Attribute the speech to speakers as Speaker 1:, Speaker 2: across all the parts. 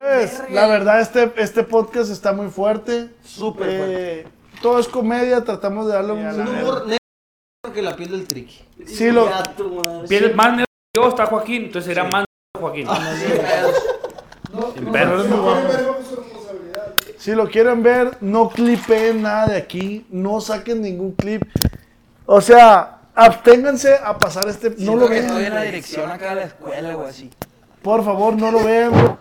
Speaker 1: Señores, la verdad, este, este podcast está muy fuerte.
Speaker 2: Súper
Speaker 1: Eh,
Speaker 2: fuerte.
Speaker 1: Todo es comedia, tratamos de
Speaker 2: Ya,
Speaker 1: darle un
Speaker 2: la
Speaker 1: humor.
Speaker 2: neta.
Speaker 3: humor negro que la piel del triqui.
Speaker 1: Sí, lo-
Speaker 2: Ya, tu madre.
Speaker 4: Piel más negro que yo está Joaquín, entonces era más negro Joaquín.
Speaker 3: Ah,
Speaker 1: Pero es muy bueno. Si lo quieren ver, no clipeen nada de aquí, no saquen ningún clip. O sea, absténganse a pasar este. No lo
Speaker 3: que estoy
Speaker 1: vean.
Speaker 3: en la dirección acá de la escuela o así.
Speaker 1: Por favor, no lo vean.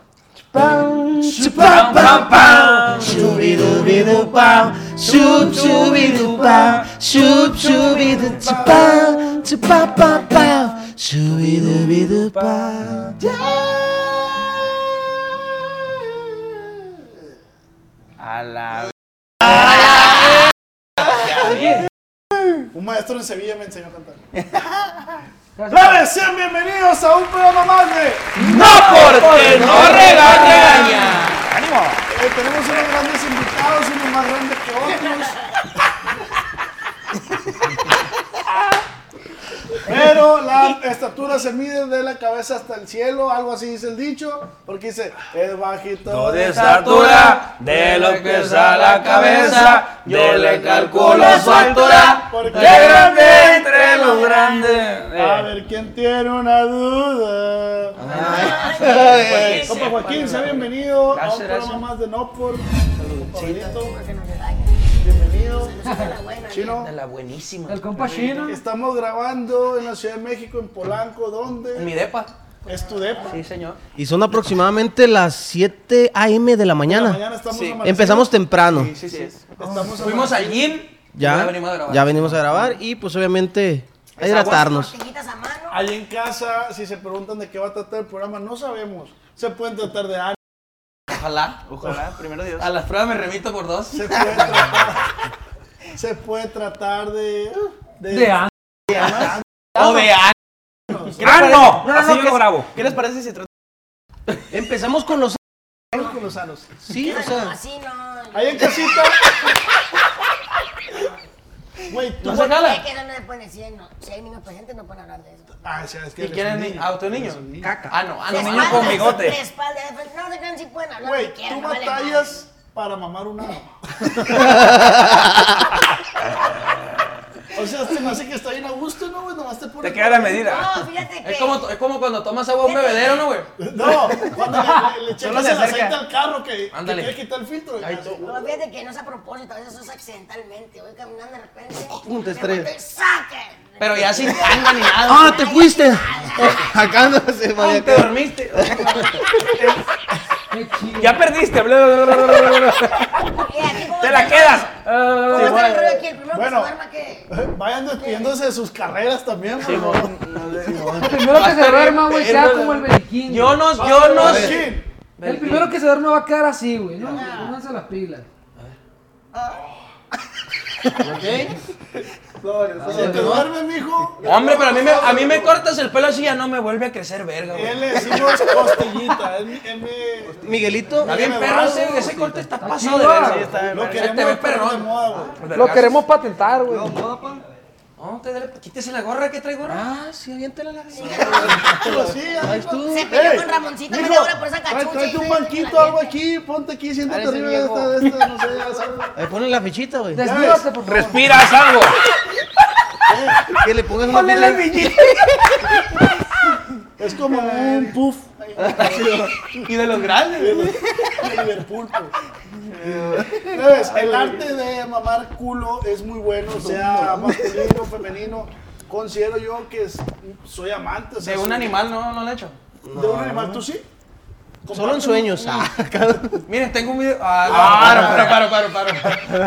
Speaker 1: Pam, pam, pam, pam. Shubidubidu, pam. Shub, shubidu, pam. Shub, shubidu, pam. Chupa, pam, pam. Shubidubidu, pam.
Speaker 3: A la
Speaker 1: Un maestro en Sevilla me enseñó a cantar. ¡Claro, sean bienvenidos a un programa más de...
Speaker 4: ¡No,
Speaker 2: ¡ah,
Speaker 4: porque no regaña!
Speaker 1: Eh, tenemos unos grandes invitados, unos más grandes que otros. Pero la estatura se mide de la cabeza hasta el cielo, algo así dice el dicho, porque dice, es bajito.
Speaker 2: No de estatura, de los pies a la cabeza, yo le calculo su altura,
Speaker 1: Porque-
Speaker 2: de grande entre los grandes.
Speaker 1: A
Speaker 2: Eh,
Speaker 1: ver, ¿quién tiene una duda? Eh, Compa Joaquín, sea bienvenido a un
Speaker 2: Gracias,
Speaker 1: programa
Speaker 2: gracias.
Speaker 1: más de No Por. Saludos, compa Benito. Bienvenido. Chino,
Speaker 3: de la buenísima.
Speaker 5: El compa chino.
Speaker 1: estamos grabando en la Ciudad de México, en Polanco,
Speaker 3: En
Speaker 1: ¿dónde?
Speaker 3: mi depa.
Speaker 1: Es tu depa.
Speaker 3: Sí, señor.
Speaker 6: Y son aproximadamente las 7 a.m. de la
Speaker 1: En la
Speaker 6: mañana.
Speaker 1: mañana estamos
Speaker 2: Sí.
Speaker 1: amaneciendo.
Speaker 6: Empezamos temprano.
Speaker 3: Sí, sí. es.
Speaker 1: Estamos
Speaker 3: Fuimos al gym. y
Speaker 6: Ya,
Speaker 3: Ya venimos a grabar.
Speaker 6: ya venimos a grabar y pues obviamente a hidratarnos.
Speaker 7: Tortillitas a mano.
Speaker 1: Allá en casa, si se preguntan de qué va a tratar el programa, no sabemos. Se pueden tratar de años,
Speaker 3: Ojalá.
Speaker 2: Ojalá, primero Dios.
Speaker 3: A las pruebas me remito por dos.
Speaker 1: se puede tratar, se puede tratar de, de,
Speaker 5: De an-
Speaker 3: O de años. ¿Qué les
Speaker 4: ¡Ah,
Speaker 3: parece-
Speaker 4: no! Así yo
Speaker 3: ¿qué-
Speaker 4: lo grabo.
Speaker 3: ¿Qué les parece si tratamos?
Speaker 6: Empezamos con los...
Speaker 1: años con los sanos.
Speaker 6: Sí, o
Speaker 7: Bueno,
Speaker 6: sea,
Speaker 7: así no.
Speaker 1: Allá en casita. Güey, tú.
Speaker 3: ¿No se
Speaker 7: Es
Speaker 3: jala?
Speaker 7: que eso no se pone si hay, no- si hay niños presentes, no pueden hablar de eso.
Speaker 1: Ah, sí, es que
Speaker 3: ¿Y
Speaker 1: eres
Speaker 3: quién
Speaker 1: un
Speaker 3: es ni-
Speaker 1: niño.
Speaker 3: ah, usted es niño?
Speaker 1: Eres un niño.
Speaker 3: Caca. Ah, no. Ah,
Speaker 7: De
Speaker 3: no, niño con
Speaker 7: espaldas,
Speaker 3: bigote.
Speaker 7: de espaldas, de frente, no se crean si pueden hablar lo
Speaker 1: Güey,
Speaker 7: que quieran,
Speaker 1: tú
Speaker 7: no vale
Speaker 1: batallas para mamar un ano. o sea, se me hace que está bien a gusto, ¿no, güey? Nomás te pones.
Speaker 2: Te queda la medida.
Speaker 7: madre. No, fíjate que.
Speaker 3: Es como, to- es como cuando tomas agua de un bebedero, ¿no, güey?
Speaker 1: No, cuando le, le, le
Speaker 3: Solo
Speaker 1: checas
Speaker 3: se
Speaker 1: el
Speaker 3: acerca.
Speaker 1: aceite al carro que, que
Speaker 3: Ándale.
Speaker 1: quiere quitar el filtro.
Speaker 3: Ahí
Speaker 1: Ya,
Speaker 3: tú.
Speaker 7: No, fíjate que no es a propósito, a veces eso es accidentalmente. Voy caminando de repente.
Speaker 6: pum, te
Speaker 7: me
Speaker 6: estrellas.
Speaker 7: volteo y ¡Saque!
Speaker 3: Pero ya sin tanga ni nada.
Speaker 6: ¡Ah, te fuiste! Acá no se
Speaker 3: ¡Pum! Te dormiste.
Speaker 5: Qué chido.
Speaker 4: Ya perdiste. bla, bla, bla, bla, bla, bla. Te la quedas. Ah,
Speaker 7: ¿Cómo está el rollo aquí? El primero
Speaker 1: Bueno.
Speaker 7: que se duerma que.
Speaker 1: Vayan despidiéndose de sus carreras también, por favor.
Speaker 5: El primero que se duerma, güey, queda como el berequín.
Speaker 3: Yo no, yo no sé.
Speaker 1: Joaquín,
Speaker 5: El primero que se duerma va a quedar así, güey. No, pónganse las pilas.
Speaker 1: Si te duermes, mijo,
Speaker 3: Hombre, pero a mí, me, a mí me cortas el pelo así ya no me vuelve a crecer verga, güey.
Speaker 1: él le decimos costillita. Él, él me...
Speaker 6: Miguelito,
Speaker 3: Está bien, perro, ese, ese corte está pasado de
Speaker 5: chido,
Speaker 3: verga.
Speaker 5: ah.
Speaker 3: güey.
Speaker 1: Lo
Speaker 3: Ese te ve
Speaker 1: queremos pero de
Speaker 3: perrón.
Speaker 1: moda, güey.
Speaker 5: Lo queremos patentar, güey.
Speaker 3: No, Oh, te dale, quítese la gorra que trae gorra.
Speaker 6: Ah, sí, aviéntala la
Speaker 1: Pero sí, ahí
Speaker 6: tú.
Speaker 7: Se peleó
Speaker 1: Ey,
Speaker 7: con Ramoncito
Speaker 1: mijo,
Speaker 7: media hora por esa
Speaker 1: trae-
Speaker 7: cachucha.
Speaker 1: Tráete
Speaker 7: y
Speaker 1: un
Speaker 7: se-
Speaker 1: banquito, algo aquí, ponte aquí, siéntate
Speaker 5: Parece
Speaker 1: arriba de
Speaker 5: viejo.
Speaker 1: esta, de esta, no sé, ya sabes.
Speaker 6: Ahí ponen la fichita, güey.
Speaker 5: Desnúdate, por favor.
Speaker 4: Respira, haz algo.
Speaker 6: Que le pongas una ficha.
Speaker 1: Eh, Es como un puff
Speaker 3: Y de los grandes, güey.
Speaker 1: de Liverpool, pues. ¿Sabes? El arte de mamar culo es muy bueno, sea masculino, femenino. Considero yo que es- soy amante. o sea,
Speaker 3: De un
Speaker 1: soy-
Speaker 3: animal no, no lo he hecho.
Speaker 1: De un animal, ¿tú sí?
Speaker 6: Solo en sueños. Ah,
Speaker 3: Miren, tengo un video. Ah, no, paro, paro, paro, paro.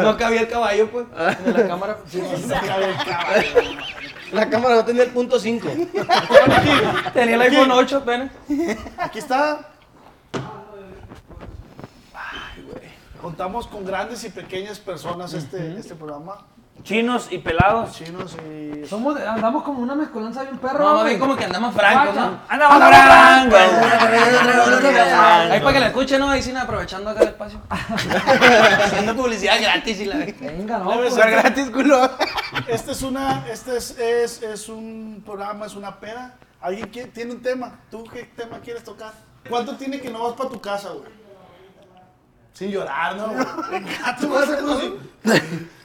Speaker 3: No cabía el caballo, pues.
Speaker 6: Ah.
Speaker 3: En la cámara.
Speaker 6: La cámara no tenía el punto 5.
Speaker 3: Tenía el iPhone 8 apenas.
Speaker 1: Aquí está. Ay, güey. Contamos con grandes y pequeñas personas este, este programa.
Speaker 4: Chinos y pelados.
Speaker 1: Chinos y...
Speaker 5: Somos, de- andamos como una mezcolanza de un perro.
Speaker 3: No, más
Speaker 5: güey.
Speaker 3: bien como que andamos francos, ¿no?
Speaker 4: Anda, vamos,
Speaker 3: Ahí para que la escuchen, ¿no? Ahí sin aprovechando acá el espacio. Haciendo publicidad gratis y la
Speaker 5: Venga, no.
Speaker 1: Debe
Speaker 5: pues.
Speaker 1: ser
Speaker 3: gratis, culo.
Speaker 1: Este es una, este es, es, es un programa, es una peda. ¿Alguien quiere- tiene un tema? ¿Tú qué tema quieres tocar? ¿Cuánto tiene que no vas para tu casa, güey?
Speaker 2: Sin llorar, ¿no? güey? Gato, güey, ese güey.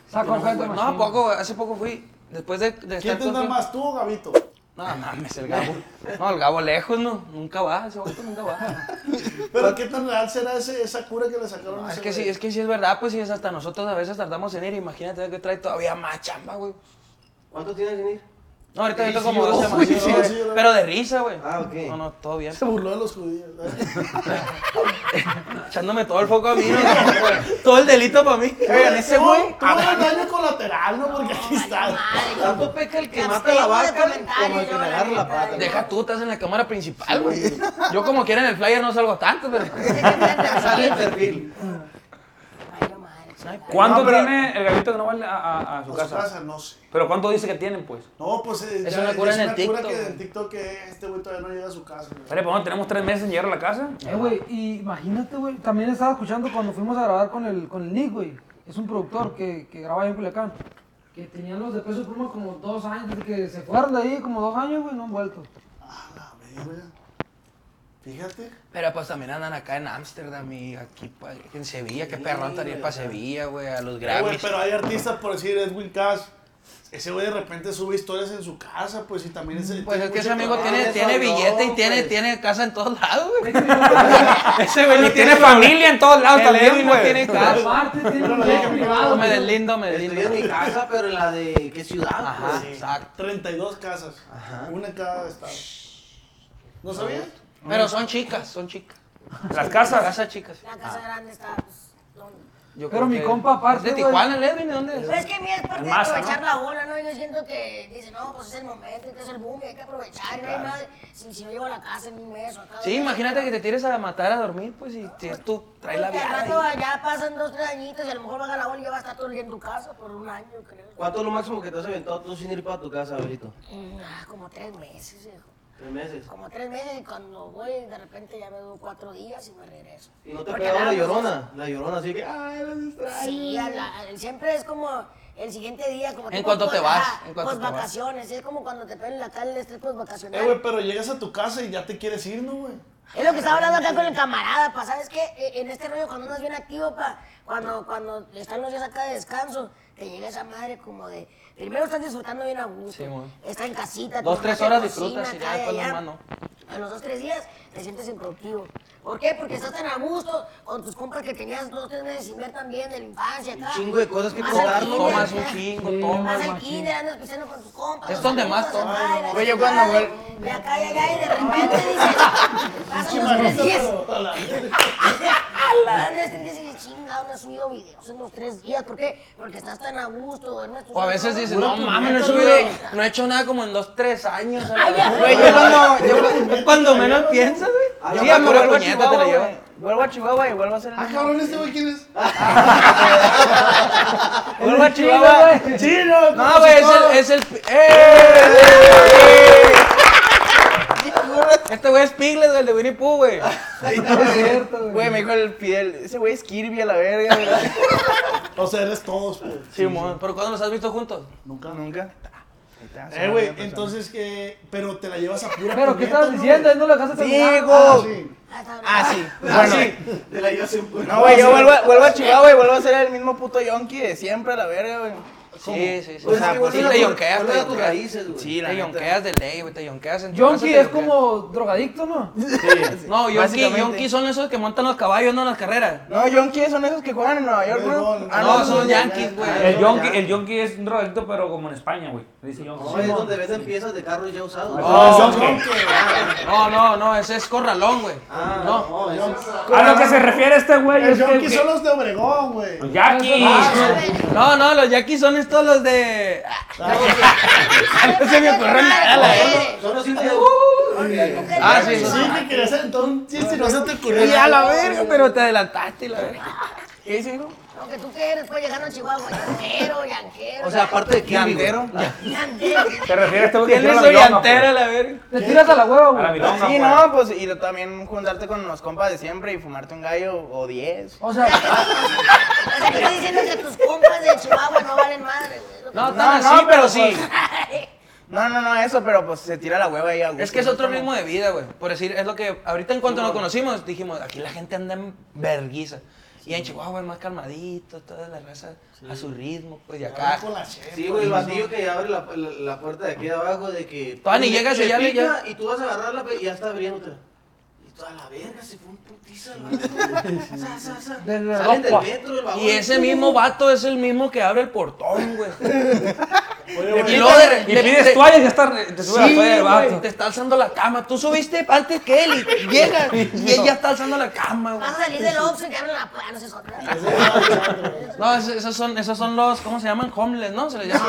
Speaker 5: Saco cuenta
Speaker 3: No, a poco, hace poco fui. Después de, de
Speaker 2: ¿Quién
Speaker 3: estar
Speaker 2: te anda
Speaker 3: contigo-
Speaker 2: más tú, o Gabito?
Speaker 3: No, mames, el Gabo. No, el Gabo lejos, no. Nunca va, ese vato nunca va.
Speaker 2: Pero qué tan real será ese- esa cura que le sacaron a
Speaker 3: No, es
Speaker 2: ese
Speaker 3: que sí,
Speaker 2: güey?
Speaker 3: es que sí es verdad, pues sí, es hasta nosotros a veces tardamos en ir. Imagínate que trae todavía más chamba, güey.
Speaker 8: ¿Cuánto tienes venir?
Speaker 3: No, ahorita
Speaker 2: Sí,
Speaker 3: ahorita
Speaker 2: sí,
Speaker 3: como
Speaker 2: yo,
Speaker 3: dos
Speaker 2: güey,
Speaker 3: semanas.
Speaker 2: sí,
Speaker 3: ¿no?
Speaker 2: sí, yo,
Speaker 3: pero de risa, güey.
Speaker 8: Ah, ok.
Speaker 3: No, no, todo bien.
Speaker 2: Se burló de los judíos.
Speaker 3: Echándome todo el foco a mí, ¿no? todo el delito para mí. Oigan, ese güey.
Speaker 2: Tuvo el daño colateral, ¿no? Porque aquí está.
Speaker 8: Tanto peca el que
Speaker 7: Ya
Speaker 8: mata
Speaker 7: estoy
Speaker 8: la
Speaker 7: con el
Speaker 8: vaca
Speaker 7: comentario,
Speaker 8: como el que
Speaker 7: yo,
Speaker 8: le
Speaker 7: la
Speaker 8: agarra la
Speaker 7: neta.
Speaker 8: pata.
Speaker 3: Deja tú, estás en la cámara principal, güey. Yo como quiera en el flyer no salgo tanto, pero...
Speaker 8: Sale de perfil.
Speaker 4: ¿Cuánto
Speaker 2: No, pero-
Speaker 4: tiene el gabito que no va a, a- a su
Speaker 2: A su
Speaker 4: casa?
Speaker 2: casa, no sé.
Speaker 4: Pero ¿cuánto dice que tienen, pues?
Speaker 2: No, pues eh,
Speaker 3: Es
Speaker 2: ya-
Speaker 3: una cura
Speaker 2: ya
Speaker 3: en el TikTok,
Speaker 2: que
Speaker 3: güey.
Speaker 2: en TikTok que este güey todavía no llega a su casa. güey.
Speaker 4: Espera, pues ¿no tenemos tres meses en llegar a la casa.
Speaker 5: Eh, güey, y imagínate, güey, también estaba escuchando cuando fuimos a grabar con el, con el Nick, güey. Es un productor que, que graba ahí en Culiacán. Que tenían los de peso pluma como dos años, desde que se fueron de ahí como dos años, güey, no han vuelto.
Speaker 2: A la verga. Fíjate.
Speaker 3: Pero pues también andan acá en Ámsterdam y aquí pa- en Sevilla. Qué perrón estaría ir para Sevilla, güey, a los
Speaker 2: Eh, güey,
Speaker 3: Grammys.
Speaker 2: pero hay artistas, por decir, Edwin Cash. Ese güey de repente sube historias en su casa, pues, y también ese.
Speaker 3: Pues es que ese
Speaker 2: mucho
Speaker 3: amigo
Speaker 2: trabajo.
Speaker 3: tiene,
Speaker 8: eso
Speaker 3: tiene
Speaker 8: no,
Speaker 3: billete y
Speaker 8: pues.
Speaker 3: tiene, tiene casa en todos lados, güey. Ah, ese güey no tiene
Speaker 4: familia en todos lados
Speaker 3: El Edwin no tiene casa.
Speaker 5: Aparte, tiene un
Speaker 2: no,
Speaker 5: jet
Speaker 2: no, no,
Speaker 5: privado,
Speaker 3: Me
Speaker 5: güey.
Speaker 3: deslindo, me
Speaker 8: Estoy en
Speaker 3: deslindo.
Speaker 8: mi casa, pero en la de qué ciudad.
Speaker 3: Ajá,
Speaker 8: pues?
Speaker 3: exacto.
Speaker 2: 32 casas. Una en cada estado. ¿No sabías?
Speaker 3: Pero son chicas, son chicas.
Speaker 4: Las casas.
Speaker 3: Casa chicas. Ah,
Speaker 7: La casa grande está. pues, longe.
Speaker 5: Pero
Speaker 3: Yo creo
Speaker 5: mi
Speaker 3: que-
Speaker 5: compa aparte,
Speaker 3: ¿Es de
Speaker 5: güey.
Speaker 3: Tijuana, el Edwin? ¿De dónde
Speaker 7: Pero es que a mí es parte de
Speaker 4: masa,
Speaker 7: aprovechar
Speaker 4: ¿no?
Speaker 7: la ola, ¿no? Yo siento que dicen, no, pues es el momento, que es el boom, y hay que aprovechar, y no hay madre. Si, si no llego a la casa en un mes o acá.
Speaker 3: Sí, imagínate que te tires a matar a dormir, pues, y te- tú traes la
Speaker 7: Porque al rato
Speaker 3: vida.
Speaker 7: allá pasan dos, tres añitos y a lo mejor baja la ola y ya va a estar todo el día en tu casa por un año, creo.
Speaker 8: ¿Cuánto es lo máximo que te has aventado tú sin ir para tu casa, Abelito?
Speaker 7: Mm, ah, como tres meses, hijo.
Speaker 8: Tres meses.
Speaker 7: Como tres meses y cuando voy, de repente ya me doy cuatro días y me regreso.
Speaker 8: ¿Y no te
Speaker 7: Porque
Speaker 8: pegaba la
Speaker 7: nada, pues,
Speaker 8: llorona? La llorona, así que, ah, ay, los distrae.
Speaker 7: Sí, a la- siempre es como el siguiente día, como
Speaker 3: ¿En cuánto te vas? ¿En cuánto
Speaker 7: pues
Speaker 3: te vas?
Speaker 7: vacaciones, es como cuando te ponen la calle el estrés pues
Speaker 2: Eh, güey,
Speaker 7: vacacional.
Speaker 2: pero llegas a tu casa y ya te quieres ir, ¿no, güey?
Speaker 7: Es lo que estaba hablando acá con el camarada, pa, ¿sabes qué? E- En este rollo cuando uno es bien activo, pa, cuando, cuando están los días acá de descanso, te llega esa madre como de, primero estás disfrutando bien a gusto,
Speaker 3: Sí, güey.
Speaker 7: estás en casita,
Speaker 3: Dos,
Speaker 7: tu
Speaker 3: tres
Speaker 7: mamá te
Speaker 3: horas
Speaker 7: cocina
Speaker 3: disfrutas y
Speaker 7: acá
Speaker 3: ya después
Speaker 7: allá.
Speaker 3: nomás no.
Speaker 7: A los dos, tres días te sientes improductivo. ¿Por qué? Porque estás tan a gusto con tus compas que tenías dos, tres meses sin ver también de la infancia acá.
Speaker 8: chingo de cosas que
Speaker 7: Más
Speaker 8: contar,
Speaker 7: al
Speaker 8: ¿no?
Speaker 7: kinder,
Speaker 3: Tomas un
Speaker 7: acá.
Speaker 3: chingo,
Speaker 7: Sí,
Speaker 3: tomas,
Speaker 7: Más al
Speaker 3: machín.
Speaker 7: kinder, andas pisando con tus compas.
Speaker 3: Es
Speaker 7: los
Speaker 3: donde
Speaker 7: amigos,
Speaker 3: más tomas.
Speaker 7: acá, y la
Speaker 3: Güey, yo cuando
Speaker 7: chingada,
Speaker 3: vuel-
Speaker 7: De acá y allá y de repente dices, pasan dos, tres días. Ala, andas tres días y dices, chinga, no he subido videos en los tres días. ¿Por qué? Porque estás tan a gusto, duermes tus
Speaker 3: O a veces dices,
Speaker 2: Pura
Speaker 3: no mames, no he
Speaker 2: puñeta,
Speaker 3: subido,
Speaker 2: güey.
Speaker 3: no he hecho nada como en dos, tres años. Güey, yo cuando, yo cuando- cuando menos piensas, güey. Sí,
Speaker 8: yo
Speaker 3: a
Speaker 8: me
Speaker 3: pura
Speaker 8: vuelvo a
Speaker 3: puñeta te lo llevo.
Speaker 4: Vuelvo a Chihuahua y vuelvo a hacer
Speaker 2: Ah, cabrón, ¿este güey quién es?
Speaker 3: Vuelvo a Chihuahua.
Speaker 2: ¡Chino!
Speaker 3: No, güey, es el, es el... ¡Eh! Este güey es Piglet, güey, el de Winnie Pooh, güey.
Speaker 5: Es cierto, güey.
Speaker 3: Güey, me dijo el Fidel, ese güey es Kirby a la verga, güey.
Speaker 2: O sea, eres todos, güey.
Speaker 3: Simón, ¿pero cuándo los has visto juntos?
Speaker 2: Nunca.
Speaker 3: Nunca.
Speaker 2: Eh, güey, entonces que. Pero te la llevas a pura.
Speaker 5: Pero, ¿qué
Speaker 2: puñeta,
Speaker 5: estás
Speaker 2: ¿no,
Speaker 5: diciendo?
Speaker 2: güey?
Speaker 5: Él no lo dejaste terminar.
Speaker 2: Ah,
Speaker 3: Diego.
Speaker 2: sí.
Speaker 3: Ah, sí.
Speaker 8: Ah,
Speaker 3: Bueno,
Speaker 8: sí. Te la llevas en
Speaker 9: No, güey, yo vuelvo, a- vuelvo a Chihuahua y vuelvo a ser el mismo puto yonki de siempre, a la verga, güey.
Speaker 3: sí, sí, sí.
Speaker 8: Pues
Speaker 3: O sea,
Speaker 8: es que
Speaker 3: pues sí
Speaker 8: vuelve
Speaker 3: te
Speaker 8: a-
Speaker 3: yonqueas, te
Speaker 8: vuelve a tus
Speaker 3: yonqueas.
Speaker 8: raíces, güey.
Speaker 3: Sí,
Speaker 9: la
Speaker 3: te
Speaker 9: neta.
Speaker 3: yonqueas de ley, güey, te yonqueas en tu casa,
Speaker 5: Yonki
Speaker 3: te
Speaker 5: es
Speaker 3: yonqueas.
Speaker 5: como drogadicto, ¿no?
Speaker 3: No, yonki,
Speaker 9: Básicamente.
Speaker 3: yonki son esos que montan los caballos, no en las carreras.
Speaker 9: No, yonki son esos que juegan en Nueva York, ¿no?
Speaker 2: Béisbol,
Speaker 9: Ah,
Speaker 3: no,
Speaker 9: no,
Speaker 3: son
Speaker 9: son
Speaker 3: yankees,
Speaker 4: El
Speaker 3: güey.
Speaker 4: yonki, el yonki es un drogadicto, pero como en España, güey. Dice yonki.
Speaker 8: No, es donde venden piezas de carros ya usados. Ah,
Speaker 4: No,
Speaker 2: Son
Speaker 4: ok.
Speaker 2: que-
Speaker 3: No, no, no, ese es corralón, güey.
Speaker 8: Ah,
Speaker 3: No.
Speaker 8: no, eso es-
Speaker 4: A lo que se refiere este güey
Speaker 2: El
Speaker 4: es que... Pues
Speaker 2: Yonki
Speaker 4: que-
Speaker 2: son los de Obregón, güey. Ah,
Speaker 4: Los
Speaker 5: Ah,
Speaker 4: yankees.
Speaker 3: Ah, No, no, los yaquis son estos los de...
Speaker 7: No se me
Speaker 3: eh,
Speaker 7: ocurrió
Speaker 8: Son- Son los indios.
Speaker 3: Ah, sí,
Speaker 2: Sí,
Speaker 3: sí.
Speaker 2: que querías entonces, si no se te ocurrió.
Speaker 3: Ya la verga, pero te adelantaste y la verga. ¿Qué dice, hijo?
Speaker 7: Aunque tú que eres, pues llegando a Chihuahua, yanquero, yanquero.
Speaker 8: O sea, aparte de Kirby, güey.
Speaker 9: Yandero.
Speaker 7: yanquero.
Speaker 4: Se refiere a este güey que
Speaker 3: ¿Quién
Speaker 4: quiere
Speaker 3: es
Speaker 4: la milonga,
Speaker 3: orientera, la verga?
Speaker 5: Te tiras a la hueva,
Speaker 4: güey. A la
Speaker 5: güey.
Speaker 4: milonga, güey.
Speaker 9: Sí, no, pues, y lo- también juntarte con los compas de siempre y fumarte un gallo o diez.
Speaker 5: O sea,
Speaker 7: O sea, que estás diciendo que tus compas de Chihuahua no valen madre, güey.
Speaker 3: No, tan
Speaker 9: No,
Speaker 3: así,
Speaker 9: no,
Speaker 3: pero
Speaker 9: pero
Speaker 3: sí.
Speaker 9: No, no, no, eso, pero pues se tira la hueva ahí a gusto.
Speaker 3: Es que es otro ritmo de vida, güey. Por decir, es lo que ahorita en cuanto nos conocimos, dijimos, aquí la gente anda en verguiza. Y en Chihuahua es más calmadito, toda la raza a su ritmo, pues, y acá.
Speaker 2: Con la
Speaker 8: Sí, güey, el batillo que abre la, la, la puerta de aquí de abajo de que.
Speaker 3: Todavía ni llegas
Speaker 8: le
Speaker 3: y ya le-
Speaker 8: pica
Speaker 3: ya-
Speaker 8: Y tú vas a agarrarla pe- y ya está abriéndote. Y toda la verga se fue un putiza al vato. Sa, sa, sa.
Speaker 5: De la
Speaker 8: Salen del
Speaker 5: ropa.
Speaker 8: metro, el vagón.
Speaker 3: Y ese mismo vato es el mismo que abre el portón, güey.
Speaker 2: güey.
Speaker 3: luego de-
Speaker 4: Y
Speaker 3: de-
Speaker 4: pides
Speaker 3: de-
Speaker 4: toallas y ya está, re- te sube la
Speaker 3: este- Sí,
Speaker 4: toalla del
Speaker 3: güey,
Speaker 4: vato.
Speaker 3: te está alzando la cama. Tú subiste antes que él y llega y ella está alzando la cama, güey.
Speaker 7: Vas a salir del Oxxo y te abren la puerta. No sé, eso.
Speaker 3: No, es- esos son, esos son los, ¿cómo se llaman? Homeless, ¿no? Se les llama.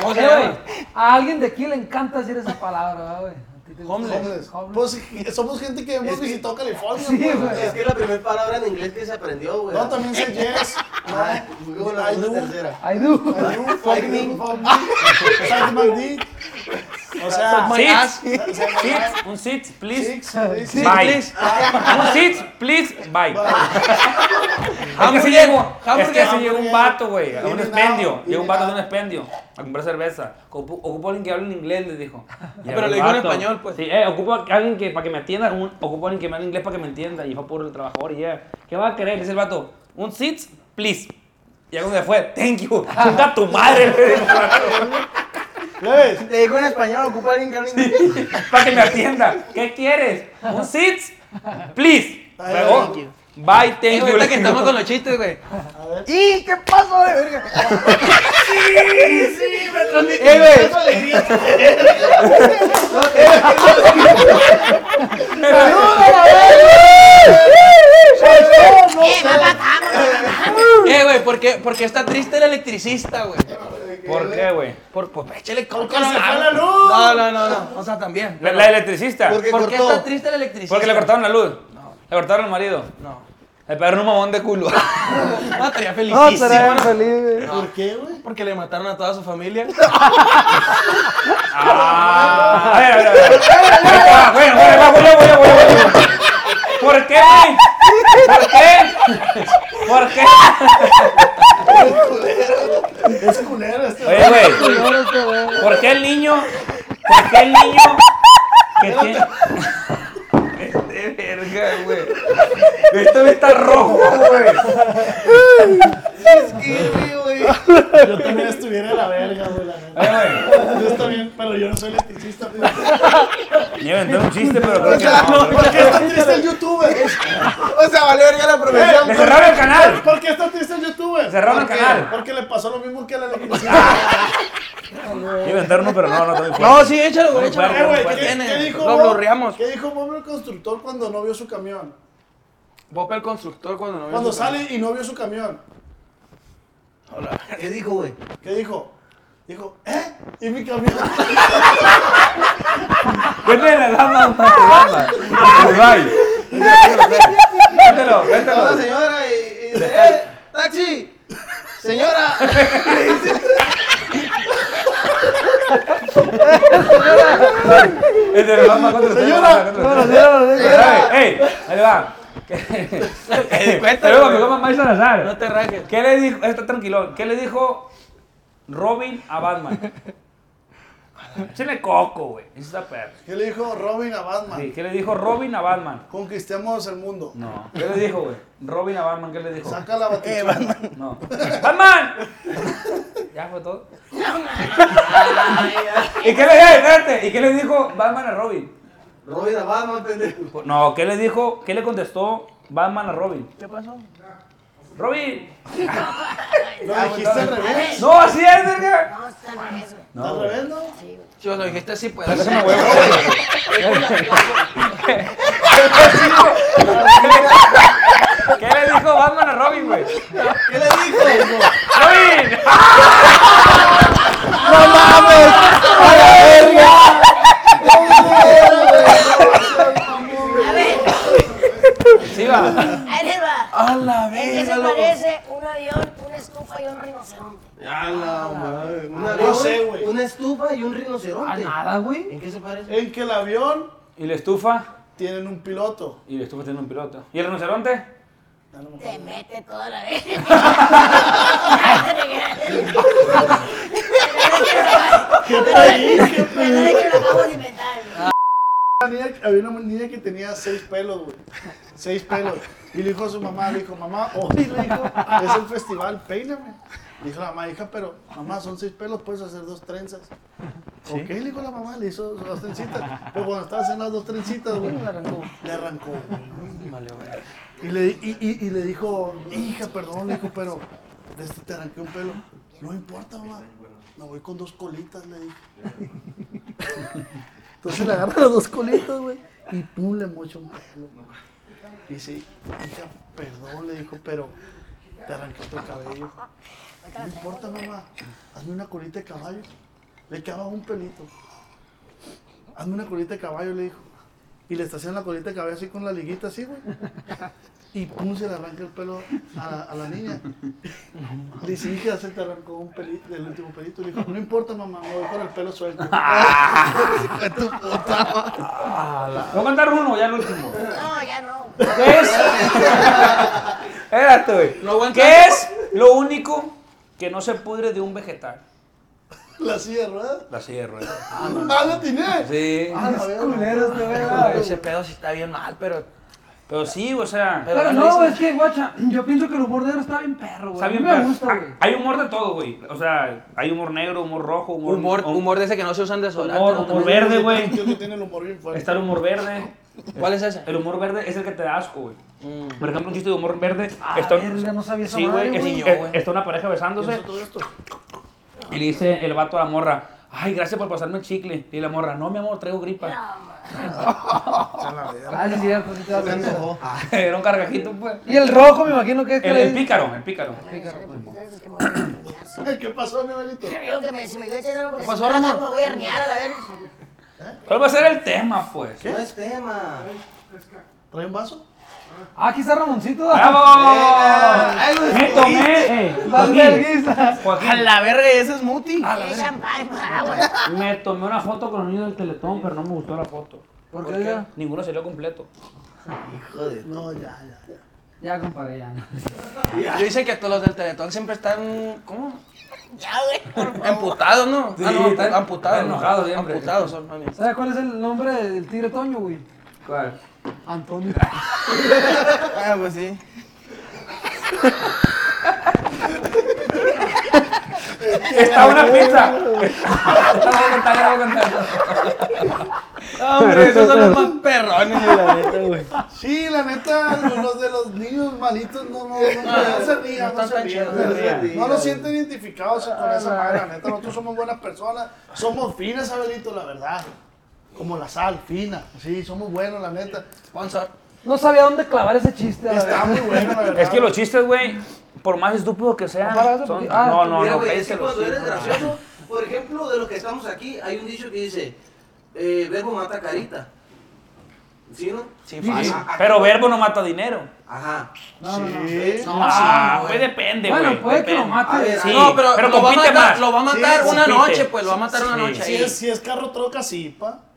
Speaker 3: ¿Cómo se
Speaker 5: Eh, güey,
Speaker 3: llaman?
Speaker 5: a alguien de aquí le encanta decir esa palabra, ¿verdad, Ah, güey. A ti te gusta.
Speaker 2: Homeless.
Speaker 5: Homeless.
Speaker 2: Pues somos gente que hemos visitado California.
Speaker 5: Sí,
Speaker 2: pues.
Speaker 5: güey.
Speaker 8: Es que es la primera palabra en inglés que se aprendió, güey.
Speaker 2: No, también sé yes.
Speaker 8: Ay, luego la
Speaker 2: I do.
Speaker 8: segunda, tercera.
Speaker 5: I do.
Speaker 2: I do, fuck me, fuck me, suck my dick. O sea,
Speaker 3: My ass.
Speaker 4: Sit, un sit, please.
Speaker 2: six, six,
Speaker 5: Sí,
Speaker 4: Bye.
Speaker 3: please.
Speaker 4: Un sit, please, bye. Es que si
Speaker 3: Hamburger,
Speaker 4: llegó, es que
Speaker 3: hamburger,
Speaker 4: si llegó un
Speaker 2: hamburger.
Speaker 4: vato, güey, a un
Speaker 2: In-N-Out,
Speaker 4: expendio. Llegó un vato de un
Speaker 2: In-N-Out.
Speaker 4: expendio a comprar cerveza. Ocupo, ocupo a alguien que hable en inglés, le dijo. Y
Speaker 3: Pero
Speaker 4: el
Speaker 3: le dijo en
Speaker 4: vato,
Speaker 3: español, pues.
Speaker 4: Sí, eh, ocupo a alguien que, para que me atienda, un- ocupo a alguien que me hable inglés para que me entienda. Y fue por el trabajador y ya. ¿Qué va a querer? Dice el vato, un sit, please. Y ya cuando se fue, thank you. Chuta tu madre, le dijo el vato,
Speaker 2: ¿Ves?
Speaker 9: Te digo en español, ocupa alguien que hable inglés.
Speaker 4: para que me atienda. ¿Qué quieres? "Pues, Un sit, please.
Speaker 2: Ay,
Speaker 4: Luego,
Speaker 2: thank you.
Speaker 4: bye, thank
Speaker 3: Eh,
Speaker 4: you.
Speaker 3: ahorita
Speaker 4: le
Speaker 3: que
Speaker 4: dijo.
Speaker 3: estamos con los chistes, güey.
Speaker 9: ¡Y qué pasó de verga!
Speaker 3: Eh, güey.
Speaker 7: ¡Eh, me mataron!
Speaker 3: Eh, güey, ¿por qué, por qué está triste el electricista, güey?
Speaker 4: ¿Por qué, güey?
Speaker 3: Por, por, échale coco
Speaker 2: se
Speaker 3: a la-
Speaker 2: fue la luz.
Speaker 3: No, no, no, no. O sea, también.
Speaker 4: La,
Speaker 3: no,
Speaker 4: la
Speaker 3: no.
Speaker 4: electricista.
Speaker 9: Porque
Speaker 3: ¿Por qué
Speaker 9: cortó.
Speaker 3: está triste el electricista?
Speaker 4: Porque le cortaron la luz.
Speaker 3: No.
Speaker 4: Le cortaron al marido.
Speaker 3: No.
Speaker 4: Le pegaron un mamón de culo.
Speaker 3: No, estaría
Speaker 5: No,
Speaker 3: felicísimo.
Speaker 5: será
Speaker 3: Ah, ¿no?
Speaker 5: feliz, güey.
Speaker 2: ¿Por qué, güey?
Speaker 3: Porque le mataron a toda su familia.
Speaker 4: Ah, a ver, a ver, a ver. Va, bueno, bueno, va, voy yo, voy yo, voy yo, voy yo. ¿Por qué? ¿Por qué? ¿Por qué?
Speaker 2: Es culero este.
Speaker 4: Oye, güey.
Speaker 8: este
Speaker 4: ¿Por qué el niño? ¿Por qué el niño? Que tiene... Este verga, güey. Este me está rojo, güey.
Speaker 2: Yo también estuviera en la verga, güey. la neta.
Speaker 4: Oye, güey.
Speaker 2: Yo está bien, pero yo no soy electricista. tío.
Speaker 4: Yo inventé un chiste, pero creo que no.
Speaker 2: ¿Por qué está triste el youtuber?
Speaker 9: O sea, vale verga la
Speaker 4: ¡Le
Speaker 9: profesión.
Speaker 4: cerraron el canal!
Speaker 2: ¿Por qué está triste el youtuber?
Speaker 4: Cerraron el
Speaker 2: ¿Por qué?
Speaker 4: canal.
Speaker 2: Porque le pasó lo mismo que a la electricidad.
Speaker 4: Yo inventé uno, pero no, no tengo
Speaker 3: No, sí, échalo, güey,
Speaker 4: Bueno,
Speaker 2: Eh,
Speaker 3: échalo.
Speaker 2: güey,
Speaker 4: pues,
Speaker 2: ¿qué,
Speaker 3: tiene,
Speaker 2: qué dijo
Speaker 3: lo
Speaker 2: Bob?
Speaker 3: blurreamos.
Speaker 2: ¿Qué dijo Bob el constructor cuando no vio su camión?
Speaker 3: Bob el constructor cuando no
Speaker 2: Cuando sale y no vio su camión.
Speaker 8: ¿Qué dijo, güey?
Speaker 2: ¿Qué dijo? Dijo, ¿eh? ¿Y mi camión?
Speaker 4: Vete la dama, dama. Uruguay.
Speaker 8: Está
Speaker 4: Vételo, vételo.
Speaker 8: la señora y, y dice, ¡eh! ¡Taxi! ¡Señora!
Speaker 4: Este lo dama contra
Speaker 2: Señora,
Speaker 4: ¡Ey! Ahí le va.
Speaker 3: Cuéntalo,
Speaker 4: Pero
Speaker 3: güey.
Speaker 4: me coma más Salazar.
Speaker 3: No te rajes.
Speaker 4: ¿Qué le dijo? Está tranquilo. ¿Qué le dijo Robin a Batman? Échale coco, güey. Ese está perro.
Speaker 2: ¿Qué le dijo Robin a Batman?
Speaker 4: Sí, ¿Qué le dijo Robin a Batman?
Speaker 2: Conquistemos el mundo.
Speaker 4: No. ¿Qué le dijo, güey? Robin a Batman, ¿qué le dijo?
Speaker 2: Saca la
Speaker 3: Eh,
Speaker 2: batichuela.
Speaker 4: No. ¡Batman! ya fue todo. ¿Y qué le dijo? Espérate. ¿Y qué le dijo Batman a Robin?
Speaker 8: Robin a Batman, pendejo.
Speaker 4: No, ¿qué le dijo? ¿Qué le contestó Batman a Robin? ¿Qué pasó? Robin.
Speaker 2: Lo dijiste al revés.
Speaker 4: No, así es, verga.
Speaker 7: No, está al revés, güey.
Speaker 2: ¿Está al revés, no?
Speaker 3: Yo lo dijiste así, pues.
Speaker 4: Déjame, güey. ¿Qué le dijo Batman a Robin, güey?
Speaker 8: ¿Qué le dijo?
Speaker 4: ¡Robin!
Speaker 7: A ver,
Speaker 4: Sí, va.
Speaker 7: ahí les va.
Speaker 3: A la
Speaker 7: ¿En qué se
Speaker 3: loco.
Speaker 7: parece un avión, una estufa y un rinoceronte?
Speaker 8: ¡Ya la madre! Una,
Speaker 2: No sé, güey.
Speaker 8: una estufa y un
Speaker 5: A
Speaker 3: Ah,
Speaker 8: rinoceronte.
Speaker 5: nada, güey.
Speaker 8: ¿En qué se parece?
Speaker 2: En que el avión
Speaker 4: ¿Y la estufa?
Speaker 2: tienen un piloto.
Speaker 4: Y la estufa tiene un piloto. ¿Y el rinoceronte?
Speaker 7: Te mete toda la vez.
Speaker 2: ¿Qué pedí? ¿Qué pedí?
Speaker 7: que lo acabo de inventar. güey.
Speaker 1: niña, había una niña que tenía seis pelos, güey. Seis pelos. Y le dijo a su mamá, le dijo, mamá, hoy le dijo, es el festival, peíname. Le dijo la mamá, hija, pero mamá, son seis pelos, puedes hacer dos trenzas. Ok, le dijo la mamá, le hizo dos trencitas. Pero cuando estaba haciendo las dos trencitas, güey, le arrancó. Le arrancó, güey. Y le, y, y- y le dijo, hija, perdón, le dijo, pero desde te arranqué un pelo. No importa, mamá. Me voy con dos colitas, le dije. Entonces le agarra los dos colitos, güey, y pum, le mocha un pelo. Y dice, hija, perdón, le dijo, pero te arranqué otro cabello. No importa, mamá, hazme una colita de caballo. Le quedaba un pelito. Hazme una colita de caballo, le dijo. Y le está haciendo la colita de caballo así con la liguita así, güey. Y pum, se le arranca el pelo a, la- a la niña. Le dice, hija, se te arrancó un pelito, del último pelito. Le dijo, no importa, mamá, me voy con el pelo suelto.
Speaker 2: Ah,
Speaker 4: Voy a contar uno, ya el último.
Speaker 7: No, ya no.
Speaker 4: ¿Qué es? Espérate, güey. ¿Qué es lo único que no se pudre de un vegetal?
Speaker 1: La silla de ruedas.
Speaker 4: La sierra.
Speaker 1: ¡Ah, la tiene!
Speaker 4: Sí.
Speaker 1: ¡Ah, la verga.
Speaker 5: Culeros, de verdad.
Speaker 3: Ese pedo sí está bien mal, pero.
Speaker 4: Pero sí, o sea.
Speaker 5: Pero no, es que, guacha, yo pienso que el humor negro está bien perro, güey.
Speaker 4: Está bien,
Speaker 5: a mí me
Speaker 4: pero-
Speaker 5: gusta, güey.
Speaker 4: ah, Hay humor de todo, güey. O sea, hay humor negro, humor rojo, humor.
Speaker 3: Humor,
Speaker 4: hum-
Speaker 3: humor de ese que no se usan desodorante.
Speaker 4: humor-
Speaker 3: ¿no?
Speaker 4: humor verde, güey.
Speaker 1: Yo que tiene el humor bien fuerte.
Speaker 4: Está el humor verde.
Speaker 3: ¿Cuál es ese? Mm.
Speaker 4: El humor verde es el que te da asco, güey. Por ejemplo, un chiste de humor verde.
Speaker 5: Ah, verga, no sabía esa
Speaker 4: Sí, güey.
Speaker 5: madre,
Speaker 4: es-
Speaker 5: güey.
Speaker 4: es-
Speaker 3: Ni yo, güey.
Speaker 4: Está una pareja besándose. Y le dice el vato a la morra. Ay, gracias por pasarme el chicle. Y la morra, no, mi amor, traigo gripa.
Speaker 5: Ah, sí, es cierto, sí te da risa.
Speaker 4: Era un cargajito, pues.
Speaker 5: Y el rojo, me imagino que es
Speaker 4: El,
Speaker 5: que
Speaker 4: el pícaro, el pícaro.
Speaker 1: ¿Qué pasó, mi abuelito?
Speaker 7: Creo que me, si me echas algo
Speaker 5: Pues
Speaker 7: porque si no, me voy a herniar a la verga.
Speaker 4: ¿Cuál va a ser el tema, pues?
Speaker 9: No es tema.
Speaker 1: ¿Trae un vaso?
Speaker 5: Ah, aquí está Ramoncito.
Speaker 4: ¡Bravo! Me tomé, eh,
Speaker 5: Más
Speaker 4: Joaquín,
Speaker 5: verguiza.
Speaker 4: Joaquín,
Speaker 9: A la verga, ese es Muti.
Speaker 7: Es champán, pa, güey.
Speaker 4: me tomé una foto con los niños del Teletón, pero no me gustó la foto.
Speaker 5: ¿Por qué? Ya,
Speaker 4: Ninguno salió completo.
Speaker 1: No, ya, ya.
Speaker 5: ya compadre, ya. no.
Speaker 3: Yo dice que todos los del Teletón siempre están. ¿Cómo?
Speaker 7: Ya, güey. por favor.
Speaker 3: Emputados, ¿no?
Speaker 4: Sí,
Speaker 3: ah, no,
Speaker 4: están-
Speaker 3: amputados.
Speaker 4: están enojados siempre.
Speaker 3: Amputados son, mami.
Speaker 5: ¿Sabes cuál es el nombre del tigre Toño, güey?
Speaker 4: ¿Cuál?
Speaker 5: Antonio.
Speaker 9: Ah, pues sí.
Speaker 4: Está una pizza. Está voy a contar, ya voy a contar.
Speaker 2: Ah,
Speaker 3: Hombre, esos son los más perrones.
Speaker 1: Sí, la neta, los de los niños malitos no, no, no, no se rían, no se rían.
Speaker 3: chidos, no se
Speaker 1: No los sienten identificados con esa madre, la neta. Nosotros somos buenas personas, somos finas, abuelito, la verdad. Como la sal, fina. Sí, somos buenos, la neta.
Speaker 3: Sponsor.
Speaker 5: No sabía dónde clavar ese chiste. a la
Speaker 1: Está
Speaker 5: verga.
Speaker 1: muy bueno, la verdad.
Speaker 4: Es que los chistes, güey, por más estúpidos que sean,
Speaker 5: Para eso,
Speaker 4: son...
Speaker 5: porque- ah,
Speaker 4: No, no,
Speaker 6: Mira,
Speaker 4: no,
Speaker 6: güey, es
Speaker 4: cállense
Speaker 6: que
Speaker 4: los
Speaker 6: cuando eres
Speaker 4: hijos.
Speaker 6: gracioso, por ejemplo, de los que estamos aquí, hay un dicho que dice, eh, verbo mata carita. ¿Sí, no?
Speaker 3: Sí, fácil.
Speaker 6: Ah, ah,
Speaker 4: Pero verbo no mata dinero.
Speaker 6: Ajá.
Speaker 5: No, no, no.
Speaker 1: Sí.
Speaker 4: Ah, pues depende, güey.
Speaker 5: Bueno, puede que lo
Speaker 4: depende.
Speaker 5: mate.
Speaker 6: A ver,
Speaker 4: Sí,
Speaker 3: no, pero,
Speaker 4: pero
Speaker 3: lo, va a
Speaker 4: compite
Speaker 3: matar,
Speaker 4: más.
Speaker 3: lo va a matar
Speaker 1: Sí,
Speaker 3: una
Speaker 4: compite.
Speaker 3: noche, pues lo va a matar una
Speaker 4: Sí.
Speaker 3: noche.
Speaker 1: Si
Speaker 3: ahí.
Speaker 1: es, si es carro troca, sí, pa.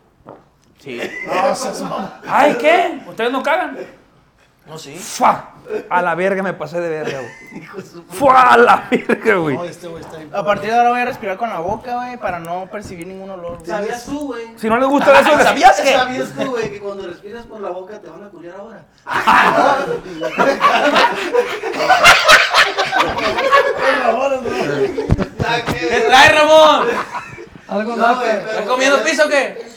Speaker 4: Sí.
Speaker 1: No, seas mamá.
Speaker 4: Ay, ¿qué? ¿Ustedes no cagan?
Speaker 3: No, sí.
Speaker 4: ¡Fua! A la verga me pasé de verga, güey. ¡Fua! A la verga, güey.
Speaker 1: No, este güey está bien.
Speaker 9: A partir de ahora voy a respirar con la boca, güey, para no percibir ningún olor. güey.
Speaker 6: ¿Sabías tú, güey?
Speaker 4: Si no les gusta eso, ¿sabías
Speaker 6: ¿Sabías tú, güey, que cuando respiras por la boca te van a culiar ahora?
Speaker 3: ¿Qué trae, Ramón?
Speaker 5: Algo
Speaker 6: No,
Speaker 5: naca.
Speaker 6: güey,
Speaker 3: ¿Estás
Speaker 6: pero-
Speaker 3: comiendo piso o qué?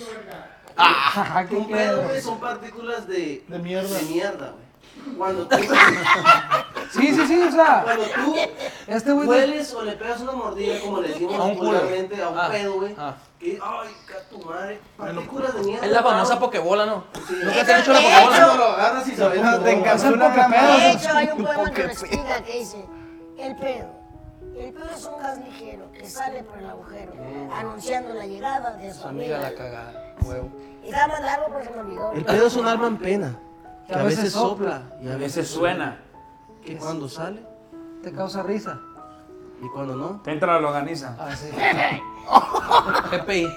Speaker 5: Ajá, qué
Speaker 6: Un pedo, güey,
Speaker 5: pedo.
Speaker 6: son partículas de...
Speaker 1: De mierda.
Speaker 6: De mierda, güey. Cuando tú,
Speaker 5: Sí, sí, sí, o sea,
Speaker 6: cuando tú
Speaker 5: este güey.
Speaker 6: hueles o le pegas una mordida, como le decimos
Speaker 3: A un culo.
Speaker 6: vulgarmente, a un
Speaker 3: Ah,
Speaker 6: pedo, güey.
Speaker 3: ah.
Speaker 6: que, ay, ca tu madre, partículas de mierda.
Speaker 3: Es la famosa
Speaker 6: cabrón.
Speaker 3: pokebola, ¿no?
Speaker 6: Sí.
Speaker 3: Nunca te han hecho una
Speaker 7: De
Speaker 3: pokebola.
Speaker 7: hecho.
Speaker 6: lo agarras y sabes
Speaker 9: No, te encapsula una
Speaker 7: De
Speaker 9: madre.
Speaker 7: hecho, hay un poema que lo explica que dice, el pedo. El pedo es un gas ligero que sale por el agujero, anunciando la llegada de su amiga. la
Speaker 9: cagada,
Speaker 7: Y estaba más largo, pero se me olvidó.
Speaker 6: El pedo es un alma en pena,
Speaker 5: que a veces sopla
Speaker 6: y
Speaker 4: A veces suena.
Speaker 6: que cuando sale
Speaker 5: Te causa risa.
Speaker 6: y cuando no.
Speaker 4: Te entra la longaniza.
Speaker 3: PPI.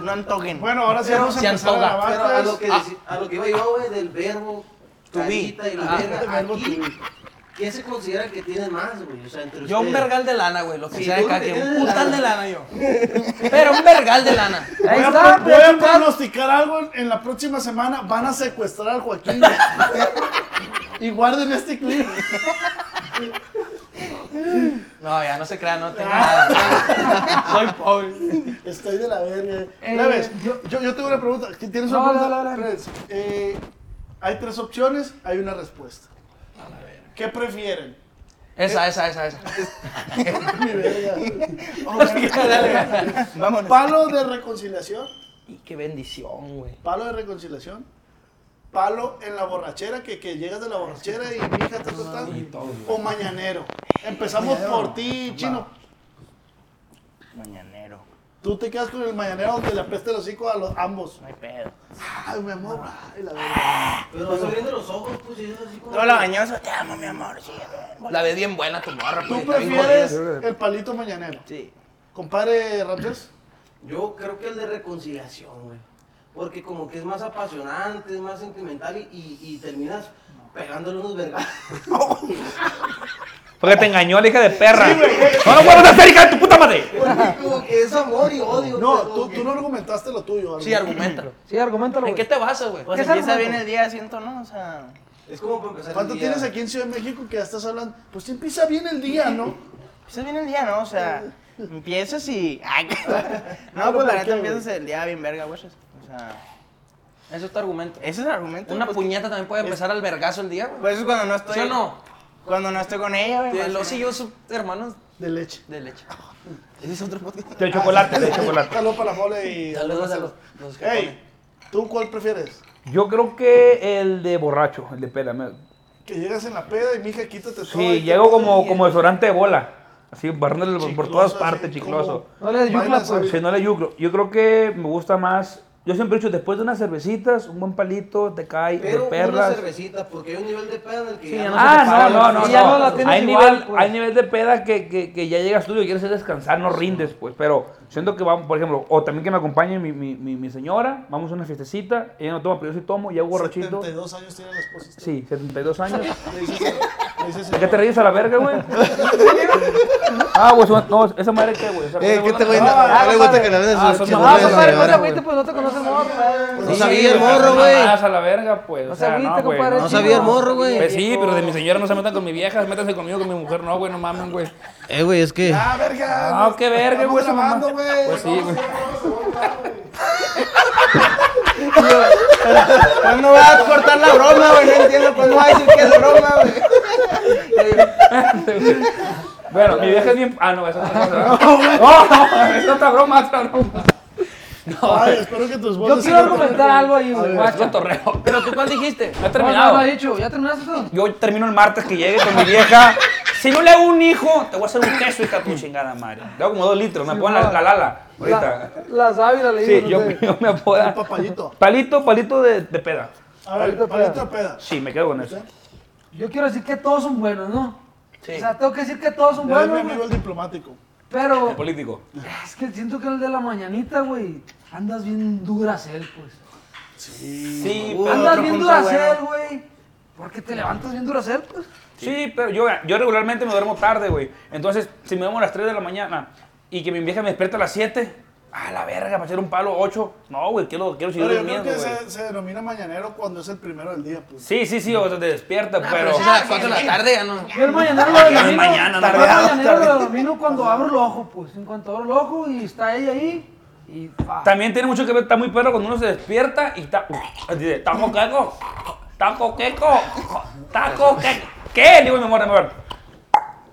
Speaker 9: No antojen.
Speaker 1: Bueno, ahora sí vamos a
Speaker 3: se
Speaker 1: empezar a
Speaker 3: antoja, Ah.
Speaker 1: grabar.
Speaker 6: Pero a
Speaker 1: pues.
Speaker 6: lo que, deci- a lo que iba yo, güey, del verbo
Speaker 3: To be.
Speaker 6: carita y la
Speaker 3: Ah,
Speaker 6: verga,
Speaker 1: verbo
Speaker 6: aquí,
Speaker 1: to
Speaker 6: ¿Quién se considera que tiene más, güey? O sea, entre
Speaker 3: Yo un
Speaker 6: ustedes.
Speaker 3: vergal de lana, güey, lo que
Speaker 6: Sí,
Speaker 3: sea de
Speaker 6: tú
Speaker 3: cada
Speaker 6: te
Speaker 3: quien.
Speaker 6: tienes
Speaker 3: Un
Speaker 6: de
Speaker 3: putal
Speaker 6: lana.
Speaker 3: de lana yo. Pero un vergal de lana.
Speaker 5: Ahí
Speaker 1: Voy a,
Speaker 5: está,
Speaker 1: pro- voy a
Speaker 5: pero-
Speaker 1: pronosticar algo en, en la próxima semana. Van a secuestrar a Joaquín. güey. y guarden este clip.
Speaker 3: No, ya no se crea, no tengo nada. Soy pobre.
Speaker 1: Estoy de la verga.
Speaker 5: Eh,
Speaker 1: Leves,
Speaker 5: yo-
Speaker 1: yo, yo, tengo una pregunta. ¿Qui- ¿Tienes
Speaker 5: No,
Speaker 1: una pregunta?
Speaker 5: no, no, no.
Speaker 1: Leves, eh, hay tres opciones, hay una respuesta. ¿Qué prefieren?
Speaker 3: Esa, esa, esa, esa.
Speaker 1: Mi verga.
Speaker 9: Vámonos.
Speaker 1: Palo de reconciliación.
Speaker 3: Y qué bendición, güey.
Speaker 1: Palo de reconciliación. Palo en la borrachera, que, que llegas de la borrachera y mija, ta, ta, ta. O mañanero. Empezamos por ti, chino.
Speaker 9: Mañanero.
Speaker 1: Tú te quedas con el mañanero donde le apeste los hocico a los ambos.
Speaker 9: No hay pedo.
Speaker 1: Ay, mi amor. Ay, la verga.
Speaker 6: Ah. Pero vas abriendo los ojos, pues, y es así como...
Speaker 9: Toda la mañosa, te amo, mi amor. Sí,
Speaker 3: La ves bien buena tu morra, pues,
Speaker 1: ¿Tú
Speaker 3: está bien
Speaker 1: prefieres
Speaker 3: jodida.
Speaker 1: el palito mañanero?
Speaker 9: sí.
Speaker 1: Compadre Ramírez.
Speaker 6: Yo creo que el de reconciliación, güey. Porque como que es más apasionante, es más sentimental y, y, y terminas pegándole unos vergas.
Speaker 4: Porque te engañó la hija de perra. no lo vuelvas a hacer, hija de tu puta madre.
Speaker 6: Porque como que es amor y odio.
Speaker 1: No,
Speaker 6: pero
Speaker 1: tú,
Speaker 6: como
Speaker 1: tú
Speaker 6: que-
Speaker 1: no argumentaste lo tuyo.
Speaker 3: Sí, argumentalo.
Speaker 5: Sí, argumentalo.
Speaker 3: ¿En
Speaker 5: güey.
Speaker 3: qué te basas, güey?
Speaker 9: Pues
Speaker 5: ¿Qué es
Speaker 9: empieza
Speaker 5: argumento?
Speaker 9: bien el día, siento, ¿no? O sea.
Speaker 6: Es como para empezar el
Speaker 1: ¿Cuánto
Speaker 6: día.
Speaker 1: tienes aquí en Ciudad de México que ya estás hablando? Pues empieza bien el día, ¿no?
Speaker 9: Empieza bien Pues el día, ¿no? O sea. Empiezas y. Ay, no, pues la neta empiezas el día bien verga, güey. O sea.
Speaker 3: Eso es tu argumento.
Speaker 9: Ese es el argumento.
Speaker 3: Una
Speaker 9: pues,
Speaker 3: puñeta también puede empezar al vergazo el día, güey.
Speaker 9: Pues eso es cuando no estoy.
Speaker 3: ¿Sí o no?
Speaker 9: Cuando no estoy con ella, güey.
Speaker 3: De
Speaker 9: más
Speaker 3: Los
Speaker 9: que
Speaker 3: y yo son hermanos
Speaker 1: De leche.
Speaker 3: de leche.
Speaker 4: De chocolate, de chocolate.
Speaker 1: Saludos para la mole y.
Speaker 3: Saludos a los, los que
Speaker 1: Hey, ¿tú cuál prefieres?
Speaker 4: Yo creo que el de borracho, el de pela. me-
Speaker 1: Que llegas en la peda y mija, quítate todo.
Speaker 4: Sí, llego como, como desodorante de bola. Así, barrándole por- por todas
Speaker 1: Chicloso,
Speaker 4: partes,
Speaker 1: así,
Speaker 4: chicloso.
Speaker 1: como-
Speaker 5: No le des
Speaker 1: Bailas
Speaker 5: yucla, pues.
Speaker 1: al-
Speaker 4: Si no le yuclo. Yo creo que me gusta más. Yo siempre he dicho, después de unas cervecitas, un buen palito, te cae, de
Speaker 6: Pero una
Speaker 4: perlas.
Speaker 6: cervecita, porque hay un nivel de pedo en el que ya
Speaker 5: no
Speaker 6: no-
Speaker 5: se te
Speaker 4: Ah,
Speaker 5: para,
Speaker 4: no, no, no.
Speaker 5: sí, ya no
Speaker 4: no.
Speaker 5: la tienes
Speaker 4: hay,
Speaker 5: igual,
Speaker 4: nivel,
Speaker 5: pues.
Speaker 4: hay nivel de peda que, que- que ya llegas tú y quieres descansar, no rindes, pues. Pero siento que vamos, por ejemplo, o también que me acompañe mi, mi, mi, mi señora, vamos a una fiestecita, ella no toma, pero yo sí tomo, y hago borrachito.
Speaker 1: 72 años tiene la esposa.
Speaker 4: Sí, 72 años.
Speaker 1: Le dices, le dices,
Speaker 4: ¿De qué te ríes a la verga, güey? ah, güey, son- no, esa madre qué, güey. Esa
Speaker 2: Eh,
Speaker 4: madre
Speaker 2: ¿qué te güey?
Speaker 4: buena-
Speaker 2: No, no le gusta que la
Speaker 4: Ah,
Speaker 2: vean
Speaker 4: son
Speaker 2: sus
Speaker 5: Ah,
Speaker 4: mamadas,
Speaker 2: chismorreas,
Speaker 5: compadre, no te
Speaker 2: la
Speaker 5: agüites,
Speaker 2: verga.
Speaker 5: pues no te conoces, morro.
Speaker 2: No sabía el morro, güey.
Speaker 4: Pues, Mamadas a la verga, pues.
Speaker 5: No
Speaker 4: O
Speaker 5: se
Speaker 4: sea,
Speaker 5: agüite,
Speaker 4: no, güey.
Speaker 5: compadre,
Speaker 4: no.
Speaker 2: No sabía el morro, güey.
Speaker 4: Pues sí, pero de mi señora no se metan con mi vieja, métanse conmigo, con mi mujer, no, güey, no mamen, güey.
Speaker 2: Eh, güey, es que.
Speaker 1: Ah, verga.
Speaker 4: Ah, qué verga,
Speaker 1: Estamos
Speaker 4: güey, esa mamá.
Speaker 1: grabando, güey.
Speaker 4: Pues sí, güey.
Speaker 9: ¿Cuándo va a cortar la broma, güey? No entiendo
Speaker 2: pues,
Speaker 9: cuándo va a decir que es broma, güey.
Speaker 4: Bueno, mi vieja es bien. Ah, no, esa es otra cosa. No, no, Oh, es otra broma, otra broma.
Speaker 1: Ay, espero que tus
Speaker 5: Yo
Speaker 1: voces.
Speaker 5: quiero argumentar algo ahí, güey.
Speaker 4: Es
Speaker 5: guacha.
Speaker 4: cotorreo. Pero tú cuál dijiste? No he
Speaker 5: No, no,
Speaker 4: terminado.
Speaker 5: lo he dicho. ¿Ya terminaste tú?
Speaker 4: Yo termino el martes que llegue con mi vieja. Si no le hago un hijo, te voy a hacer un queso, hija de tu chingada madre. Le hago como dos litros, me ponen la, la lala. Ahorita.
Speaker 5: La- Las ávilas le digo.
Speaker 4: Sí, yo, yo me apodan.
Speaker 1: El papayito.
Speaker 4: Palito, palito de, de peda.
Speaker 1: A ver, palito de peda.
Speaker 4: Sí, me quedo con eso.
Speaker 5: Pues, eh, Yo quiero decir que todos son buenos, ¿no? O sea, tengo que decir que todos son
Speaker 1: Ya es mi
Speaker 5: buenos, güey.
Speaker 1: amigo el diplomático.
Speaker 5: Pero
Speaker 4: Político.
Speaker 5: es que siento que el de la mañanita, güey, andas bien duracel, pues.
Speaker 4: Sí,
Speaker 5: Andas bien duracel, güey. Porque te levantas bien duracel, pues.
Speaker 4: Sí, pero yo, yo regularmente me duermo tarde, güey. Entonces, si me duermo a las 3 de la mañana y que mi vieja me despierta a las 7, a la verga, para hacer un palo 8. No, güey, quiero, quiero seguir
Speaker 1: Pero yo
Speaker 4: durmiendo,
Speaker 1: creo que
Speaker 4: güey.
Speaker 1: se, se denomina mañanero cuando es el primero del día, pues.
Speaker 4: Sí, sí, sí, o sea, te despierta, pero...
Speaker 3: Pero si es a las 4 de la tarde, ya no.
Speaker 5: Yo el mañanero lo domino.
Speaker 4: mañana,
Speaker 5: yo el
Speaker 4: tardeado,
Speaker 5: mañanero lo domino cuando abro el ojo, pues. En cuanto abro el ojo y está ella ahí. Y pa.
Speaker 4: También tiene mucho que ver, está muy perro cuando uno se despierta y está. Dice, taco queco, taco queco, taco queco. ¿Qué? Le digo a mi morra, mi morra.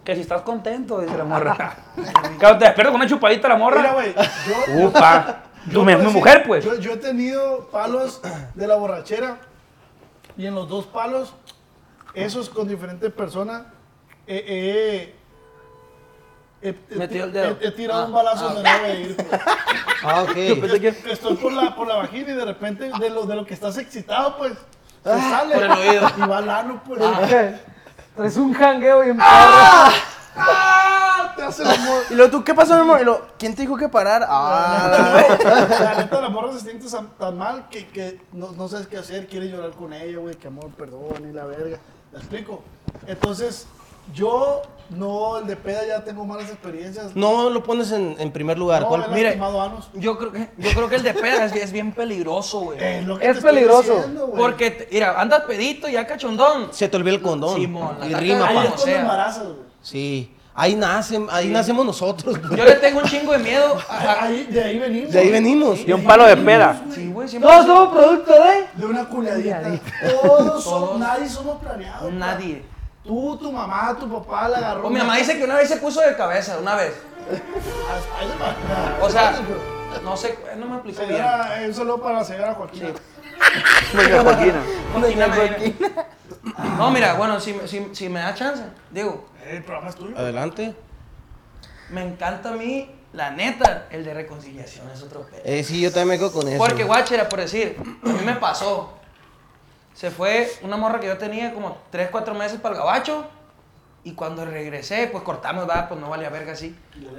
Speaker 4: Que si estás contento, dice la morra. Claro, te despierto con una chupadita la morra.
Speaker 1: Mira, güey, yo.
Speaker 4: Upa.
Speaker 1: yo
Speaker 4: Tú, mi,
Speaker 1: puedo
Speaker 4: mi
Speaker 1: decir,
Speaker 4: mujer, pues.
Speaker 1: Yo, yo he tenido palos de la borrachera y en los dos palos, esos con diferentes personas, eh, eh, he- he-
Speaker 3: Metió el dedo. Ah,
Speaker 1: he- he tirado un balazo de no ir. pues.
Speaker 2: Ah, ok.
Speaker 1: Que Estoy por la, por la vagina y de repente de lo, de lo que estás excitado, pues, se sale.
Speaker 3: Ah. por el oído. Ah.
Speaker 1: Y va al ano, pues.
Speaker 5: ¿Qué? Traes un jangueo bien
Speaker 1: Te hace el amor.
Speaker 9: ¡Ah! Y luego tú, ¿qué pasó, mi amor? Y luego, ¿quién te dijo que parar? Ah,
Speaker 1: La neta, la morra se siente tan, tan mal que, que no, no sabes qué hacer, quiere llorar con ella, güey, que amor, perdón, y la verga. ¿La explico? Entonces, yo no, el de peda ya tengo malas experiencias.
Speaker 6: No lo pones en, en primer lugar.
Speaker 1: No,
Speaker 6: ¿cuál?
Speaker 1: el
Speaker 3: Mire,
Speaker 1: lastimado anus.
Speaker 3: yo creo que, yo creo que el de peda es, es bien peligroso, güey.
Speaker 1: Es, Eh, lo que
Speaker 5: Es
Speaker 1: te estoy
Speaker 5: peligroso,
Speaker 1: diciendo, güey.
Speaker 3: Porque, te- mira, andas pedito y ya cachondón.
Speaker 6: Se te olvida el condón.
Speaker 3: Simón, la
Speaker 6: y
Speaker 3: taca-
Speaker 6: rima,
Speaker 3: Ay,
Speaker 1: Ahí
Speaker 6: pa.
Speaker 1: es
Speaker 3: o
Speaker 1: cuando
Speaker 3: sea.
Speaker 1: embarazas, güey.
Speaker 6: Sí. Ahí, nacen, ahí nacemos nosotros. güey.
Speaker 3: Yo le tengo un chingo de miedo. a- a-
Speaker 1: Ahí, de ahí venimos.
Speaker 6: De ahí venimos.
Speaker 4: Y un palo de peda.
Speaker 3: Sí, güey, siempre.
Speaker 5: Todos somos producto de.
Speaker 1: De una Oh, culeadita. Todos,
Speaker 3: Todos.
Speaker 1: son, nadie somos planeados. pa.
Speaker 3: Nadie.
Speaker 1: Tú, tu mamá, tu papá, la agarró.
Speaker 3: O mi mamá dice que una vez se puso de cabeza, una vez. O sea, no sé, no me explicó bien.
Speaker 1: Señora, eh, un saludo para la señora Joaquina.
Speaker 4: Doña Joaquina.
Speaker 3: Joaquina Medina. No, mira, bueno, si, me- si, si me da chance, digo,
Speaker 1: El programa es tuyo.
Speaker 6: Adelante.
Speaker 3: me encanta a mí, la neta, el de reconciliación, es otro pedo.
Speaker 6: Eh, sí, yo también me quedo con eso.
Speaker 3: Porque,
Speaker 6: güey.
Speaker 3: guachera, por decir, a mí me pasó. Se fue una morra que yo tenía como 3, 4 meses para el gabacho. Y cuando regresé, pues cortamos, va, pues no valía verga así.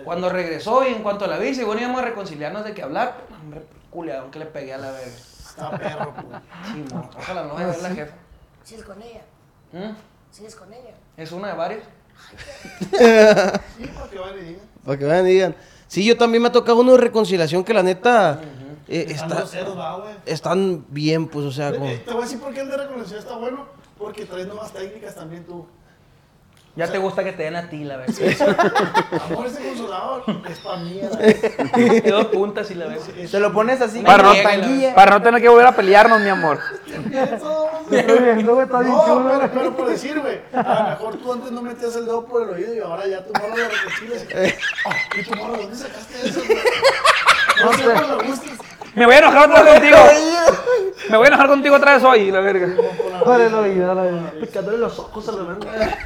Speaker 3: Cuando regresó y en cuanto la vi, según íbamos a reconciliarnos de qué hablar, pues, hombre, culiadón que le pegué a la verga.
Speaker 1: Está perro, pues.
Speaker 3: Sí, mo, ojalá no vaya a ver la jefa.
Speaker 7: ¿Sigues con ella?
Speaker 3: ¿Mm?
Speaker 7: ¿Sigues con ella?
Speaker 3: Es una de varias.
Speaker 1: Sí, para que vale, diga.
Speaker 6: Para que vean y digan. Sí, yo también me ha tocado uno de reconciliación que la neta. eh,
Speaker 1: Están
Speaker 6: está-
Speaker 1: groseros, va, güey.
Speaker 6: están bien, pues, o sea, como.
Speaker 1: Eh, Te voy a decir por qué el de reconciliación está bueno. Porque traes nuevas técnicas también tú.
Speaker 3: Ya te gusta que te den a ti la verga.
Speaker 1: Amor, ese consolador es para mí.
Speaker 3: Te doy puntas y la verga.
Speaker 9: Te lo pones así
Speaker 3: Para
Speaker 9: como
Speaker 3: no-
Speaker 9: tanguilla.
Speaker 4: Para no tener que volver a pelearnos, mi amor.
Speaker 1: No, pero, pero por decir, güey. A lo mejor tú antes no metías el dedo por el oído y ahora ya tu morro lo reconcilias. Ah, ¿Y tu morro dónde sacaste eso? güey? No sé, pero me gustas.
Speaker 4: Me voy a enojar otra vez contigo. Me voy a enojar contigo otra vez hoy, la verga.
Speaker 1: Picándole los ojos a la verga.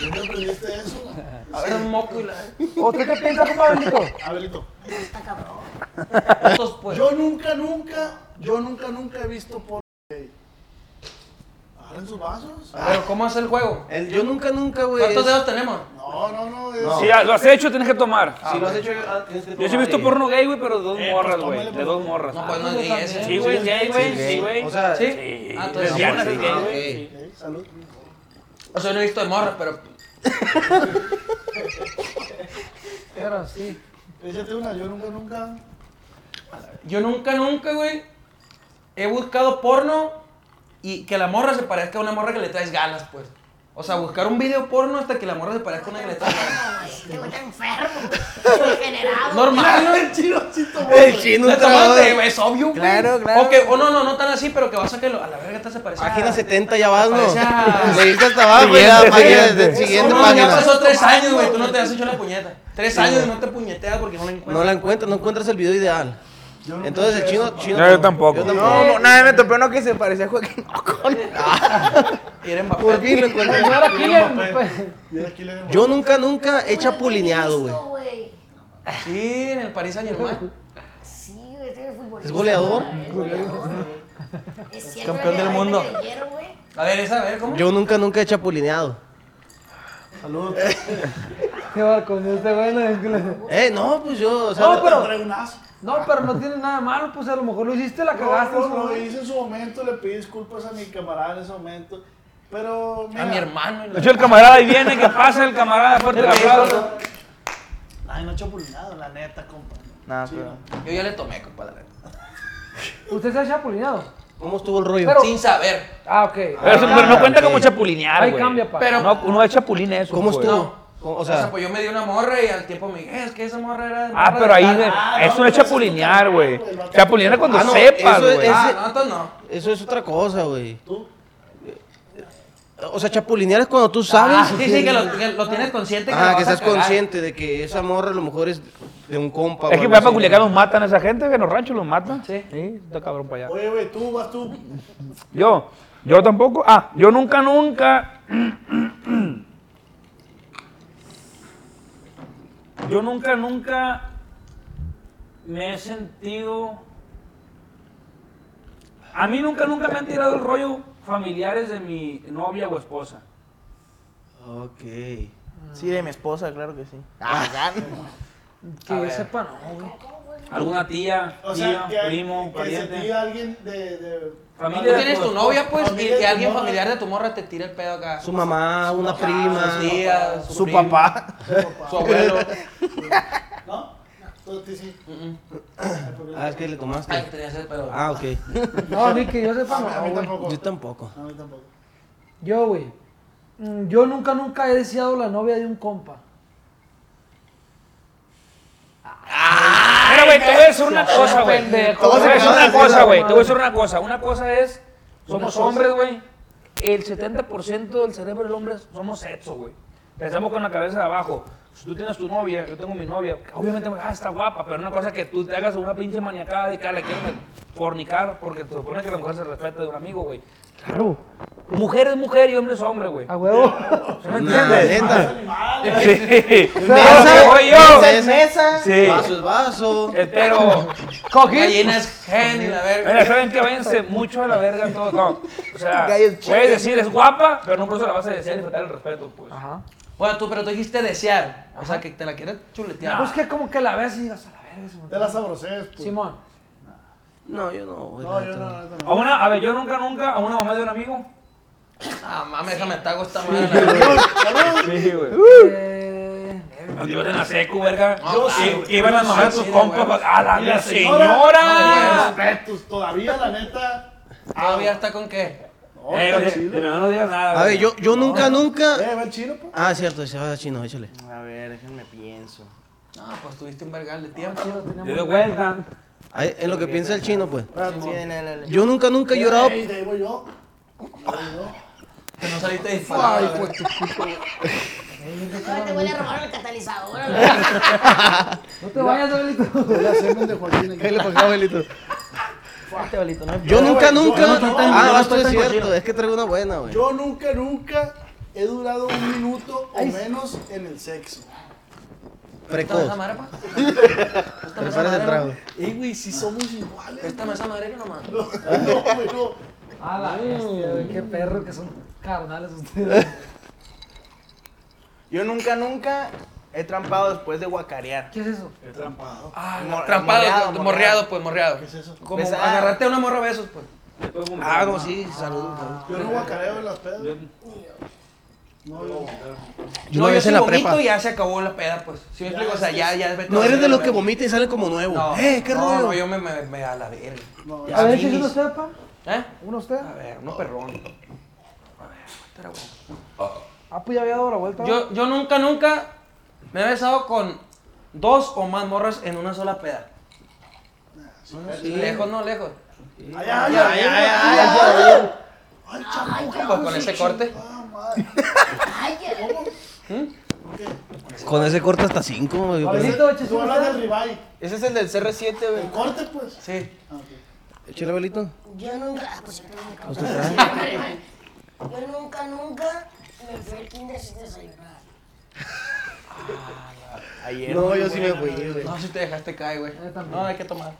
Speaker 1: ¿Dónde aprendiste eso? güey?
Speaker 3: A ver, un moco y la
Speaker 5: ¿Usted qué piensa, compa bendito?
Speaker 1: Abelito.
Speaker 3: Estos, pues.
Speaker 1: Yo nunca, nunca, yo nunca, nunca he visto por. ¿Agarren sus vasos?
Speaker 3: Pero, ¿cómo es el juego?
Speaker 6: El- yo nunca, nunca, güey.
Speaker 3: Ah, ¿Cuántos
Speaker 6: es-
Speaker 3: dedos tenemos?
Speaker 1: No, no, no. es-
Speaker 4: Si lo has hecho, tienes que tomar.
Speaker 6: Si lo has hecho, ah, tienes que
Speaker 4: Yo sí he
Speaker 6: tomar,
Speaker 4: visto
Speaker 6: eh.
Speaker 4: porno gay, güey, pero de dos
Speaker 1: Eh,
Speaker 4: morras,
Speaker 1: pues,
Speaker 4: güey.
Speaker 1: tómale,
Speaker 4: De
Speaker 1: pues.
Speaker 4: dos morras.
Speaker 3: No, pues no es gay ese.
Speaker 4: Sí, güey, es gay, güey.
Speaker 6: gay.
Speaker 4: Sí, güey.
Speaker 6: O sea,
Speaker 3: ¿Sí?
Speaker 4: Sí.
Speaker 3: Ah, entonces
Speaker 4: Lesbiana,
Speaker 3: sí,
Speaker 4: sí,
Speaker 3: sí,
Speaker 4: gay,
Speaker 6: Ah,
Speaker 4: güey.
Speaker 6: ok.
Speaker 1: Eh, Salud.
Speaker 3: O sea, no he visto de morra, pero
Speaker 5: Pero sí.
Speaker 1: Échate una, yo nunca, nunca.
Speaker 3: yo nunca, nunca, güey, he buscado porno y que la morra se parezca a una morra que le traes ganas, pues. O sea, buscar un video porno hasta que la morra se parezca a una que le traes ganas.
Speaker 7: No, güey, este güey está enfermo, degenerado.
Speaker 3: Normal, ¿no?
Speaker 1: El chino, chito,
Speaker 6: El chino
Speaker 3: No, tomate,
Speaker 6: trabado.
Speaker 3: güey, es obvio, güey.
Speaker 9: Claro, claro.
Speaker 3: O que, o no, no, no tan así, pero que vas a que lo- a la verga te se parece. a-
Speaker 6: Página 70 ya vas,
Speaker 3: O sea-
Speaker 6: ¿no? Le diste hasta abajo y la
Speaker 10: Siguiente,
Speaker 6: página
Speaker 10: siguiente.
Speaker 6: de- siguiente
Speaker 3: No, ya
Speaker 6: página.
Speaker 3: pasó tres años, güey, tú no te has hecho la puñeta. Tres años y no te puñeteas porque no la encuentras.
Speaker 6: No la encuentras, no encuentras el video ideal. Entonces el chino, chino.
Speaker 4: No, yo tampoco.
Speaker 6: Yo
Speaker 9: No, no, nada, me topé uno que se parecía a Joaquín.
Speaker 3: Y eres Mbappé.
Speaker 6: Por fin lo encontré.
Speaker 5: Ahora quién, pues.
Speaker 1: Y aquí le vemos.
Speaker 6: Yo nunca, nunca he chapulineado, güey.
Speaker 7: Listo, güey.
Speaker 3: Sí, en el París Saint Germain.
Speaker 7: Sí, güey, este es futbolista.
Speaker 6: ¿Es goleador?
Speaker 7: Es goleador, güey. Es cierto,
Speaker 3: Campeón del
Speaker 7: ahorita
Speaker 3: mundo.
Speaker 7: que leyeron, güey.
Speaker 3: A ver, esa, a ver, ¿cómo?
Speaker 6: Yo nunca, nunca he chapulineado.
Speaker 1: Salud.
Speaker 5: Qué barco, este güey lo incluye.
Speaker 6: Eh, no, pues yo, o sea,
Speaker 5: No, pero-
Speaker 1: Trae un as.
Speaker 5: No, pero no tiene nada de malo, pues a lo mejor lo hiciste, la
Speaker 1: No,
Speaker 5: cagaste.
Speaker 1: no,
Speaker 5: en su
Speaker 1: lo
Speaker 5: momento.
Speaker 1: hice en su momento, le pedí disculpas a mi camarada en ese momento. Pero.
Speaker 3: A
Speaker 1: mira,
Speaker 3: mi hermano. y la-
Speaker 4: De hecho, el camarada ahí viene, que pasa el camarada, fuerte el aplauso.
Speaker 1: Ay, no he chapulinado, la neta, compa.
Speaker 9: No,
Speaker 1: Sí,
Speaker 9: pero.
Speaker 3: Yo ya le tomé, compadre.
Speaker 5: Usted se ha chapulineado.
Speaker 6: ¿cómo estuvo el rollo?
Speaker 5: Pero-
Speaker 3: Sin saber.
Speaker 5: Ah, ok.
Speaker 4: Pero, eso- pero no cuenta como chapulinear,
Speaker 5: Ahí
Speaker 4: güey.
Speaker 5: cambia, pa.
Speaker 3: Pero-
Speaker 4: No, uno es chapulín eso.
Speaker 6: ¿Cómo
Speaker 4: güey.
Speaker 6: estuvo? ¿Cómo- O
Speaker 3: O sea,
Speaker 6: sea,
Speaker 3: pues yo me di una morra y al tiempo me dije, es que esa morra era. de
Speaker 4: Ah,
Speaker 3: morra
Speaker 4: pero
Speaker 3: de
Speaker 4: ahí
Speaker 3: tal".
Speaker 4: de-
Speaker 1: Ah,
Speaker 4: eso
Speaker 1: no,
Speaker 4: no es
Speaker 1: pero
Speaker 4: chapulinear,
Speaker 1: eso
Speaker 4: güey.
Speaker 1: es otra cosa.
Speaker 4: Chapulinear es cuando
Speaker 6: Ah, no,
Speaker 4: sepas,
Speaker 6: eso es-
Speaker 4: güey.
Speaker 6: es-
Speaker 3: Ah, no, entonces no.
Speaker 6: eso es otra cosa, güey.
Speaker 1: ¿Tú?
Speaker 6: O sea, chapulinear es cuando tú
Speaker 3: Ah,
Speaker 6: sabes.
Speaker 3: sí, sí, que lo, que lo tienes consciente.
Speaker 6: Ah,
Speaker 3: lo
Speaker 6: que
Speaker 3: vas a
Speaker 6: estás
Speaker 3: cagar.
Speaker 6: consciente de que esa morra a lo mejor es de un compa. o
Speaker 4: Es que
Speaker 6: algo
Speaker 4: para
Speaker 6: así.
Speaker 4: Culiacán nos matan a esa gente, que en los ranchos los matan. Sí. Sí, está cabrón para allá.
Speaker 1: Oye, güey, tú vas tú.
Speaker 4: Yo, yo tampoco. Ah, yo nunca, nunca. Yo nunca, nunca me he sentido. A mí nunca, nunca me han tirado el rollo familiares de mi novia o esposa.
Speaker 6: Ok.
Speaker 9: Sí, de mi esposa, claro que sí.
Speaker 5: Que yo sepa, no, güey.
Speaker 7: ¿Cómo, güey?
Speaker 4: alguna tía,
Speaker 1: O sea,
Speaker 4: tío,
Speaker 1: que,
Speaker 4: primo,
Speaker 1: que se
Speaker 4: pariente.
Speaker 1: tira alguien de... de
Speaker 4: Familia
Speaker 3: Tú
Speaker 4: de-
Speaker 3: tienes tu novia, pues, y
Speaker 1: Familia de
Speaker 3: que
Speaker 1: tu
Speaker 3: alguien
Speaker 1: morra.
Speaker 3: familiar de tu morra te tira el pedo acá.
Speaker 8: Su mamá, una prima.
Speaker 3: Su tía,
Speaker 9: Su
Speaker 3: primo,
Speaker 9: papá.
Speaker 3: Su abuelo.
Speaker 1: ¿No? Tú, tú sí.
Speaker 8: Ah, es que le
Speaker 3: Ay,
Speaker 8: tomaste.
Speaker 3: tenías el pedo.
Speaker 8: Ah, ok.
Speaker 5: No, a mí que yo
Speaker 1: A
Speaker 5: sepa,
Speaker 1: mí- a mí
Speaker 5: no, güey.
Speaker 1: tampoco.
Speaker 8: Yo tampoco.
Speaker 1: A mí tampoco.
Speaker 5: Yo, güey. mm, Yo nunca, nunca he deseado la novia de un compa.
Speaker 4: Mira, güey, te voy a decir una cosa, güey. Te
Speaker 5: pendejo.
Speaker 4: voy a decir una cosa, güey.
Speaker 5: madre.
Speaker 4: Te voy a decir una cosa. Una cosa es, somos hombres, güey. El 70% del cerebro del hombre somos sexo, güey. Pensamos con la cabeza de abajo. Si tú tienes tu novia, yo tengo mi novia. Obviamente, güey, ah, está guapa, pero una cosa es que tú te hagas una pinche maniacada de cara, le quieres fornicar, porque se supone que la mujer se respeta de un amigo, güey. Claro. Mujer es mujer y hombre es hombre, güey.
Speaker 5: A huevo.
Speaker 4: ¿Sí me entiendes?
Speaker 6: neta.
Speaker 4: Sí.
Speaker 6: Mesa,
Speaker 4: Oye, yo.
Speaker 6: mesa es mesa.
Speaker 4: Sí.
Speaker 6: Vaso es vaso.
Speaker 4: Eh, Pero.
Speaker 3: Gallinas, gen, y la
Speaker 4: Mira,
Speaker 3: verga.
Speaker 4: saben que váyanse mucho a la verga todo. No, o sea,
Speaker 9: Gallos
Speaker 4: puedes decir es guapa, pero no por eso la vas a desear y faltar el respeto, pues.
Speaker 5: Ajá.
Speaker 3: Bueno, tú, pero tú dijiste desear. O sea, que te la quieres chuletear.
Speaker 5: Pues que como que la ves y digas a la verga, Simón.
Speaker 1: Te la sabroseas, pues.
Speaker 5: Simón.
Speaker 8: No, yo no, güey.
Speaker 1: No, yo no, la neta no.
Speaker 4: A una, a ver, yo nunca, nunca, a una mamá de un amigo.
Speaker 3: Ah, mames, déjame tago esta madre.
Speaker 4: Sí, güey.
Speaker 5: Eh,
Speaker 4: Cuando ibas en la secu, verga.
Speaker 3: No,
Speaker 4: que-
Speaker 3: sí,
Speaker 4: que iban las
Speaker 3: sí,
Speaker 4: mamás de tus
Speaker 3: sí,
Speaker 4: compas.
Speaker 3: güey.
Speaker 4: ¡A la,
Speaker 1: Y
Speaker 4: la
Speaker 1: no
Speaker 4: señora!
Speaker 1: tenía respetos. Todavía, la neta.
Speaker 3: ¿Todavía está con qué?
Speaker 1: No,
Speaker 4: Eh,
Speaker 1: está
Speaker 4: oye,
Speaker 1: chido.
Speaker 4: de verdad no digas nada.
Speaker 6: A ver, yo, yo nunca, nunca.
Speaker 1: Eh, va el chino, pues.
Speaker 6: Ah, cierto, se va chino, échale.
Speaker 9: A ver, déjenme pienso.
Speaker 3: No, pues tuviste un vergal de tiempo.
Speaker 4: Yo de vuelta.
Speaker 6: Ahí, en lo que piensa el chino, pues.
Speaker 9: Sí, dale, dale.
Speaker 6: Yo nunca, nunca he llorado.
Speaker 1: Ey, de ahí voy yo.
Speaker 3: Que no saliste disparado.
Speaker 6: pues.
Speaker 3: la
Speaker 9: pues,
Speaker 3: verga.
Speaker 7: No, te voy a robar el catalizador.
Speaker 5: no te vayas, Abelito.
Speaker 1: Voy a hacerme el de Joaquín aquí.
Speaker 6: Ahí le pasó, abuelito.
Speaker 9: Este bolito, no hay
Speaker 6: Yo nunca, nunca.
Speaker 9: no estoy tan-
Speaker 6: Ah,
Speaker 9: yo no
Speaker 6: vasto
Speaker 9: estoy
Speaker 6: es
Speaker 9: tan
Speaker 6: cierto.
Speaker 9: cochino.
Speaker 6: Es que traigo una buena, güey.
Speaker 1: Yo nunca, nunca he durado un minuto o menos en el sexo.
Speaker 3: ¿Préstame esa
Speaker 6: Precoz.
Speaker 3: madre, pa? Préstame esa
Speaker 6: Prepárate el
Speaker 3: madre,
Speaker 6: trago.
Speaker 3: pa.
Speaker 1: Ey, güey, si somos iguales.
Speaker 3: Préstame esa madre, no mames.
Speaker 1: No, no, güey, no.
Speaker 5: A
Speaker 9: Ah,
Speaker 5: la bestia, güey, qué perro que son carnales ustedes.
Speaker 9: Yo nunca, nunca he trampado después de guacarear.
Speaker 5: ¿Qué es eso?
Speaker 3: Ah,
Speaker 9: Mor-
Speaker 3: trampado,
Speaker 9: morreado,
Speaker 3: morreado,
Speaker 9: morreado.
Speaker 3: pues, morreado.
Speaker 1: ¿Qué es eso?
Speaker 3: Como
Speaker 9: Pues, ah.
Speaker 3: agarrarte a una morra a besos, pues.
Speaker 9: Ah, como sí, saludos.
Speaker 1: Yo no guacareo en las pedas. No, yo
Speaker 6: Yo una
Speaker 3: yo
Speaker 6: vez
Speaker 3: sí
Speaker 6: en la
Speaker 3: vomito
Speaker 6: prepa.
Speaker 3: y ya se acabó la peda, pues. Si me explico, o sea, ya, ya. vete
Speaker 6: No
Speaker 3: a
Speaker 6: eres
Speaker 3: la
Speaker 6: de los
Speaker 3: verga.
Speaker 6: que vomita y sale como nuevo.
Speaker 3: No,
Speaker 6: ¡Eh, qué
Speaker 3: no, no,
Speaker 6: rollo!
Speaker 3: yo me, me, me a la verga.
Speaker 1: no.
Speaker 5: A ver, ¿qué es usted, pa?
Speaker 3: ¿Eh?
Speaker 5: ¿Uno usted?
Speaker 3: A ver, uno perrón.
Speaker 5: Ah, pues ya había dado la vuelta.
Speaker 3: Yo, yo nunca, nunca me he besado con dos o más morras en una sola peda. Lejos, no, lejos.
Speaker 1: Ay, ay, ay, ay, ay, ay, chamuco,
Speaker 3: Pues con ese corte.
Speaker 1: ah, madre.
Speaker 7: Ay, qué-
Speaker 6: Con ese corta hasta 5, güey.
Speaker 5: Abelito, échese
Speaker 1: Tú
Speaker 5: uno
Speaker 1: hablas del
Speaker 5: usted.
Speaker 1: ribeye.
Speaker 9: Ese es el del CR7, güey.
Speaker 1: El corte, pues.
Speaker 3: Sí.
Speaker 6: Échale, abuelito.
Speaker 7: Yo nunca. ah, pues, siempre me cago. Yo nunca, nunca me fui al kinder sin desayunar.
Speaker 9: Ayer.
Speaker 6: No, yo sí me fui, güey.
Speaker 3: No, si te dejaste caer, güey. No, hay que tomar.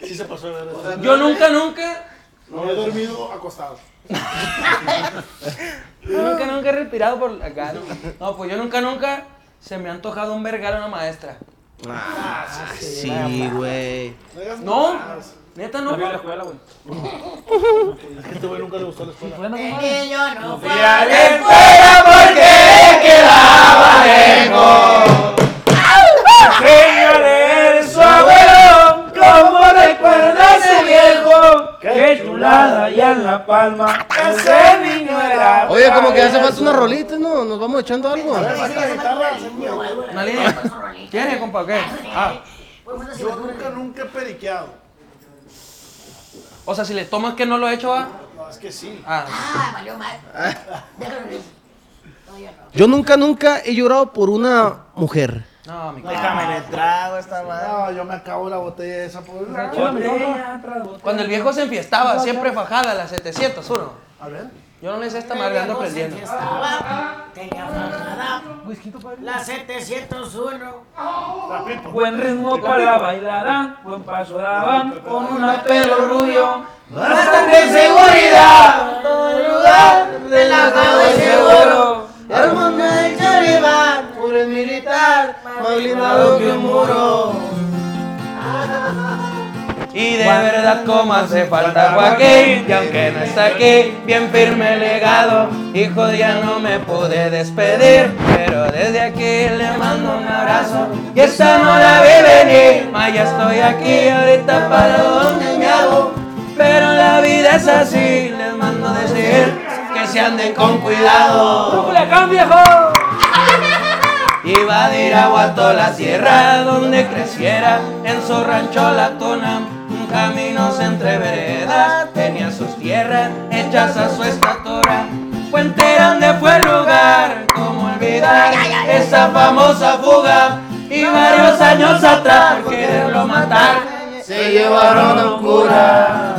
Speaker 1: Sí se pasó de verdad.
Speaker 3: Yo nunca, nunca,
Speaker 1: No he dormido acostado.
Speaker 3: yo nunca, nunca he respirado por acá. ¿no? No, pues yo nunca, nunca se me ha antojado un vergal a una maestra.
Speaker 6: Ah, sí, güey.
Speaker 1: No digas
Speaker 3: No,
Speaker 1: mamadas.
Speaker 3: neta
Speaker 4: No
Speaker 3: no.
Speaker 4: había la escuela, güey.
Speaker 1: Es que a este güey nunca le gustó la escuela.
Speaker 5: Bueno,
Speaker 7: Es
Speaker 5: compadre.
Speaker 7: que yo no fui
Speaker 4: Señor su abuelo, como recuerda ese viejo, que chulada allá en la palma, ese niño era.
Speaker 6: Oye, como que hace falta una rolita, ¿no? Nos vamos echando algo.
Speaker 1: Esa guitarra, seguro.
Speaker 3: Una línea. ¿Tiene, compa, o qué? Ah,
Speaker 1: Yo
Speaker 3: eh.
Speaker 1: nunca, nunca he periqueado.
Speaker 3: o sea, si le tomas que no lo he hecho, ah.
Speaker 1: No, es que sí.
Speaker 3: Ah,
Speaker 7: Ah, valió mal. Déjalo ir. No, yo no.
Speaker 6: Yo nunca, nunca he llorado por una mujer.
Speaker 3: no, mi c-
Speaker 9: Déjame en el trago esta madre.
Speaker 1: No, yo me acabo la botella esa por
Speaker 3: Cuando el viejo se enfiestaba, siempre fajada, la 701.
Speaker 1: A ver.
Speaker 3: Yo no le sé esta madre, ando aprendiendo.
Speaker 7: Estaba, tenía fajada, la 701.
Speaker 4: Buen ritmo para la bailada, buen paso daban, con un pelo rubio, bastante seguridad,
Speaker 7: Te la acabo de seguro.
Speaker 8: Hermano del Charibán, puro el militar, más blindado que un muro.
Speaker 3: Y de verdad como hace falta Joaquín Y aunque no está aquí, bien firme el legado Hijo ya no me pude despedir Pero desde aquí le mando un abrazo Y esta no la vi venir Ma ya estoy aquí ahorita para donde me hago Pero la vida es así, les mando decir Que se anden con cuidado
Speaker 4: ¡Culiacán, viejo!
Speaker 3: Iba de Irapuato a la sierra donde creciera en su rancho la tuna, un camino entre veredas, tenía sus tierras hechas a su estatura. Puente grande fue el lugar, como olvidar esa famosa fuga. Y varios años atrás, por quererlo matar, se llevaron a un cura.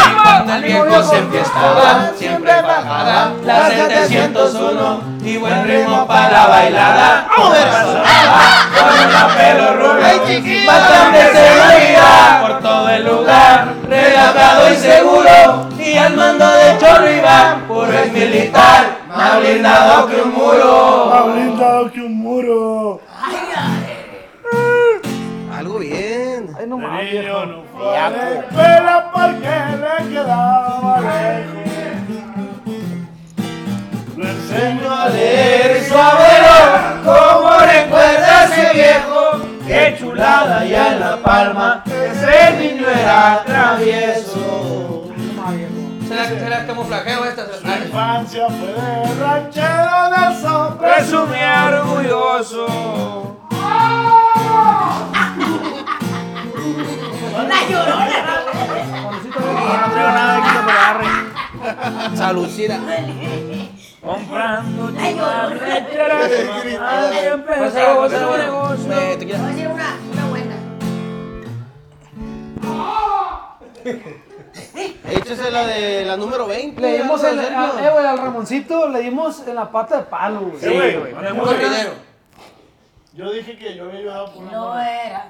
Speaker 3: Y cuando el viejo se enfiestaba, siempre bajada, la 701 y buen ritmo para la bailada. Sonaba Con la pelo rubio, bastante seguridad por todo el lugar, relajado y seguro. Y al mando de Chorro Iván, puro es militar, más blindado que un muro.
Speaker 2: Más blindado que un muro.
Speaker 8: Algo bien.
Speaker 5: Ay, no mames.
Speaker 2: Niño, no fue a la escuela porque le quedaba lejos. Le enseñó a leer y su abuelo como recuerda ese viejo. Qué chulada ya en la palma, ese niño era travieso.
Speaker 3: Se las camuflajeo este estas.
Speaker 2: Su infancia fue de ranchero de eso presumía orgulloso.
Speaker 8: Salucida.
Speaker 4: Comprando
Speaker 7: Ay, yo-
Speaker 8: Eh, te quiero-
Speaker 7: Voy a decir una, una buena.
Speaker 8: Échese la de la número 20.
Speaker 5: Le dimos
Speaker 8: algo de
Speaker 5: el, a- eh,
Speaker 8: serio.
Speaker 5: güey, al Ramoncito, le dimos en la pata de palo, güey.
Speaker 2: Sí, güey.
Speaker 8: Un corridero.
Speaker 2: Yo dije que yo había ayudado por una
Speaker 7: No
Speaker 2: morra.
Speaker 7: era.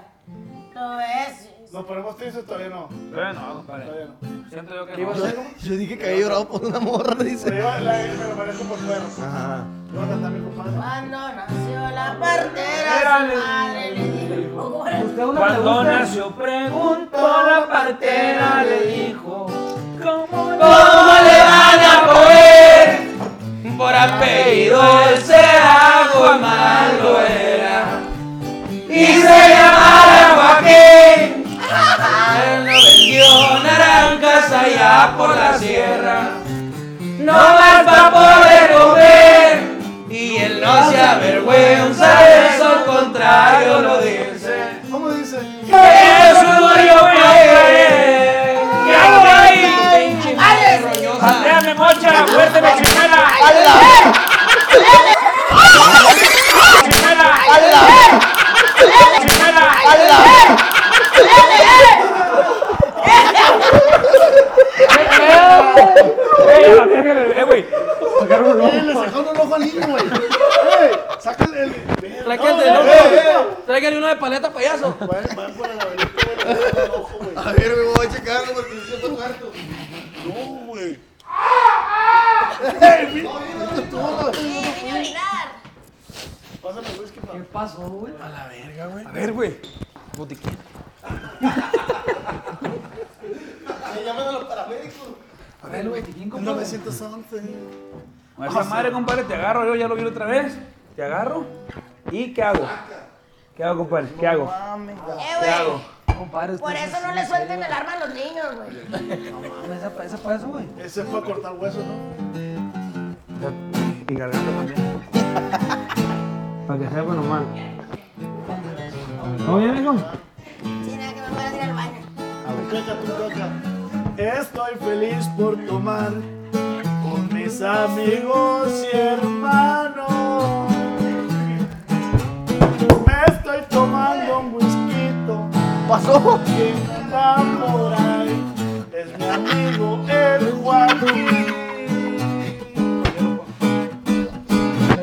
Speaker 7: No es.
Speaker 2: ¿Nos ponemos tristes? Todavía no.
Speaker 4: Bueno, compadre.
Speaker 2: Todavía no.
Speaker 4: Siento yo que no.
Speaker 8: Yo dije que había llorado por una morra,
Speaker 2: Pero
Speaker 8: dice.
Speaker 2: yo la me lo merezco por fuera.
Speaker 8: Ajá.
Speaker 2: Yo voy a cantar mi compadre.
Speaker 7: Cuando nació la partera,
Speaker 4: Era
Speaker 7: su
Speaker 4: el-
Speaker 7: madre le dijo. ¿Cómo era?
Speaker 5: Usted una
Speaker 4: Cuando
Speaker 5: pregunta.
Speaker 4: nació preguntó la partera, le dijo, ¿cómo le
Speaker 3: ¿Cómo le van a poder? Por apellido él se algo malo era. Y se llamara Joaquín. Él no vendió naranjas allá por la sierra. No más para poder comer. Y él no se avergüenza de eso, al contrario lo dice.
Speaker 2: ¿Cómo dice?
Speaker 3: Eso es lo yo fue. ¿Qué hago ahí? Pinche madre roñosa.
Speaker 4: Andrea me mocha, fuerte me chimela. ¡Chimela! ¡Chimela! ¡Ey, a la verga, eh, güey!
Speaker 2: Eh, le sacaron un ojo al niño, güey. ¡Eh! ¡Sácale el.
Speaker 3: Tráigale el del otro. Tráigale uno de paleta, payaso.
Speaker 2: Van van por el laberinto, güey, le sacaron el ojo, güey.
Speaker 8: A ver, me voy a checarlo porque me siento muerto.
Speaker 2: No, güey.
Speaker 7: Sí, vine a bailar.
Speaker 2: Pásame, güey, es que para.
Speaker 4: A ver, güey. Botiquín.
Speaker 2: Eh, llamen a los paramédicos.
Speaker 5: A ver, güey, ¿quién compró?
Speaker 2: 911.
Speaker 4: A esa madre, compadre, te agarro, yo ya lo vi otra vez. Te agarro. ¿Y qué hago? ¿Qué hago, compadre? ¿Qué hago?
Speaker 7: Eh, güey.
Speaker 5: Compadre, usted
Speaker 7: Por
Speaker 5: es-
Speaker 7: eso no le suelten el arma a los niños, güey.
Speaker 5: Esa pa- esa para eso, güey.
Speaker 2: Ese fue a cortar huesos, ¿no?
Speaker 4: Y garganta también. Para que sepa nomás. ¿Todo bien, amigo?
Speaker 7: Sí, nada que me puedan ir al baño.
Speaker 2: Tu caca, tu caca. Estoy feliz por tomar con mis amigos y hermanos. Me estoy tomando un whisky.
Speaker 9: ¿Pasó?
Speaker 2: que anda por ahí es mi amigo eh. el Joaquín.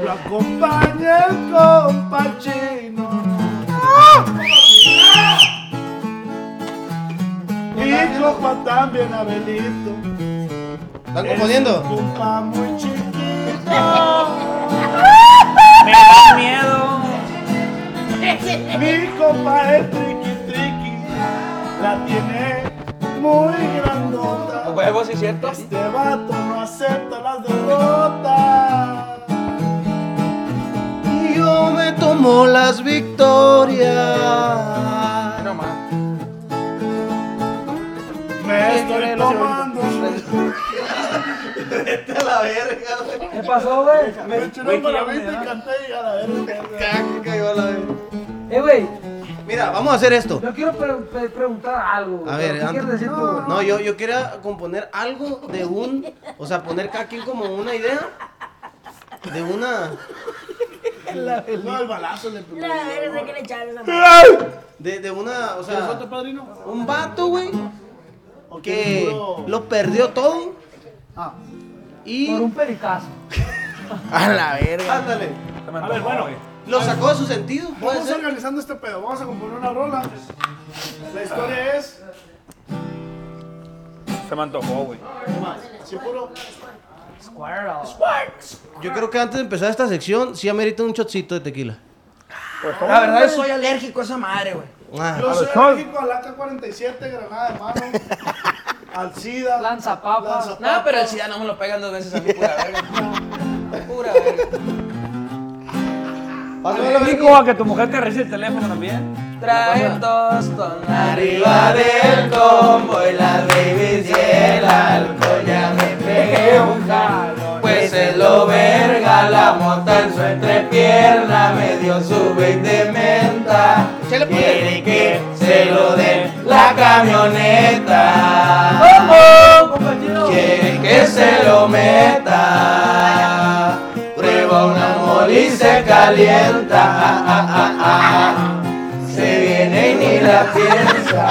Speaker 2: Lo acompaña el compachino. Y compa también Abelito.
Speaker 8: ¿Están confundiendo?
Speaker 2: Es un compa muy chiquito.
Speaker 4: Me da miedo.
Speaker 1: Mi compa es triqui triqui, la tiene muy grandota.
Speaker 3: Huevos, sí, cierto.
Speaker 1: Este vato no acepta las derrotas.
Speaker 6: Y yo me tomo las victorias.
Speaker 3: No más.
Speaker 1: Me estoy tomando.
Speaker 11: Vete a la verga, güey.
Speaker 9: ¿Qué pasó, güey?
Speaker 1: Me eché una maravilla y canté y a la verga.
Speaker 11: Caca, cayó a la verga.
Speaker 9: Eh, güey,
Speaker 6: Mira, vamos a hacer esto.
Speaker 9: yo quiero pre- pre- preguntar algo. güey.
Speaker 6: A ver,
Speaker 9: ¿qué
Speaker 6: antes-
Speaker 9: quieres decir tú, güey?
Speaker 6: No, yo, yo quería componer algo de un. O sea, poner cada quien como una idea. De una.
Speaker 1: No, el balazo le pegó.
Speaker 7: La verga que le echaron esa madre.
Speaker 6: De, de una. O
Speaker 1: ¿Tienes
Speaker 6: sea,
Speaker 1: otro padrino?
Speaker 6: un vato, güey. Que
Speaker 1: ¿O quieres puro?
Speaker 6: lo perdió todo.
Speaker 9: Ah.
Speaker 6: Y.
Speaker 9: Por un pericazo.
Speaker 2: A la verga.
Speaker 6: Ándale.
Speaker 4: A ver, bueno.
Speaker 6: Lo sacó de su sentido. Puede
Speaker 1: Vamos
Speaker 6: ser.
Speaker 1: organizando este pedo, vamos a componer una rola. La historia es,
Speaker 4: Se me antojó, güey.
Speaker 1: ¿qué más? Si puro,
Speaker 6: Yo creo que antes de empezar esta sección, sí amerita un chocito de tequila. Pues
Speaker 3: La verdad, yo soy alérgico a esa madre, güey.
Speaker 6: Ah.
Speaker 1: yo soy alérgico al AK-47, granada de mano, al SIDA,
Speaker 9: Lanza papas.
Speaker 1: lanza-
Speaker 3: No, pero el SIDA no me lo pegan dos veces a mí, pura verga. Pura verga.
Speaker 4: Nico, a que tu mujer te revise el teléfono también.
Speaker 3: Trae tostón
Speaker 2: Arriba del combo y las babies y el alcohol ya me pegué un jalón. Pues es lo verga, la mota en su entrepierna me dio su vape de menta. Quiere que se lo dé la camioneta. Quiere que se lo meta. Prueba una moli y se calienta. Ah, ah, ah, ah. Se viene y ni la piensa.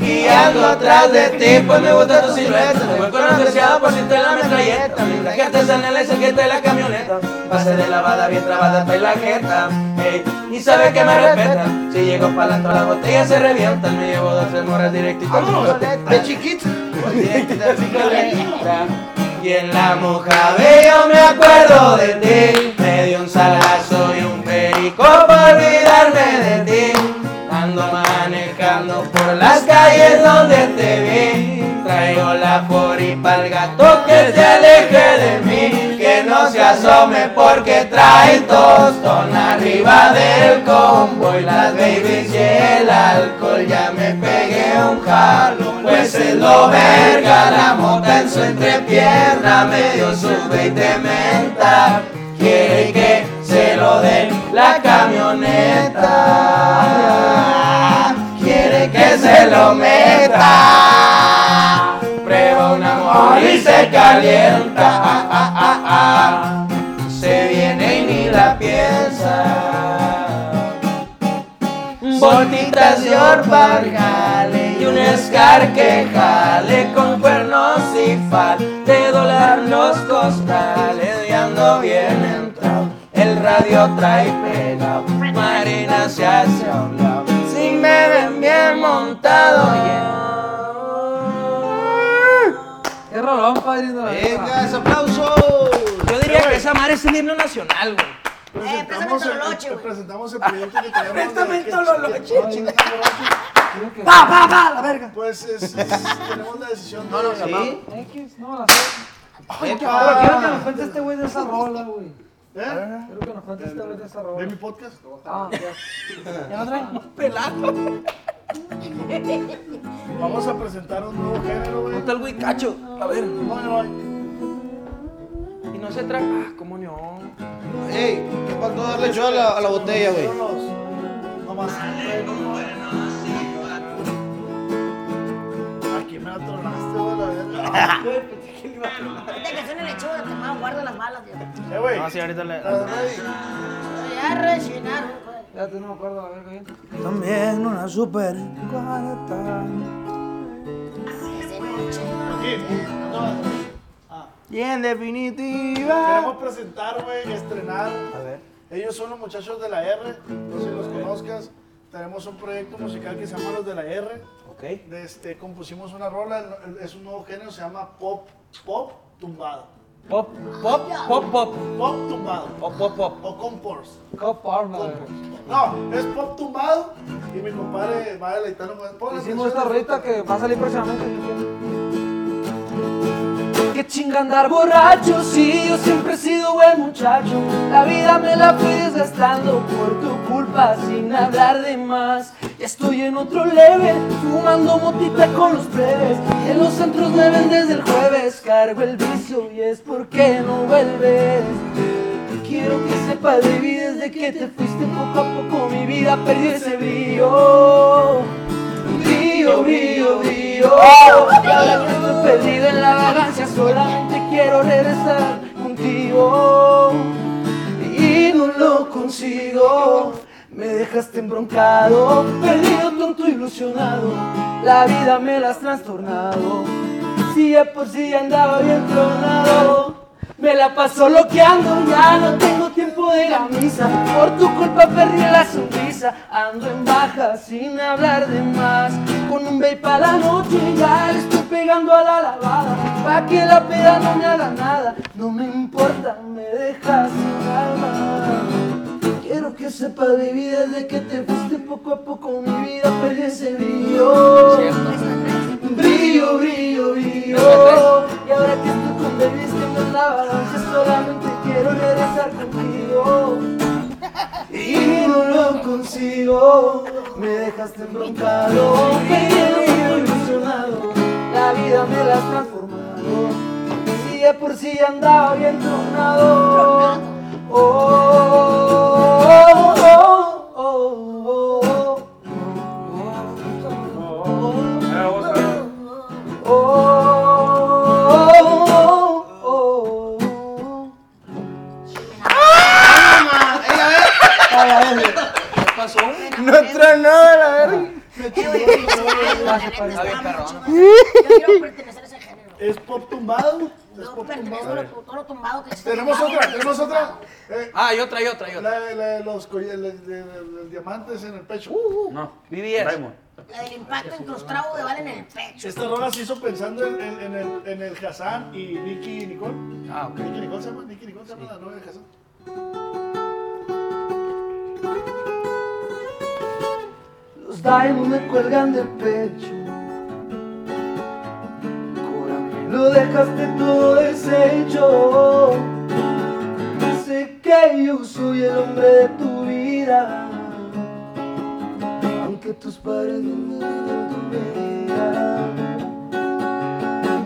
Speaker 2: Guiando atrás de ti, pues me gusta tu silueta. Te voy con ansiedad por si te la metralleta. Mi braqueta es en el S que te la camioneta. Pase de lavada, bien trabada, te la jeta. Ey, y sabe que me respeta. Si llego para la entrada, las botellas se revientan. Me llevo dos, tres morras directo y con pistoleta.
Speaker 6: De chiquito.
Speaker 2: Directa, pistoleta. Y en la mojave yo me acuerdo de ti. Me dio un salazo y un perico para olvidarme de ti. Ando manejando por las calles donde te vi. Traigo la fori pa'l gato que se aleje de mí. Que no se asome porque trae tostón arriba del combo. Y las babies y el alcohol ya me pegué un jalo. Pues es lo verga, la mota en su entrepierna me dio su veinte menta. Quiere que se lo den la camioneta. Quiere que se lo meta. Prueba un amor y se calienta. Ah, ah, ah, ah. Se viene y ni la piensa. Botitas de orpargale y un escar que jale con cuernos y fal de dólar los costales y ando bien entrado. El radio trae pegado, Marina se hace a un lado. Si me ven bien montado, yeah.
Speaker 9: Qué rolón, padrino. la neta.
Speaker 6: Venga, ese aplauso.
Speaker 3: Yo diría que esa madre es el himno nacional, güey.
Speaker 1: presentamos
Speaker 7: préstame el
Speaker 1: el-
Speaker 7: tololoche, güey.
Speaker 1: presentamos el proyecto que tenemos.
Speaker 3: Préstame
Speaker 1: de-
Speaker 3: el
Speaker 1: que-
Speaker 3: tololoche.
Speaker 1: que- que- chingada tololoche.
Speaker 3: ¡Pa, pa, pa! La verga.
Speaker 1: Pues es- es- tenemos la decisión de...
Speaker 6: ¿Sí?
Speaker 9: X, no me la sé. Pero quiero que nos cuente este güey de esa rola, güey.
Speaker 1: ¿Eh?
Speaker 9: Quiero que nos cuente este güey de esa
Speaker 1: ¿Ve
Speaker 9: rola.
Speaker 1: mi podcast?
Speaker 9: Ah, ya.
Speaker 1: Vamos a presentar un nuevo género, güey.
Speaker 3: Ponte el huicacho. A ver.
Speaker 1: No, no, no.
Speaker 3: Y no se trae. Ah, cómo no.
Speaker 6: Ey, ¿qué faltó darle yo a la, a la botella, güey?
Speaker 1: Vámonos. No más. Aquí me atronaste, güey, la verga.
Speaker 7: Ahorita que suena el hechizo de Guatemala, guarda las balas, tío.
Speaker 1: Eh, güey.
Speaker 2: No, sí, ahorita le.
Speaker 1: ¿estás ready?
Speaker 7: Ya rechinaron, güey.
Speaker 9: Ya te no me acuerdo la verga bien.
Speaker 3: También una super cuarta.
Speaker 7: Ese noche.
Speaker 1: Aquí. No,
Speaker 2: Y en definitiva.
Speaker 1: Queremos presentar, güey, estrenar.
Speaker 2: A ver.
Speaker 1: Ellos son los muchachos de la R, no sé si los conozcas. Tenemos un proyecto musical que se llama Los de la R.
Speaker 3: Ok.
Speaker 1: De Este, compusimos una rola, el- el- es un nuevo género, se llama pop, pop tumbado.
Speaker 3: Pop, pop, pop, pop.
Speaker 1: Pop tumbado.
Speaker 3: Pop, pop, pop.
Speaker 1: O compors.
Speaker 2: Cop Palmer.
Speaker 1: No, es pop tumbado y mi compadre va a deleitarnos con Pon
Speaker 2: Hicimos esta
Speaker 1: atención a-
Speaker 2: reta que va a salir próximamente. Qué chinga andar borracho, sí, yo siempre he sido buen muchacho. La vida me la fui desgastando por tu culpa, sin hablar de más. Ya estoy en otro level, fumando motita con los plebes. Y en los centros me ven desde el jueves, cargo el vicio y es porque no vuelves. Quiero que sepas, baby, desde que te fuiste poco a poco mi vida perdió ese brillo. Brillo, brillo, brillo. Y ahora que estoy perdido en la vagancia, solamente quiero regresar contigo. Y no lo consigo. Me dejaste embroncado, perdido, tonto, ilusionado. La vida me la has trastornado. Si ya por si ya andaba bien tronado. Me la paso loqueando, ya no tengo tiempo de camisa. Por tu culpa perdí la sonrisa. Ando en baja sin hablar de más. Con un vape a la noche ya le estoy pegando a la lavada. Pa' que la peda no me haga nada. No me importa, me dejas sin alma. Quiero que sepa de vida desde que te fuiste poco a poco mi vida perdí ese brillo. Brillo, brillo, brillo. Y ahora que estoy con bebés que me lavan, solamente quiero regresar contigo. Y no lo consigo, me dejaste embroncado, perdido, ilusionado. La vida me la has transformado. Si de por sí andaba bien tronado. Oh, oh, oh, oh, oh, oh, oh.
Speaker 4: Era vos, ¿sabes?
Speaker 2: Oh, oh, oh, oh. Ah,
Speaker 6: Nuestra nada, la verga.
Speaker 7: Yo quiero pertenecer a ese género.
Speaker 1: Es pop tumbado. Es
Speaker 7: Yo
Speaker 1: pop
Speaker 7: pertenezco
Speaker 1: tumbado.
Speaker 7: a lo- todo lo tumbado que existe.
Speaker 1: Tenemos otra, tenemos otra. Eh,
Speaker 3: Ah, y otra, y otra, y otra.
Speaker 1: la de la de los coll- la de- la de los diamantes en el pecho.
Speaker 3: Uh,
Speaker 4: No.
Speaker 3: BBS.
Speaker 4: Raymond.
Speaker 7: La del impacto incrustado de bala en el pecho.
Speaker 1: Esta rola se hizo pensando en, en- en el, en el Hassan y Nicky Nicole.
Speaker 3: Ah, ok.
Speaker 1: Nicky Nicole se llama, Nicky Nicole se llama la novia de Hassan.
Speaker 2: Los diamonds me cuelgan del pecho. Corazón, Lo dejaste todo deshecho. Sé que yo soy el hombre de tu vida. Aunque tus padres no me digan tu medida.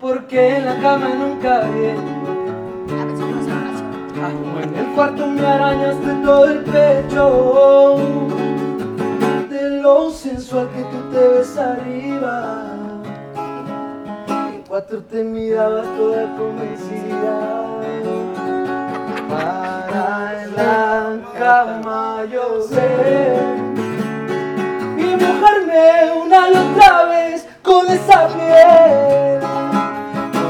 Speaker 2: Porque en la cama nunca viene.
Speaker 7: Ya Ah, pensé que iba a ser una canción.
Speaker 2: En el cuarto me arañaste todo el pecho De lo sensual que tú te ves arriba En cuatro te miraba toda convencida Para en la cama yo sé Y mojarme una y otra vez con esa piel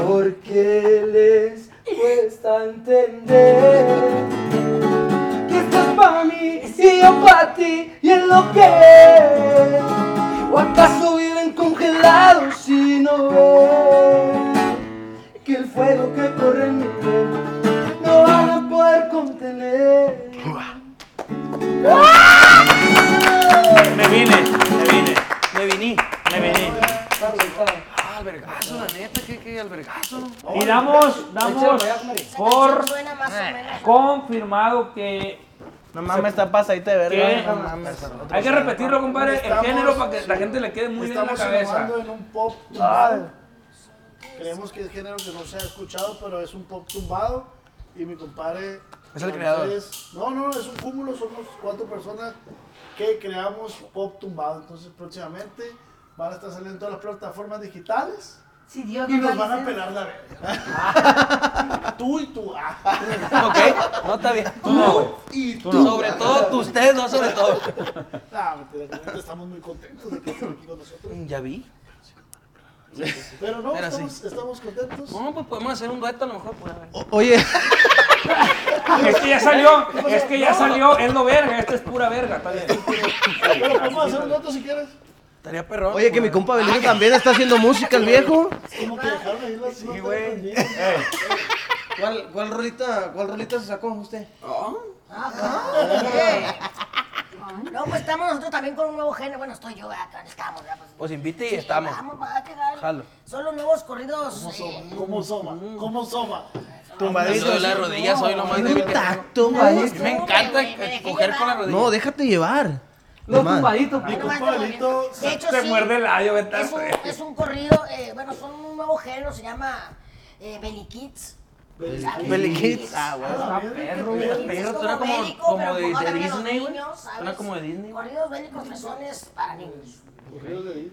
Speaker 2: porque les cuesta entender que estás pa' mí y yo pa' ti y en lo que es. ¿O acaso viven congelados y no ven que el fuego que corre en mi pecho no van a poder contener?
Speaker 4: Me vine, me vine. Me viní, me viní.
Speaker 3: Ah, albergazo, la neta, que, que albergazo.
Speaker 4: Y damos, damos
Speaker 7: Esa
Speaker 4: por
Speaker 7: canción suena más o menos.
Speaker 4: confirmado que
Speaker 6: No mames, está pasadita de verga.
Speaker 4: ¿Qué?
Speaker 6: No mames.
Speaker 4: hay que repetirlo, compadre, el
Speaker 1: Estamos-
Speaker 4: género para que la gente le quede muy bien en la
Speaker 1: Estamos
Speaker 4: cabeza.
Speaker 1: innovando en un pop tumbado. Creemos que es género que no se ha escuchado, pero es un pop tumbado. Y mi compadre.
Speaker 3: Es el
Speaker 1: Ramsés-
Speaker 3: creador.
Speaker 1: No, no, es un cúmulo. Somos cuatro personas que creamos pop tumbado. Entonces, próximamente van a estar saliendo en todas las plataformas digitales.
Speaker 12: Si Dios
Speaker 1: Y
Speaker 12: no
Speaker 1: nos van a
Speaker 12: dice-
Speaker 1: pelar la verga. Tú y tú. ah.
Speaker 3: Ok, no está bien.
Speaker 1: Y tú.
Speaker 3: Sobre todo tú, ustedes dos, sobre todo.
Speaker 1: No, Ah, mentira, realmente estamos muy contentos de que estén aquí con nosotros.
Speaker 3: Ya vi.
Speaker 1: Pero no,
Speaker 3: Pero sí.
Speaker 1: estamos, estamos contentos.
Speaker 3: No, pues podemos hacer un dueto a lo mejor. Pues, a ver.
Speaker 6: Oye,
Speaker 4: Es que ya salió, es que ya salió, es lo verga, esto es pura verga, está bien.
Speaker 1: Pero podemos hacer un dato si quieres.
Speaker 3: Estaría perrón. pues,
Speaker 6: oye, que mi compa Belino también está haciendo música, el viejo.
Speaker 1: Como que dejaron ahí las sí,
Speaker 3: güey.
Speaker 6: ¿Cuál, cuál, rolita, ¿Cuál rolita se sacó usted?
Speaker 5: Oh.
Speaker 7: Ah, No, pues estamos nosotros también con un nuevo género. Bueno, estoy yo, ¿verdad? Estamos, ¿verdad? Pues,
Speaker 3: Pues invite y
Speaker 7: sí,
Speaker 3: estamos.
Speaker 7: Vamos, va, que gane.
Speaker 3: Jalo.
Speaker 7: Son los nuevos corridos. eh,
Speaker 1: ¿Cómo soma? ¿Cómo soma?
Speaker 3: Eso de las rodillas soy lo más débil que tengo.
Speaker 7: maestro.
Speaker 3: Me encanta
Speaker 7: Me dejé
Speaker 3: coger con la
Speaker 7: llevar.
Speaker 3: rodilla.
Speaker 6: No, déjate llevar.
Speaker 5: Los
Speaker 6: Nomás.
Speaker 5: tumbaditos,
Speaker 7: no
Speaker 5: pues.
Speaker 7: más
Speaker 1: compadrito
Speaker 7: te lo miento. De hecho,
Speaker 4: Te
Speaker 7: sí,
Speaker 4: muerde el labio, vete a
Speaker 7: es un,
Speaker 4: hacer.
Speaker 7: es un corrido, eh, bueno, son un nuevo género, se llama eh, Belly Kids.
Speaker 6: Belly Kids. Ah,
Speaker 5: Ah, perro, güey.
Speaker 3: Pero
Speaker 7: Es
Speaker 3: suena como,
Speaker 7: bélico,
Speaker 3: como
Speaker 7: pero
Speaker 3: de, de
Speaker 7: ahora que los
Speaker 3: Disney, güey.
Speaker 7: niños, ¿sabes?
Speaker 3: Suena como de Disney.
Speaker 7: Corridos bélicos fresones para niños.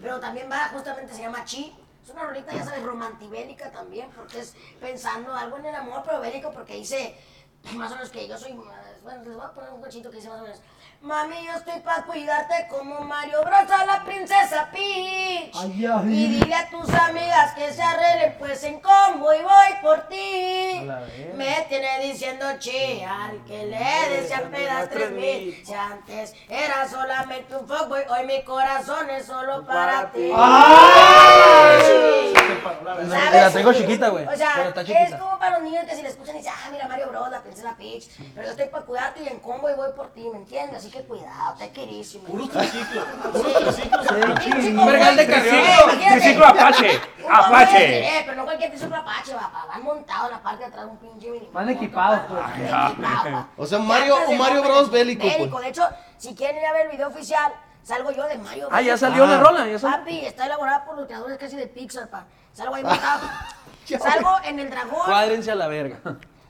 Speaker 7: Pero también va, justamente se llama Chi. Es una rolita, ya sabes, romantibélica también, porque es pensando algo en el amor, pero bélico, porque dice, más o menos que yo soy, más- bueno, les voy a poner un cochito que dice más o menos, Mami, yo estoy para cuidarte como Mario Bros a la princesa Peach.
Speaker 5: Ay, ya vi.
Speaker 7: y dile a tus amigas que se arreglen, pues en combo y voy por ti. Me tiene diciendo chi, al que le desean pedas tres mil. Si antes era solamente un fuckboy, hoy mi corazón es solo para ti. Sí. ¿Sabes?
Speaker 3: Ah. La tengo chiquita, güey,
Speaker 7: O sea,
Speaker 3: pero está chiquita.
Speaker 7: es como para los niños que si le escuchan y dicen, ah, mira Mario Bros, la princesa Peach, pero yo estoy para cuidarte y en combo y voy por ti, ¿me entiendes? Así que cuidado, te querísimo.
Speaker 1: Puros triciclos. Puros triciclos.
Speaker 3: vergal de
Speaker 7: carriola.
Speaker 3: carriola.
Speaker 4: Triciclo Apache. Apache.
Speaker 7: Eh, pero no cualquier triciclo Apache, papá. Van montados en la parte de atrás de un pinche mini.
Speaker 5: Van equipados, pues.
Speaker 6: O sea, Mario- un Mario Bros bélico, pues.
Speaker 7: De hecho, si quieren ir a ver el video oficial, salgo yo de Mario Bros.
Speaker 3: Ah, ya salió la rola, ya salió.
Speaker 7: Papi, está elaborada por los creadores casi de Pixar, pa. Salgo
Speaker 3: Ah.
Speaker 7: ahí montado. Salgo en el dragón.
Speaker 3: Cuádrense a la verga.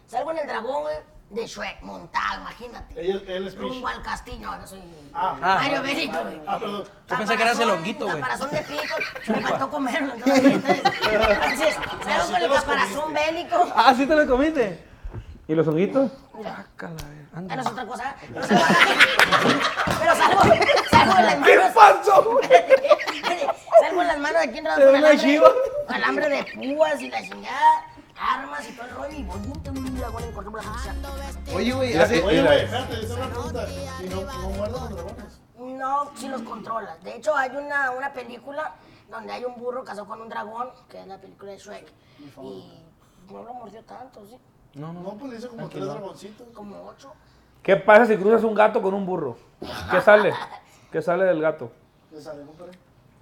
Speaker 7: Salgo en el dragón, güey, de Shrek, montado, imagínate.
Speaker 1: Él él es Peach.
Speaker 7: Rumbo al castillo, no soy
Speaker 1: Ah.
Speaker 7: Mario Bélico, güey.
Speaker 1: Ah, perdón.
Speaker 3: Yo pensé que eras el
Speaker 7: Caparazón,
Speaker 3: honguito, güey.
Speaker 7: Caparazón de pico, me faltó comerlo. entonces, Entonces, salgo con el caparazón
Speaker 1: este.
Speaker 7: bélico.
Speaker 3: Ah, ¿sí te lo comiste?
Speaker 4: ¿Y los ojitos?
Speaker 3: Ah,
Speaker 7: Ya no es otra cosa. Pero salgo, pero salgo, salgo en las manos. ¡Qué falso! salgo en las manos de aquí en
Speaker 3: Te doy una
Speaker 7: alambre,
Speaker 3: chiva.
Speaker 7: con alambre de púas y la chingada, armas y todo el rollo. Y voy a un dragón en contra de la fuerza.
Speaker 6: Oye, güey, hace...
Speaker 1: Oye, güey, espérate, yo tengo una pregunta. ¿Y no, no muerden los dragones?
Speaker 7: No, si los controlas. De hecho, hay una, una película donde hay un burro casado con un dragón, que es la película de Shrek. Y no lo mordió tanto, sí,
Speaker 1: No, pues le hizo como tres dragoncitos.
Speaker 7: como ocho.
Speaker 4: ¿Qué pasa si cruzas un gato con un burro? ¿Qué sale? ¿Qué sale del gato?
Speaker 1: Le sale, compadre.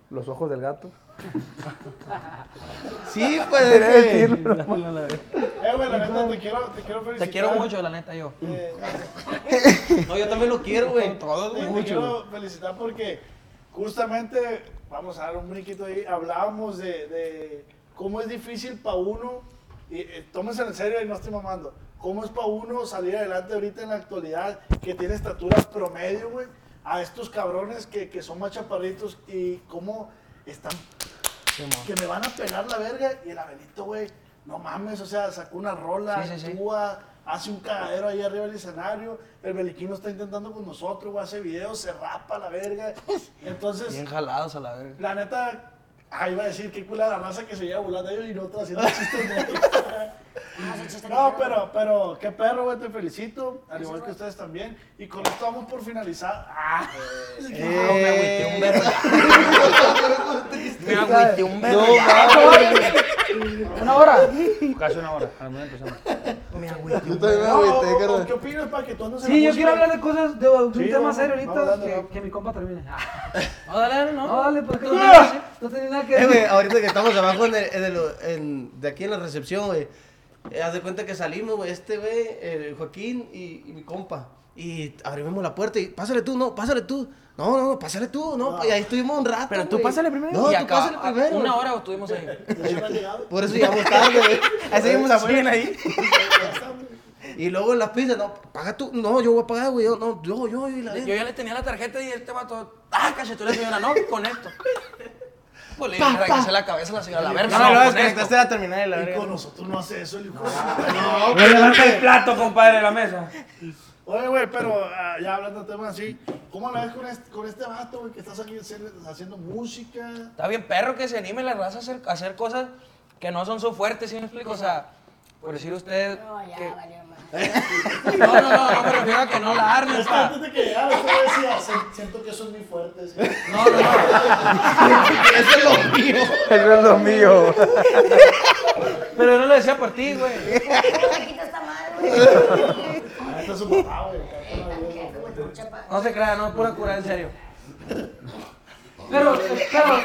Speaker 4: Los ojos del gato.
Speaker 6: Sí, pues, de que-
Speaker 1: Eh, güey, la neta, te quiero, te quiero felicitar.
Speaker 3: Te quiero mucho, la neta, yo.
Speaker 1: Eh,
Speaker 6: No, yo también lo quiero, güey.
Speaker 1: Sí, te quiero felicitar porque justamente, vamos a dar un brinquito ahí, hablábamos de, de cómo es difícil para uno, y eh, tómense en serio y no estoy mamando, cómo es para uno salir adelante ahorita en la actualidad que tiene estatura promedio, güey, a estos cabrones que, que son más chaparritos y cómo están, que me van a pegar la verga y el abelito, güey, no mames, o sea, sacó una rola,
Speaker 3: Sí, sí, sí.
Speaker 1: actúa, hace un cagadero ahí arriba del escenario. El beliquino está intentando con nosotros, güey, hace videos, se rapa la verga. Entonces,
Speaker 3: Bien jalados a la verga.
Speaker 1: la neta, ahí va a decir qué culo la raza que se lleva burlando de ellos y nosotros haciendo chistes de ellos.
Speaker 7: No, ese chiste
Speaker 1: No,
Speaker 7: ligero.
Speaker 1: pero, pero, qué perro, güey, te felicito. Al igual que ustedes también. Y con esto vamos por finalizar. Ah,
Speaker 6: Eh,
Speaker 3: No, me agüité un verga. Me agüité un verga.
Speaker 5: Una hora.
Speaker 4: Casi una hora. Al momento se llama.
Speaker 6: Yo también me
Speaker 1: no, o-
Speaker 6: agüité,
Speaker 1: o-
Speaker 6: carnal.
Speaker 1: ¿Qué opinas para que tú andes en la
Speaker 5: Sí, yo
Speaker 1: música?
Speaker 5: quiero hablar de cosas, de un
Speaker 1: Eh. Sí,
Speaker 5: tema
Speaker 1: vamos,
Speaker 5: serio
Speaker 1: vamos,
Speaker 5: ahorita,
Speaker 1: dale,
Speaker 5: que,
Speaker 1: vamos.
Speaker 5: que mi compa termine. Ah.
Speaker 3: No, dale, no.
Speaker 5: No, dale, pues que no, tenía nada- no tenía nada que
Speaker 6: Eh, güey,
Speaker 5: decir.
Speaker 6: ahorita que estamos abajo en el- en el- en- de aquí en la recepción, güey. eh, haz de cuenta que salimos, güey, este, güey, eh, Joaquín y, y mi compa. Y abrimos la puerta y, pásale tú, no, pásale tú. No, no, no, pásale tú, no. Y ahí estuvimos un rato,
Speaker 3: Pero tú
Speaker 6: güey.
Speaker 3: pásale primero.
Speaker 6: No,
Speaker 3: y
Speaker 6: tú
Speaker 3: acá,
Speaker 6: pásale primero. Pues
Speaker 3: Una hora estuvimos ahí.
Speaker 1: De hecho, no ha llegado.
Speaker 6: Por eso llegamos tarde, güey. Ahí seguimos afuera. ahí.
Speaker 1: Ya está, güey.
Speaker 6: Y luego las pizzas, no, paga tú. No, yo voy a pagar, güey. Yo, no, yo, yo, y la
Speaker 3: Yo
Speaker 6: verga.
Speaker 3: ya le tenía la tarjeta y este vato, ah, cachetó a la señora, no, con esto. Pues le dije, se la cabeza a la señora, la verga.
Speaker 9: No, lo
Speaker 3: con esto.
Speaker 9: desconectaste la terminal, la
Speaker 1: Y
Speaker 9: verga.
Speaker 1: con nosotros no hace eso el hijo.
Speaker 4: Levanta el plato, compadre, de la mesa.
Speaker 1: Oye, güey, pero ah, ya hablando de temas así, ¿cómo la ves con este, con este vato, güey, que estás aquí haciendo, haciendo música?
Speaker 3: Está bien, perro, que se anime la raza a hacer, a hacer cosas que no son su fuerte, ¿sí me explico? O sea, por decir usted...
Speaker 7: No, ya,
Speaker 3: que-
Speaker 7: valió madre.
Speaker 3: No, no, no, no me refiero a que no la armen,
Speaker 1: Es que antes
Speaker 3: pa.
Speaker 1: de que llegara, este güey decía, "Se- siento que eso es muy ¿eh? fuerte. sí".
Speaker 3: No, no, no.
Speaker 6: Eso es lo mío.
Speaker 4: Eso es lo mío.
Speaker 3: Pero no lo decía por ti, güey.
Speaker 7: Paquito está mal, güey. Eh,
Speaker 1: Ah, este es su papá, güey.
Speaker 7: Qué como tu chapa.
Speaker 3: No se crea, no, pura cura, en serio.
Speaker 5: Pero, eh, claro. eh,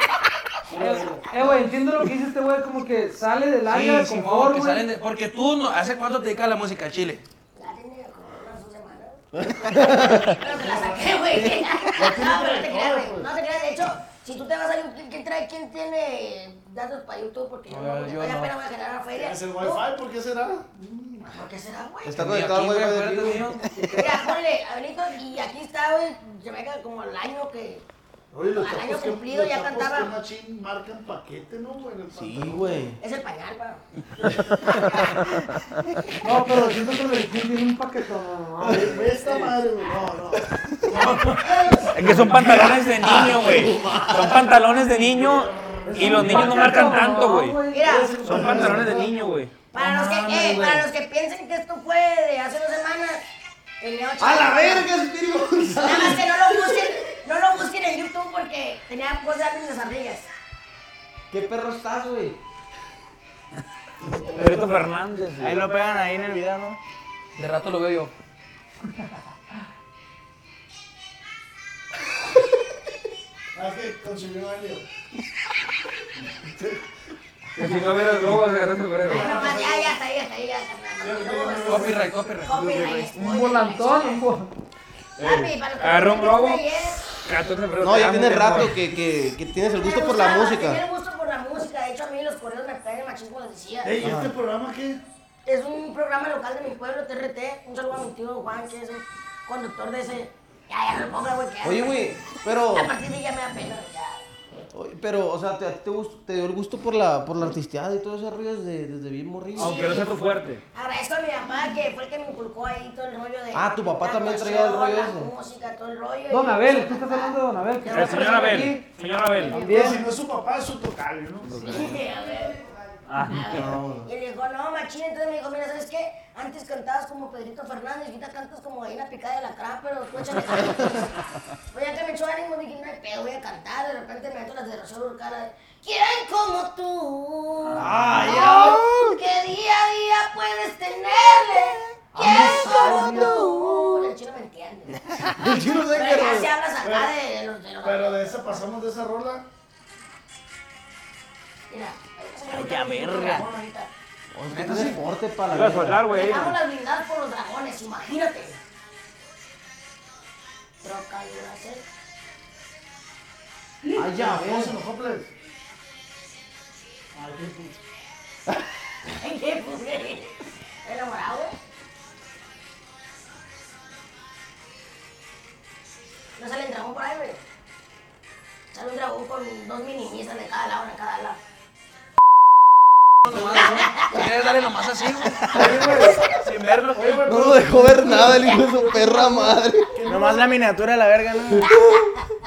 Speaker 5: Eh, güey, entiendo lo que dice este güey, como que sale del área de
Speaker 3: Sí,
Speaker 5: confort,
Speaker 3: Simón, que
Speaker 5: güey.
Speaker 3: salen de- Porque tú, no, ¿hace cuánto te dedicas a la música, Chile?
Speaker 7: La tiene como unas dos semanas. Pero te la saqué, güey. No, pero no te creas,
Speaker 6: pues.
Speaker 7: güey. No te creas. De hecho, si tú te vas a YouTube, ¿quién- ¿quién, trae, ¿quién tiene datos para YouTube? Porque yo no, yo apenas voy a generar feria.
Speaker 1: ¿Es el wifi? pues. ¿Por qué será?
Speaker 7: ¿Por qué será, güey?
Speaker 6: Está
Speaker 3: Y aquí,
Speaker 6: conectado al
Speaker 3: güey,
Speaker 6: wifi del
Speaker 3: acuérdate, mío.
Speaker 6: vivo.
Speaker 7: Mira, ponle, a Benito, y aquí está, güey. Se me queda como el año que.
Speaker 1: Oye, los
Speaker 7: Al
Speaker 1: chapos
Speaker 7: año
Speaker 1: que-
Speaker 7: cumplido
Speaker 1: los
Speaker 7: ya
Speaker 1: chapos
Speaker 7: cantaba.
Speaker 1: que machín marcan paquete, ¿no, güey? En el
Speaker 6: Sí,
Speaker 1: pantalón.
Speaker 6: güey.
Speaker 7: Es el pañal, pa.
Speaker 5: No, pero siento que le tiene un paquetón. ¿no?
Speaker 1: Ay, güey, esta madre, güey. No, no.
Speaker 4: Es que son pantalones de
Speaker 2: Ah,
Speaker 4: niño, güey. Son pantalones de niño y los niños no marcan tanto, güey.
Speaker 7: Mira,
Speaker 4: Son pantalones de niño, güey.
Speaker 7: para los que, eh, para los que piensen que esto fue de hace dos semanas. Tenía ocho
Speaker 6: ¡A la verga, Espíritu González!
Speaker 7: Nada más que no lo busquen, no lo busquen en YouTube porque tenía cosas en las amigas.
Speaker 6: ¿Qué perro estás, güey?
Speaker 4: Alberto Fernández.
Speaker 3: Ahí lo pegan ahí en el video, ¿no? De rato lo veo yo.
Speaker 1: Ah, es que consumió año.
Speaker 4: Si no vieras luego, agarras el
Speaker 7: Ay, no, más, ya, ya, está ahí, está ahí, ya está.
Speaker 3: Copyright, copyright.
Speaker 7: Copyright,
Speaker 5: Un volantón, un vol-
Speaker 7: Papi, para los que
Speaker 4: Agarró un
Speaker 7: no
Speaker 4: globo. Ah,
Speaker 7: tienen ayer,
Speaker 6: No, ya tienes rato que, que, que tienes el gusto
Speaker 7: me
Speaker 6: por la
Speaker 7: gustaba, Tenía
Speaker 6: música.
Speaker 7: el gusto por la música. De hecho, a mí los correos me pegan machín como les decía.
Speaker 1: Ey, ¿y este programa qué?
Speaker 7: Es un programa local de mi pueblo, TRT. Un saludo a mi tío Juan, que es el conductor de ese. Ya, ya no lo ponga, güey. que ya-
Speaker 6: Oye, güey, pero,
Speaker 7: A partir de ya me da pena, ya.
Speaker 6: oye, pero, o sea, te, te, gust- te dio el gusto por la, por la artisteada y todo ese rollo desde, desde bien morrido.
Speaker 4: Aunque no sea tu fuerte.
Speaker 7: Agradezco a mi papá que fue el que me inculcó ahí todo el rollo de.
Speaker 6: Ah, tu papá
Speaker 7: la
Speaker 6: también traía el rollo
Speaker 7: actuación, La
Speaker 6: ese.
Speaker 7: música, todo el rollo.
Speaker 5: Don
Speaker 7: y-
Speaker 5: Abel, tú estás hablando de Don Abel. que
Speaker 4: El
Speaker 5: está
Speaker 4: señor
Speaker 5: presente
Speaker 4: Abel. Señor Abel.
Speaker 5: Bien.
Speaker 1: Si no es su papá, es su tocayo, ¿no?
Speaker 7: Sí, a ver.
Speaker 4: Ah,
Speaker 7: A ver. Y él dijo, no, machín. Entonces me dijo, mira, ¿sabes qué? Antes cantabas como Pedrito Fernández, ahorita cantas como gallina picada de la crapa, pero tú échale ganas". Pues ya que me echó ánimo, dije, no hay pedo, voy a cantar. De repente me meto las de Rocío Urcara. ¿Quién como tú? Que día a día puedes tenerle. ¿Quién como tú? El chino me entiende.
Speaker 6: El chino se
Speaker 7: Pero ya
Speaker 6: quedó.
Speaker 7: se habla acá de los de los.
Speaker 1: Pero de esa pasamos de esa rola.
Speaker 7: Mira, ya verga.
Speaker 6: Oye, ¿qué deporte para
Speaker 4: iba a
Speaker 6: la verga.
Speaker 4: soltar, güey.
Speaker 7: Dejamos las blindadas por los dragones, imagínate. Troca de Brasil.
Speaker 6: Ay, ya,
Speaker 1: ¿Cómo se
Speaker 6: ves.
Speaker 1: enojó, plebes?
Speaker 7: Ay, qué puse. Enamorado. No sale el dragón por ahí, güey. Sale un dragón con dos minimistas de cada lado, de cada lado.
Speaker 3: ¿Quieres darle nomás así, güey? Sin verlo.
Speaker 6: No lo dejó ver nada el hijo de su perra madre.
Speaker 3: Nomás la miniatura de la verga, ¿no?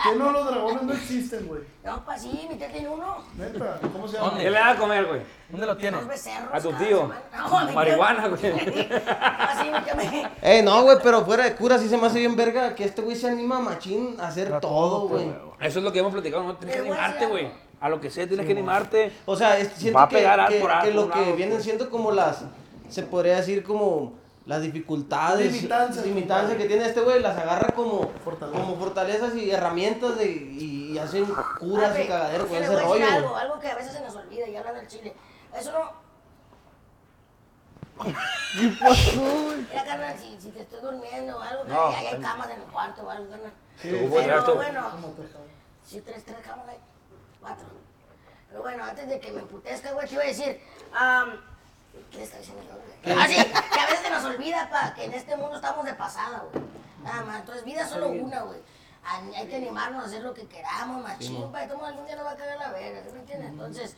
Speaker 1: Que no, los dragones no existen, güey.
Speaker 7: No, pues sí, mi tía tiene uno.
Speaker 1: Neta, ¿cómo se llama?
Speaker 4: ¿Qué le da a comer, güey?
Speaker 3: ¿Dónde lo tienes?
Speaker 7: Dos becerros.
Speaker 4: A tu
Speaker 7: cada
Speaker 4: tío.
Speaker 7: semana. No, a mi tía-
Speaker 4: Marihuana, güey.
Speaker 7: Así, mi tía me.
Speaker 6: Eh, no, güey, pero fuera de cura sí se me hace bien verga que este güey se anima machín a hacer todo, güey.
Speaker 4: Eso es lo que hemos platicado, ¿no? Tienes que
Speaker 7: Te voy a
Speaker 4: animarte,
Speaker 7: decir
Speaker 4: güey.
Speaker 7: algo.
Speaker 4: A lo que sea, tienes que animarte.
Speaker 6: O sea, es- siento
Speaker 4: Va a
Speaker 6: que,
Speaker 4: pegar
Speaker 6: que-
Speaker 4: por algo,
Speaker 6: que lo
Speaker 4: por
Speaker 6: que
Speaker 4: algo,
Speaker 6: vienen
Speaker 4: pues.
Speaker 6: siendo como las, se podría decir como las dificultades,
Speaker 1: Limitancias.
Speaker 6: limitancias que tiene este güey, las agarra como, como fortalezas y herramientas de, y, y hacen curas
Speaker 7: Papi,
Speaker 6: y cagadero
Speaker 7: es que
Speaker 6: con
Speaker 7: le
Speaker 6: ese
Speaker 7: voy a decir
Speaker 6: rollo.
Speaker 7: Algo, algo que a veces se nos olvida y habla del chile. Eso no. Mira, carnal, si, si te estoy durmiendo o algo, carnal, ahí hay camas en el cuarto o algo, carnal.
Speaker 4: voy a
Speaker 7: Pero
Speaker 4: llegar, tú.
Speaker 7: bueno, si tres, tres camas hay, cuatro. Pero bueno, antes de que me emputezca, güey, te iba a decir, am, ¿qué le está diciendo yo, güey? Ah, sí, que a veces se nos olvida, pa, que en este mundo estamos de pasada, güey. Nada más, entonces vida es solo una, güey. Hay hay que animarnos a hacer lo que queramos, machín, pa, y todo algún día nos va a cagar la verga, ¿sí me entiendes? Entonces,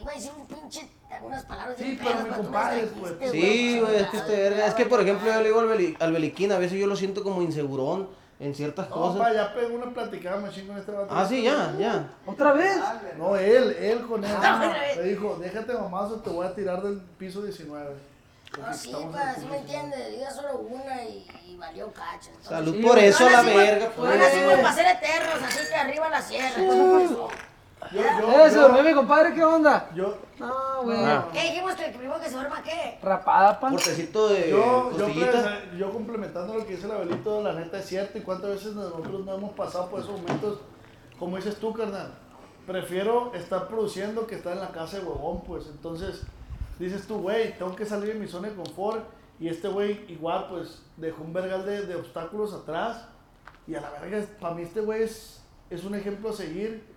Speaker 7: güey, sí, un pinche, algunas palabras
Speaker 1: Sí,
Speaker 7: bien
Speaker 1: pero
Speaker 7: pedas,
Speaker 1: me
Speaker 7: pa, tú las
Speaker 1: compares,
Speaker 7: trajiste,
Speaker 1: pues.
Speaker 6: Sí, güey, es que este verga, es que por ejemplo yo
Speaker 7: Ay,
Speaker 6: le digo al, Beli- al Beliquín, a veces yo lo siento como insegurón en ciertas
Speaker 1: No, pa,
Speaker 6: cosas.
Speaker 1: ya pegó una platicada machín con este vato.
Speaker 6: Ah, sí, ya, ya.
Speaker 5: ¿Otra vez?
Speaker 1: No, él, él con él.
Speaker 7: Ah.
Speaker 1: Le dijo, déjate mamazo, te voy a tirar del piso 19.
Speaker 7: No, Ah, sí, pa, sí me entiendes, diga solo una y, y valió cacha. entonces-
Speaker 6: Salud por eso,
Speaker 7: No
Speaker 6: la
Speaker 7: nacimos-
Speaker 6: verga,
Speaker 7: No nacimos
Speaker 6: pues.
Speaker 7: para ser eternos, así que arriba la sierra. entonces, por eso.
Speaker 1: Yo,
Speaker 5: Eh, se
Speaker 1: yo,
Speaker 5: durmió mi compadre, ¿qué onda?
Speaker 1: yo,
Speaker 3: Ah,
Speaker 5: No, güey.
Speaker 7: ¿Qué dijimos que el primero que se duerma qué?
Speaker 5: Rapada, pa.
Speaker 6: Cortecito de
Speaker 1: yo, yo,
Speaker 6: costillita.
Speaker 1: pues, yo complementando lo que dice el Abelito, la neta es cierto, y cuántas veces nosotros no hemos pasado por esos momentos, como dices tú, carnal, prefiero estar produciendo que estar en la casa de huevón, pues, entonces, dices tú, güey, tengo que salir de mi zona de confort, y este güey igual, pues, dejó un vergal de, de obstáculos atrás, y a la verga, para mí este güey es, es un ejemplo a seguir,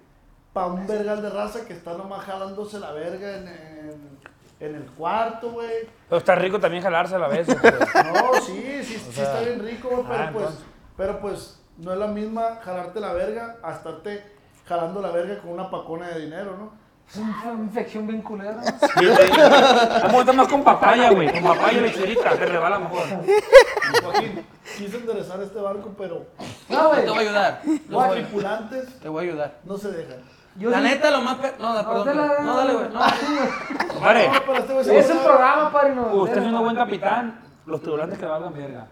Speaker 1: para un vergal de raza que está nomás jalándose la verga en, en, en el cuarto, güey,
Speaker 4: Pero está rico también jalarse a la vez.
Speaker 1: no, sí, sí, sí está bien rico, güey, pero
Speaker 4: ah,
Speaker 1: pues,
Speaker 4: entonces.
Speaker 1: pero pues no es la misma jalarte la verga a estarte jalando la verga con una pacona de dinero, ¿no?
Speaker 5: Es una infección bien culera.
Speaker 4: Vamos a más con papaya, güey. Con papaya y lecherita, te rebala mejor.
Speaker 1: Joaquín, quise enderezar este barco, pero
Speaker 5: No, güey.
Speaker 3: Te voy a ayudar. Te
Speaker 1: los
Speaker 3: voy a-
Speaker 1: tripulantes
Speaker 3: Te voy a ayudar.
Speaker 1: no se dejan.
Speaker 5: Yo
Speaker 3: La
Speaker 5: sí-
Speaker 3: neta, lo más. pe- No, da- perdón.
Speaker 5: dale,
Speaker 3: güey. No, dale, güey. No, sí, güey.
Speaker 4: Compadre,
Speaker 1: No, pero este güey se
Speaker 5: Es el
Speaker 1: guarda-
Speaker 5: programa, padre. No,
Speaker 4: usted es un buen capitán. Los tribulantes que valgan verga.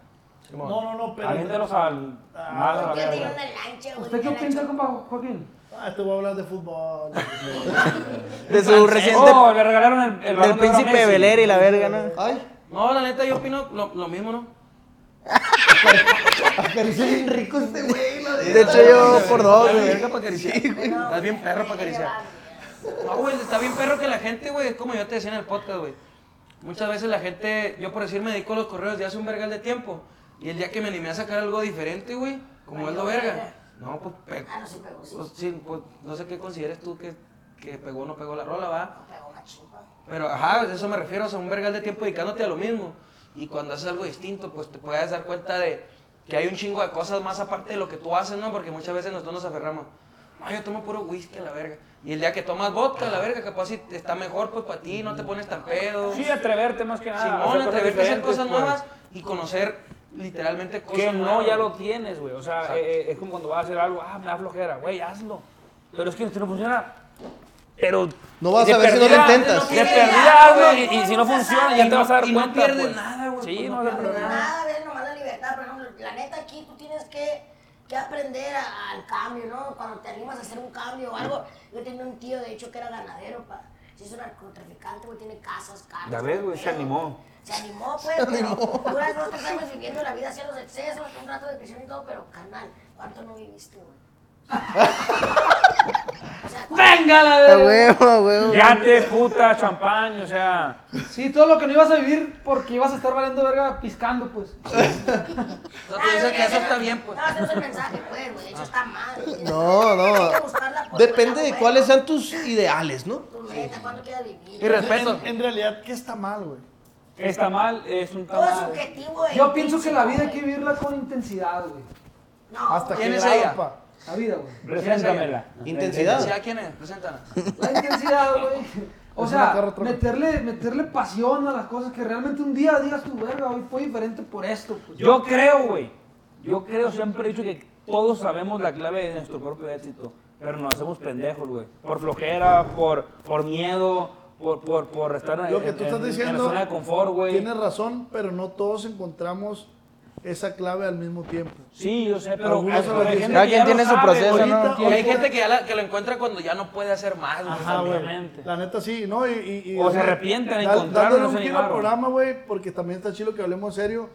Speaker 1: No, no, no, pero. Ah,
Speaker 4: Aviéntelos al. mar a la
Speaker 7: Yo tenía
Speaker 4: verga.
Speaker 7: una lancha, güey.
Speaker 5: ¿Usted qué
Speaker 7: una
Speaker 5: piensa,
Speaker 7: lancha.
Speaker 5: compa Joaquín?
Speaker 1: Ah, te voy a hablar de fútbol.
Speaker 9: De su reciente.
Speaker 4: Oh, le regalaron el, el balón
Speaker 9: del
Speaker 4: de oro a
Speaker 9: príncipe de
Speaker 4: Messi.
Speaker 9: Bel Air y la verga, ¿no?
Speaker 6: Ay,
Speaker 3: No, la neta, yo opino lo, lo mismo, ¿no?
Speaker 6: acaricia bien rico este güey, la
Speaker 9: De hecho, yo por dos,
Speaker 3: Estás bien
Speaker 9: güey.
Speaker 3: verga para acariciar. Estás bien perro para acariciar. No, güey, está bien perro que la gente, güey, es como yo te decía en el podcast, güey. Muchas veces la gente, yo por decir, me dedico a los correos de hace un vergal de tiempo. Y el día que me animé a sacar algo diferente, güey, como es lo verga. No, pues, pe-
Speaker 7: Ah, no, sí pegó, sí.
Speaker 3: pues, sí, pues, no sé qué consideres tú que, que pegó o no pegó la rola, va.
Speaker 7: Pegó machín, güey.
Speaker 3: Pero, ajá, de eso me refiero, o sea, un vergal de tiempo dedicándote a lo mismo. Y cuando haces algo distinto, pues te puedes dar cuenta de que hay un chingo de cosas más aparte de lo que tú haces, ¿no? Porque muchas veces nosotros nos aferramos. Ah, yo tomo puro whisky a la verga. Y el día que tomas vodka a la verga, capaz si está mejor pues para ti, no te pones tan pedo.
Speaker 4: Sí, atreverte más que nada.
Speaker 3: Simón,
Speaker 4: hacer cosas
Speaker 3: atreverte a hacer
Speaker 4: diferentes,
Speaker 3: cosas
Speaker 4: pues.
Speaker 3: nuevas y conocer literalmente cosas
Speaker 4: Que no,
Speaker 3: nuevas.
Speaker 4: ya lo tienes, güey. O sea, eh, eh, es como cuando vas a hacer algo, ah, me da flojera, güey, hazlo. Pero es que si no funciona, pero.
Speaker 6: No vas
Speaker 4: de
Speaker 6: a ver si no lo
Speaker 4: perdida-
Speaker 6: intentas.
Speaker 4: De
Speaker 7: Sí,
Speaker 4: perdida,
Speaker 7: ya,
Speaker 4: hazlo
Speaker 7: güey,
Speaker 4: y, y si
Speaker 7: no
Speaker 4: no
Speaker 7: pasa
Speaker 4: funciona,
Speaker 7: nada.
Speaker 4: ya te vas a dar
Speaker 3: Y no
Speaker 4: cuenta.
Speaker 3: pierdes
Speaker 4: pues.
Speaker 3: nada, güey,
Speaker 4: Sí,
Speaker 3: pues,
Speaker 4: no,
Speaker 3: no
Speaker 4: vas a
Speaker 3: pierdes
Speaker 4: perder nada.
Speaker 7: Nada, ver nomás la libertad. Por ejemplo, la neta aquí tú tienes que, que aprender a- al cambio, ¿no? Cuando te animas a hacer un cambio o algo. Yo tenía un tío, de hecho, que era ganadero, pa. Si es un narcotraficante, güey, tiene casas, carros.
Speaker 4: Ya ves, güey,
Speaker 7: todo
Speaker 4: se
Speaker 7: el pedo.
Speaker 4: animó.
Speaker 7: Se animó, pues. Se animó. Duras dos, tres años viviendo la vida hacia los excesos, un rato de prisión y todo, pero, carnal, ¿cuánto no viviste, güey? o sea,
Speaker 5: ¡Venga, la
Speaker 9: A
Speaker 5: verga!
Speaker 9: huevo, a huevo.
Speaker 4: Yates, puta, champán, o sea.
Speaker 5: Sí, todo lo que no ibas a vivir porque ibas a estar valiendo verga piscando, pues.
Speaker 3: O sea, tú dices que eso está bien, pues.
Speaker 7: No, ese no es el mensaje, pues, güey. De hecho, está mal.
Speaker 6: No,
Speaker 7: Hay que
Speaker 6: no.
Speaker 7: buscar la postura,
Speaker 6: Depende de
Speaker 7: güey.
Speaker 6: cuáles sean tus ideales, ¿no?
Speaker 7: Tu meta, cuándo quieras vivir.
Speaker 3: Y respeto.
Speaker 1: En realidad, ¿qué está mal, güey?
Speaker 4: Está mal, es un
Speaker 7: Todo es
Speaker 4: tamal.
Speaker 7: subjetivo. e
Speaker 5: Yo pienso que la vida hay
Speaker 7: intrínseco,
Speaker 5: que vivirla con intensidad, güey.
Speaker 7: güey. No,
Speaker 1: Hasta
Speaker 3: ¿Quién
Speaker 1: qué
Speaker 3: es
Speaker 1: grado,
Speaker 3: ella?
Speaker 1: pa?
Speaker 5: La vida, güey.
Speaker 4: Preséntamela.
Speaker 3: ¿Sí,
Speaker 6: Intensidad.
Speaker 3: a quién es? Preséntala.
Speaker 5: La intensidad, güey. O
Speaker 1: Es una
Speaker 5: sea,
Speaker 1: carro troca.
Speaker 5: meterle, meterle pasión a las cosas que realmente un día digas tu verga, hoy fue diferente por esto. Pues.
Speaker 4: Yo creo, güey. Yo creo, siempre he dicho que todos sabemos la clave de nuestro propio éxito, pero nos hacemos pendejos, güey. Por flojera, por, por miedo, por, por, por estar en,
Speaker 1: Lo que tú
Speaker 4: en-
Speaker 1: estás
Speaker 4: en- en
Speaker 1: diciendo
Speaker 4: la zona de confort, güey.
Speaker 1: Tienes razón, pero no todos encontramos esa clave al mismo tiempo.
Speaker 4: Sí, yo sé, pero
Speaker 1: Algunos
Speaker 4: pero
Speaker 1: lo
Speaker 4: hay
Speaker 1: dicen.
Speaker 4: gente
Speaker 9: Cada
Speaker 4: que
Speaker 9: quien
Speaker 4: ya
Speaker 9: tiene
Speaker 4: lo
Speaker 9: su
Speaker 4: sabe,
Speaker 9: proceso,
Speaker 4: güey.
Speaker 9: ¿no?
Speaker 1: Ahorita-
Speaker 3: Y hay gente que, ya la- que lo encuentra cuando ya no puede hacer más, güey.
Speaker 4: Ajá, güey.
Speaker 1: Exactamente. La neta sí, ¿no? Y, y- y-
Speaker 4: O se arrepienten de
Speaker 1: Dal-
Speaker 4: encontrarlo,
Speaker 1: dándole
Speaker 4: no
Speaker 1: un
Speaker 4: se
Speaker 1: giro al
Speaker 4: animaron.
Speaker 1: programa, güey, porque también está chido que hablemos serio.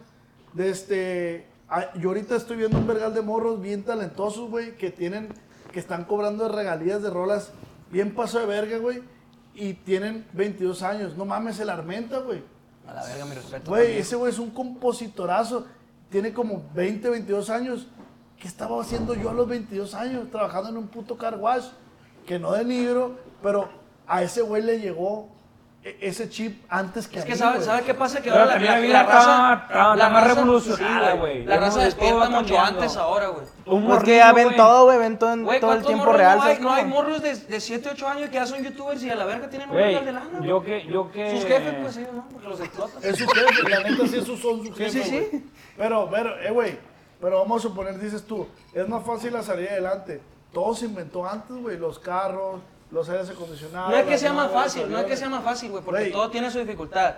Speaker 1: De este, ah, yo ahorita estoy viendo un vergal de morros bien talentosos, güey, que tienen, que están cobrando de regalías de rolas bien paso de verga, güey, y tienen 22 años. No mames, el Armenta, güey.
Speaker 3: A la verga, mi respeto.
Speaker 1: Güey, ese güey es un compositorazo. Tiene como 20, 22 años. ¿Qué estaba haciendo yo a los 22 años? Trabajando en un puto car wash. Que no denigro, pero a ese güey le llegó e- ese chip antes que
Speaker 3: Es
Speaker 1: a
Speaker 3: que
Speaker 1: mí,
Speaker 3: sabes
Speaker 1: güey.
Speaker 3: sabe qué pasa que
Speaker 4: Pero
Speaker 3: ahora la,
Speaker 4: también la
Speaker 3: la, la
Speaker 4: vida está-
Speaker 3: raza
Speaker 4: está- está más
Speaker 3: raza-
Speaker 4: revolucionada,
Speaker 3: sí,
Speaker 4: güey.
Speaker 3: La
Speaker 4: Ya
Speaker 3: raza
Speaker 4: no- todo
Speaker 3: despierta
Speaker 4: va
Speaker 3: mucho
Speaker 4: cambiando.
Speaker 3: antes ahora, güey.
Speaker 4: Un
Speaker 9: Porque
Speaker 4: morrillo,
Speaker 9: ya ven
Speaker 4: güey.
Speaker 9: todo, güey, ven todo en
Speaker 3: Güey,
Speaker 9: todo el
Speaker 3: ¿cuántos
Speaker 9: tiempo
Speaker 3: morros
Speaker 9: real.
Speaker 3: No hay,
Speaker 9: ¿sabes
Speaker 3: no hay
Speaker 9: cómo?
Speaker 3: morros de, de 7, 8 años que ya son youtubers y a la verga tienen un
Speaker 4: Güey,
Speaker 3: vergal de lana. güey.
Speaker 4: yo que, yo que...
Speaker 3: Sus jefes, pues ellos no, porque los explotan.
Speaker 1: Es su jefe, la neta sí, esos son sus jefes.
Speaker 3: sí, sí.
Speaker 1: güey. Pero, pero, eh, güey, pero vamos a suponer, dices tú, es más fácil la salida adelante. Todo se inventó antes, güey, los carros, los aires acondicionados.
Speaker 3: No es que
Speaker 1: las
Speaker 3: sea más
Speaker 1: naves,
Speaker 3: fácil, no es que sea más fácil, güey, porque
Speaker 1: Güey.
Speaker 3: todo tiene su dificultad.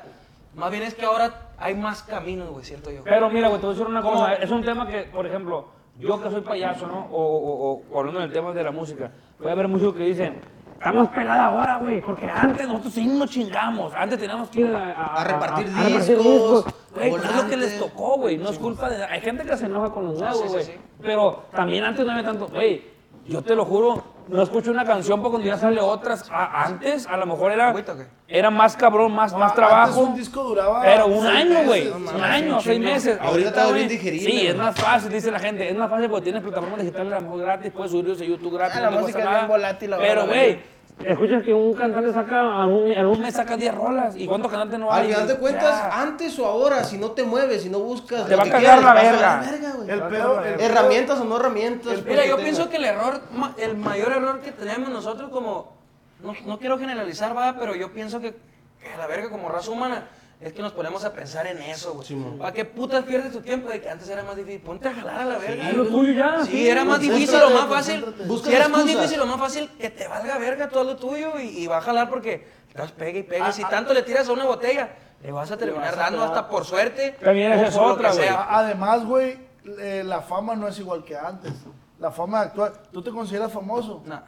Speaker 3: Más bien es que ahora hay más caminos, güey, siento yo.
Speaker 4: Pero mira, güey, te voy a decir una
Speaker 3: ¿Cómo?
Speaker 4: cosa. Es un tema que, por ejemplo, yo que soy payaso, ¿no? O, o- o- o hablando del tema de la música, puede haber muchos que dicen, estamos pelados ahora, güey, porque antes nosotros sí nos chingamos, antes teníamos que ir a,
Speaker 6: A repartir
Speaker 4: a repartir
Speaker 6: discos,
Speaker 4: Güey, pues es lo que
Speaker 6: volantes.
Speaker 4: les tocó, güey, no es culpa de... Hay gente que se enoja con los nuevos, güey, pero también antes no había tanto, güey, yo te lo juro, no escucho una canción porque cuando ya sale otras, A- antes a lo mejor era,
Speaker 3: Agüita, ¿o qué?
Speaker 4: era más cabrón, más, más
Speaker 1: Antes
Speaker 4: trabajo.
Speaker 1: un disco duraba.
Speaker 4: Pero un
Speaker 1: seis
Speaker 4: año,
Speaker 1: meses.
Speaker 4: güey.
Speaker 1: No mames.
Speaker 4: un año, seis meses.
Speaker 6: Ahorita está
Speaker 4: güey,
Speaker 6: bien digerible,
Speaker 4: Sí, es
Speaker 6: güey.
Speaker 4: más fácil, dice la gente. Es más fácil porque tienes plataformas digitales a lo mejor gratis, puedes subirlos a YouTube gratis.
Speaker 6: Ah,
Speaker 4: no
Speaker 6: la
Speaker 4: te cuesta
Speaker 6: música es
Speaker 4: nada.
Speaker 6: bien volátil ahora,
Speaker 4: Pero,
Speaker 6: güey.
Speaker 4: güey, escuchas que un cantante saca, en un, en un mes saca 10 rolas. ¿Y cuántos cantantes no hay?
Speaker 6: Al final de
Speaker 4: Ya.
Speaker 6: cuentas, antes o ahora, si no te mueves, si no buscas.
Speaker 4: Te
Speaker 6: lo
Speaker 4: va a
Speaker 6: que
Speaker 4: cagar
Speaker 6: quieras,
Speaker 4: la
Speaker 6: te vas a
Speaker 4: verga.
Speaker 6: güey.
Speaker 1: El pedo. el pedo-
Speaker 6: Herramientas o no herramientas. pues,
Speaker 3: Mira, yo
Speaker 6: tengas.
Speaker 3: pienso que el error, ma- el mayor error que tenemos nosotros como, no, no quiero generalizar, va, pero yo pienso que, que a la verga como raza humana, es que nos ponemos a pensar en eso, güey. ¿Para qué putas pierdes tu tiempo de que antes era más difícil? Ponte a jalar a la verga.
Speaker 4: Es lo tuyo ya.
Speaker 3: Sí, era más
Speaker 6: concéntrate,
Speaker 3: difícil o más fácil.
Speaker 6: concéntrate. Busca
Speaker 3: Si era más
Speaker 6: excusas.
Speaker 3: difícil o más fácil que te valga verga todo lo tuyo y, y va a jalar porque estás pega y pega. Y si tanto le tiras a una botella, Ah, le vas a terminar dando hasta por suerte.
Speaker 4: También
Speaker 3: o
Speaker 4: esa es
Speaker 3: por lo
Speaker 4: otra,
Speaker 3: que
Speaker 4: güey.
Speaker 3: sea.
Speaker 1: A- Además, güey, eh, la fama no es igual que antes. La fama actual. ¿Tú te consideras famoso?
Speaker 3: No.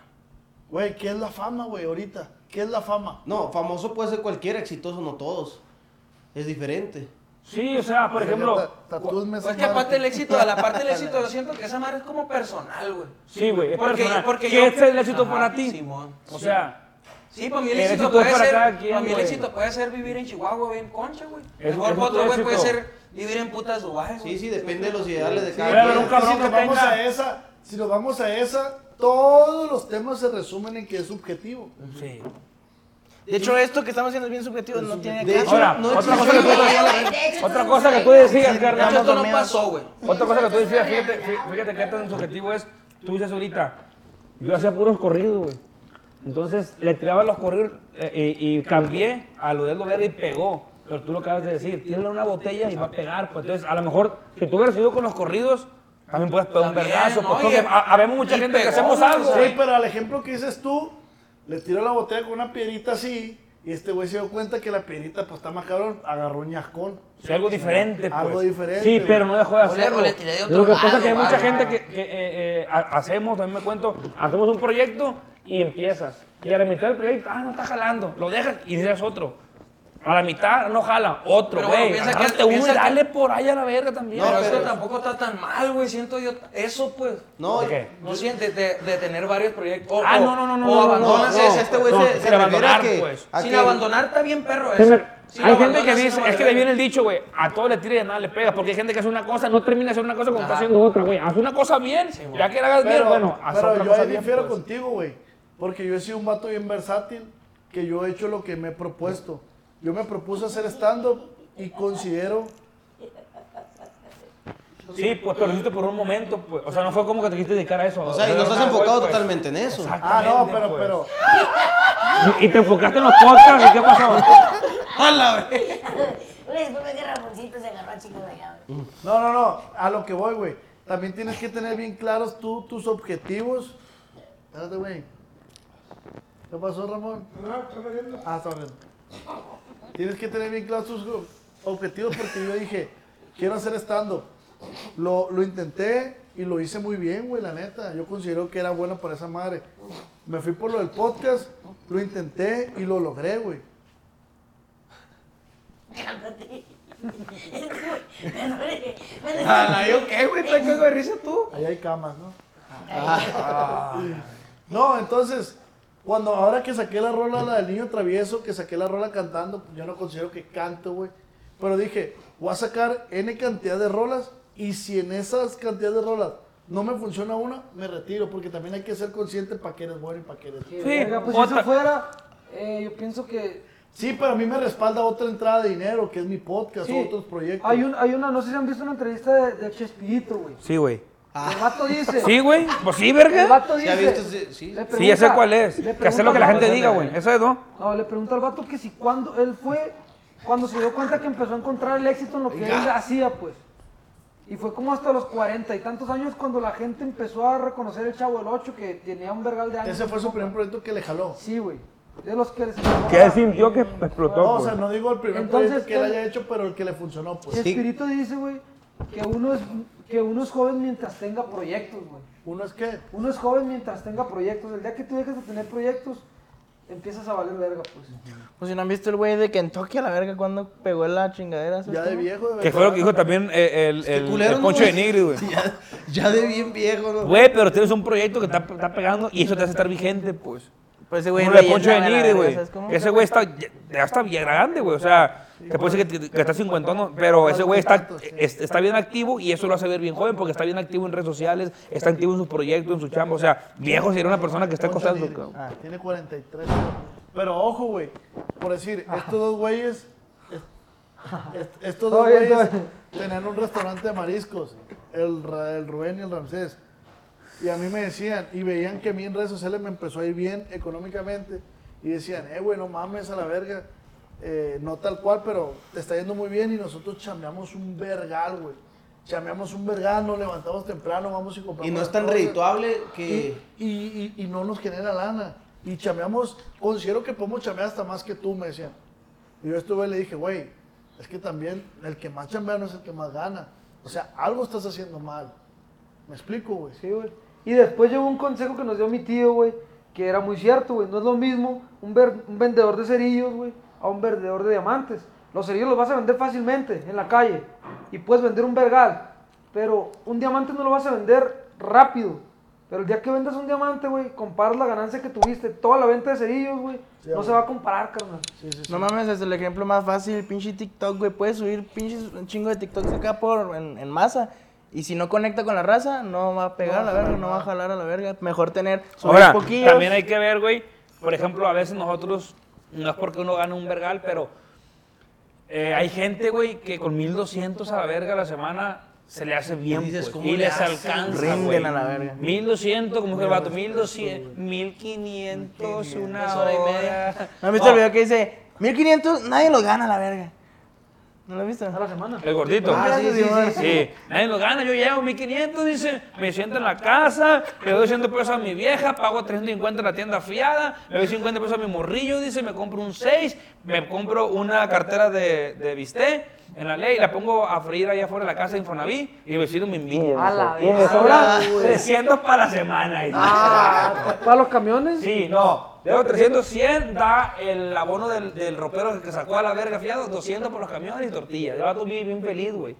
Speaker 1: Güey, ¿qué es la fama, güey, ahorita? ¿Qué es la fama?
Speaker 6: No, famoso puede ser cualquiera, exitoso no todos. Es diferente.
Speaker 4: Sí, o sea, por ejemplo.
Speaker 1: Ta- tatúes me
Speaker 3: Pues
Speaker 1: esa
Speaker 3: que aparte
Speaker 1: madre.
Speaker 3: el éxito, la parte del éxito, yo siento que esa madre es como personal, güey.
Speaker 4: Sí, güey. Es
Speaker 3: Porque-
Speaker 4: personal.
Speaker 3: porque
Speaker 4: ¿Qué
Speaker 3: yo-
Speaker 4: es el éxito
Speaker 3: Ajá,
Speaker 4: para ti?
Speaker 3: Simón.
Speaker 4: O sea.
Speaker 3: Sí, para mí el
Speaker 4: El
Speaker 3: éxito
Speaker 4: éxito
Speaker 3: puede
Speaker 4: es para
Speaker 3: ser,
Speaker 4: cada quien,
Speaker 3: para mí el
Speaker 4: güey.
Speaker 3: éxito puede ser vivir en Chihuahua, bien concha, güey.
Speaker 4: Es- es
Speaker 3: Mejor para otro
Speaker 4: otro
Speaker 3: güey puede
Speaker 4: éxito.
Speaker 3: ser vivir en putas Dubai, güey.
Speaker 6: Sí, sí, depende de los ideales de
Speaker 4: Pero
Speaker 6: cada
Speaker 4: era
Speaker 6: quien.
Speaker 4: un cabrón
Speaker 1: si nos
Speaker 4: que
Speaker 1: vamos
Speaker 4: tenga-
Speaker 1: a esa, si nos vamos a esa, todos los temas se resumen en que es subjetivo.
Speaker 4: Sí.
Speaker 9: De hecho, esto que estamos haciendo es bien subjetivo, no tiene
Speaker 6: De hecho,
Speaker 4: Ahora,
Speaker 6: no
Speaker 4: otra
Speaker 6: existe
Speaker 4: cosa que tú- Otra cosa que tú decías,
Speaker 3: De hecho,
Speaker 4: carnal.
Speaker 3: esto no pasó, güey.
Speaker 4: Otra cosa que tú decías, fíjate, fí- fíjate que tan subjetivo es, tú dices ahorita, yo hacía puros corridos, güey. Entonces le tiraba los corridos eh, y, y cambié a lo de lo verde y pegó. Pero tú lo acabas de decir, tírale una botella y va a pegar. Pues entonces, a lo mejor, si tú hubieras ido con los corridos, también puedes pegar un
Speaker 3: También,
Speaker 4: vergazo.
Speaker 3: ¿no?
Speaker 4: Pues,
Speaker 3: Y-
Speaker 4: porque ha- habemos mucha
Speaker 3: y
Speaker 4: gente que
Speaker 3: pegó,
Speaker 4: hacemos
Speaker 3: güey,
Speaker 4: algo.
Speaker 3: o sea,
Speaker 1: Sí, pero al ejemplo que dices tú, le tiró la botella con una piedrita así, y este güey se dio cuenta que la piedrita, pues está más cabrón, agarró un ñascón.
Speaker 4: Sí, algo diferente, pues.
Speaker 1: Algo diferente.
Speaker 4: Sí, pero no dejó de
Speaker 3: O le-
Speaker 4: hacerlo.
Speaker 3: o le tiré de otro
Speaker 4: Lo que pasa
Speaker 3: lado,
Speaker 4: es que hay mucha
Speaker 3: algo.
Speaker 4: gente que, que, eh, eh, ha- hacemos, también me cuento, hacemos un proyecto y empiezas. Y a la mitad del proyecto, ah, no está jalando. Lo dejas y dices otro. A la mitad no jala, otro,
Speaker 3: Pero bueno,
Speaker 4: güey.
Speaker 3: piensa que-
Speaker 4: Agárrate uno
Speaker 3: piensa
Speaker 4: y
Speaker 3: que-
Speaker 4: dale por ahí a la verga también.
Speaker 3: pero,
Speaker 6: No,
Speaker 3: esto
Speaker 6: pero-
Speaker 3: tampoco está tan mal, güey. Siento yo eso, pues.
Speaker 6: No,
Speaker 4: ¿Por qué?
Speaker 3: No sientes de, de tener varios proyectos. O-
Speaker 4: Ah,
Speaker 3: o-
Speaker 4: no, no, no, no,
Speaker 3: O
Speaker 4: no,
Speaker 3: abandonas
Speaker 4: no, no.
Speaker 3: ese.
Speaker 6: este güey
Speaker 4: No,
Speaker 6: se,
Speaker 4: sin
Speaker 6: se refiere a
Speaker 4: abandonar,
Speaker 6: que,
Speaker 4: pues.
Speaker 6: a
Speaker 3: Sin
Speaker 6: que-
Speaker 3: abandonar está bien, perro.
Speaker 4: Sí,
Speaker 3: Eso.
Speaker 4: me-
Speaker 3: Sin
Speaker 4: hay gente que
Speaker 3: abandonar,
Speaker 4: dice,
Speaker 3: no
Speaker 4: es que le
Speaker 3: vale
Speaker 4: viene el dicho, güey, a todo le tira y a nada le pega, porque hay gente que hace una cosa, no termina de hacer una cosa como está
Speaker 3: Ajá.
Speaker 4: haciendo otra, güey. Haz una cosa bien, ya que la hagas bien,
Speaker 1: Pero,
Speaker 4: bueno, haz
Speaker 1: pero
Speaker 4: otra
Speaker 1: yo
Speaker 4: cosa
Speaker 1: ahí
Speaker 4: bien.
Speaker 1: difiero
Speaker 4: pues.
Speaker 1: contigo, güey. Porque yo he sido un vato bien versátil, que yo he hecho lo que me he propuesto. Yo me propuse hacer stand-up y considero
Speaker 4: Sí, pues, pero lo hiciste por un momento, pues. O sea, no fue como que te quisiste dedicar a eso. pues.
Speaker 6: O sea, y
Speaker 4: no
Speaker 6: nos has enfocado totalmente en eso.
Speaker 1: Ah, no, pero,
Speaker 4: pues.
Speaker 1: pero.
Speaker 4: Y te enfocaste en los podcasts, ¿y qué pasó?
Speaker 7: Una disculpa que Ramoncito se agarró a chico de allá, güey.
Speaker 1: No, no, no. A lo que voy, güey. También tienes que tener bien claros tú tus objetivos. Espérate, güey. ¿Qué pasó, Ramón? Ah, está bien. Tienes que tener bien claros tus ob- objetivos porque yo dije, quiero hacer stand-up. Lo, lo intenté y lo hice muy bien, güey, la neta. Yo considero que era bueno para esa madre. Me fui por lo del podcast, lo intenté y lo logré, güey.
Speaker 7: Cálmate. Perdóname.
Speaker 3: Ah, yo qué, güey, te cago de risa tú. Ah.
Speaker 1: Ahí hay camas, ¿no? No, entonces, cuando ahora que saqué la rola la del niño travieso, que saqué la rola cantando, yo no considero que canto, güey. Pero dije, voy a sacar N cantidad de rolas y si en esas cantidades de rolas no me funciona una, me retiro, porque también hay que ser consciente para que eres bueno y para que eres.
Speaker 5: Sí,
Speaker 4: verga,
Speaker 5: pues
Speaker 4: pues,
Speaker 5: si
Speaker 4: otra-
Speaker 5: eso fuera, eh, yo pienso que
Speaker 1: Sí, pero a mí me respalda otra entrada de dinero, que es mi podcast,
Speaker 5: Sí,
Speaker 1: otros proyectos.
Speaker 5: Hay, un- hay una, no sé si han visto una entrevista de, de Chespirito, güey.
Speaker 4: Sí, güey.
Speaker 5: El vato dice.
Speaker 4: Sí, güey. Pues sí,
Speaker 5: El
Speaker 4: verga.
Speaker 5: vato
Speaker 6: ¿Ya
Speaker 5: dice.
Speaker 6: viste? Sí, sí.
Speaker 5: le
Speaker 4: Sí, ya sé
Speaker 5: pregunta-
Speaker 4: cuál es.
Speaker 5: le
Speaker 4: Que hacer lo que la
Speaker 5: pregunta
Speaker 4: gente
Speaker 5: al
Speaker 4: diga, güey. Eso es, ¿no?
Speaker 5: vato- No, le pregunta al vato que si cuando él fue, cuando se dio cuenta que empezó a encontrar el éxito en lo que él hacía, pues. Y fue como hasta los cuarenta y tantos años cuando la gente empezó a reconocer el Chavo el 8, que tenía un vergal de años.
Speaker 1: Ese fue su primer proyecto que le jaló.
Speaker 5: Sí, güey. De los que les
Speaker 4: ¿Qué sintió que explotó? pues?
Speaker 1: No, o sea, no digo el primer
Speaker 5: Entonces,
Speaker 1: proyecto que él
Speaker 5: ¿qué?
Speaker 1: haya hecho, pero el que le funcionó, pues.
Speaker 5: Chespirito dice, güey, que uno es, que uno es joven mientras tenga proyectos, güey.
Speaker 1: ¿Uno es qué?
Speaker 5: Uno es joven mientras tenga proyectos. El día que tú dejes de tener proyectos, empiezas a valer verga, pues.
Speaker 9: Pues si no han visto el güey de Kentucky a la verga cuando pegó la chingadera. ¿sabes
Speaker 1: Ya de
Speaker 9: cómo?
Speaker 1: viejo. de
Speaker 13: Que fue lo que dijo
Speaker 1: veterano.
Speaker 13: también eh, el, el,
Speaker 6: Este culero,
Speaker 13: el
Speaker 6: ¿no,
Speaker 13: Poncho de
Speaker 6: güey?
Speaker 13: Nigri, güey.
Speaker 6: Ya, ya de bien viejo, ¿no?
Speaker 13: Güey, pero tienes un proyecto que está, está pegando y eso te hace estar vigente, pues.
Speaker 9: Pues ese güey
Speaker 13: Como
Speaker 9: no
Speaker 13: lo de Poncho de
Speaker 9: llenaba la
Speaker 13: Nigri,
Speaker 9: verga,
Speaker 13: güey.
Speaker 9: ¿sabes cómo?
Speaker 13: Ese güey está, ya ya está bien grande, güey. O sea, te puede decir que, que está cincuentón, ¿no? pero ese güey está, es- está bien activo y eso lo hace ver bien joven porque está bien activo en redes sociales, está activo en sus proyectos, en su chamba. O sea, viejo sería una persona que está
Speaker 1: Poncho
Speaker 13: acostando.
Speaker 1: Nigri.
Speaker 13: cabrón.
Speaker 1: Ah, Tiene 43. güey. Pero ojo, güey. Por decir, estos dos güeyes. es- est- Estos dos
Speaker 5: Oye,
Speaker 1: güeyes
Speaker 5: entonces-
Speaker 1: tenían un restaurante de mariscos. El, Ra- el Rubén y el Ramsés. Y a mí me decían, y veían que a mí en redes sociales me empezó a ir bien económicamente. Y decían, eh, güey, no mames a la verga. Eh, no tal cual, pero te está yendo muy bien. Y nosotros chameamos un vergal, güey. Chameamos un vergal, nos levantamos temprano, vamos y compramos.
Speaker 6: Y no es
Speaker 1: las
Speaker 6: tan
Speaker 1: cosas
Speaker 6: redituable que.
Speaker 1: y, y- y- y no nos genera lana. Y chameamos, considero que podemos chamear hasta más que tú, me decían. Y yo estuve y le dije, güey, es que también el que más chamea no es el que más gana. O sea, algo estás haciendo mal. ¿Me explico, güey?
Speaker 5: Sí, güey. Y después llegó un consejo que nos dio mi tío, güey, que era muy cierto, güey. No es lo mismo un, ver- un vendedor de cerillos, güey, a un vendedor de diamantes. Los cerillos los vas a vender fácilmente en la calle y puedes vender un vergal, pero un diamante no lo vas a vender rápido. Pero el día que vendas un diamante, güey, comparas la ganancia que tuviste, toda la venta de cerillos, güey,
Speaker 1: Sí,
Speaker 5: no
Speaker 1: güey.
Speaker 5: se va a comparar, carnal.
Speaker 9: No mames, es el ejemplo más fácil, pinche TikTok, güey. Puedes subir pinches un chingo de TikToks acá por, en, en masa. Y si no conecta con la raza, no va a pegar a la verga, no va a jalar a la verga. Mejor tener, subir
Speaker 4: Ahora,
Speaker 9: poquillos.
Speaker 4: también hay que ver, güey. Por ejemplo, a veces nosotros, no es porque uno gane un vergal, pero eh, hay gente, güey, que con 1200 a la verga a la semana se le hace bien.
Speaker 6: dices,
Speaker 4: pues,
Speaker 6: ¿cómo
Speaker 4: y
Speaker 6: le
Speaker 4: les
Speaker 6: hacen?
Speaker 4: alcanza.
Speaker 9: Rinden
Speaker 4: güey.
Speaker 9: a la verga.
Speaker 4: 1200, como que el vato, 1200, 1500, una hora y media.
Speaker 9: ¿No has visto el
Speaker 4: No,
Speaker 9: video que dice 1500? Nadie lo gana a la verga. ¿No lo has visto?
Speaker 5: A la semana.
Speaker 4: El gordito.
Speaker 6: Ah, sí, sí, sí, sí.
Speaker 4: Sí, nadie lo gana, yo llevo 1500, dice, me siento en la casa, le doy 100 pesos a mi vieja, pago 350 en la tienda fiada, le doy 50 pesos a mi morrillo, dice, me compro un 6, me compro una cartera de, de bisté en la ley, la pongo a freír allá afuera de la casa de Infonaví y el vecino me envidia.
Speaker 5: A la
Speaker 4: Y me
Speaker 5: vez.
Speaker 4: sobra 300 para la semana. dice.
Speaker 5: Ah, ¿Para los camiones?
Speaker 4: Sí, no. Debo 300, 100 da el abono del, del ropero que sacó a la verga fiado, 200 por los camiones y tortillas. El vato vive bien feliz, güey.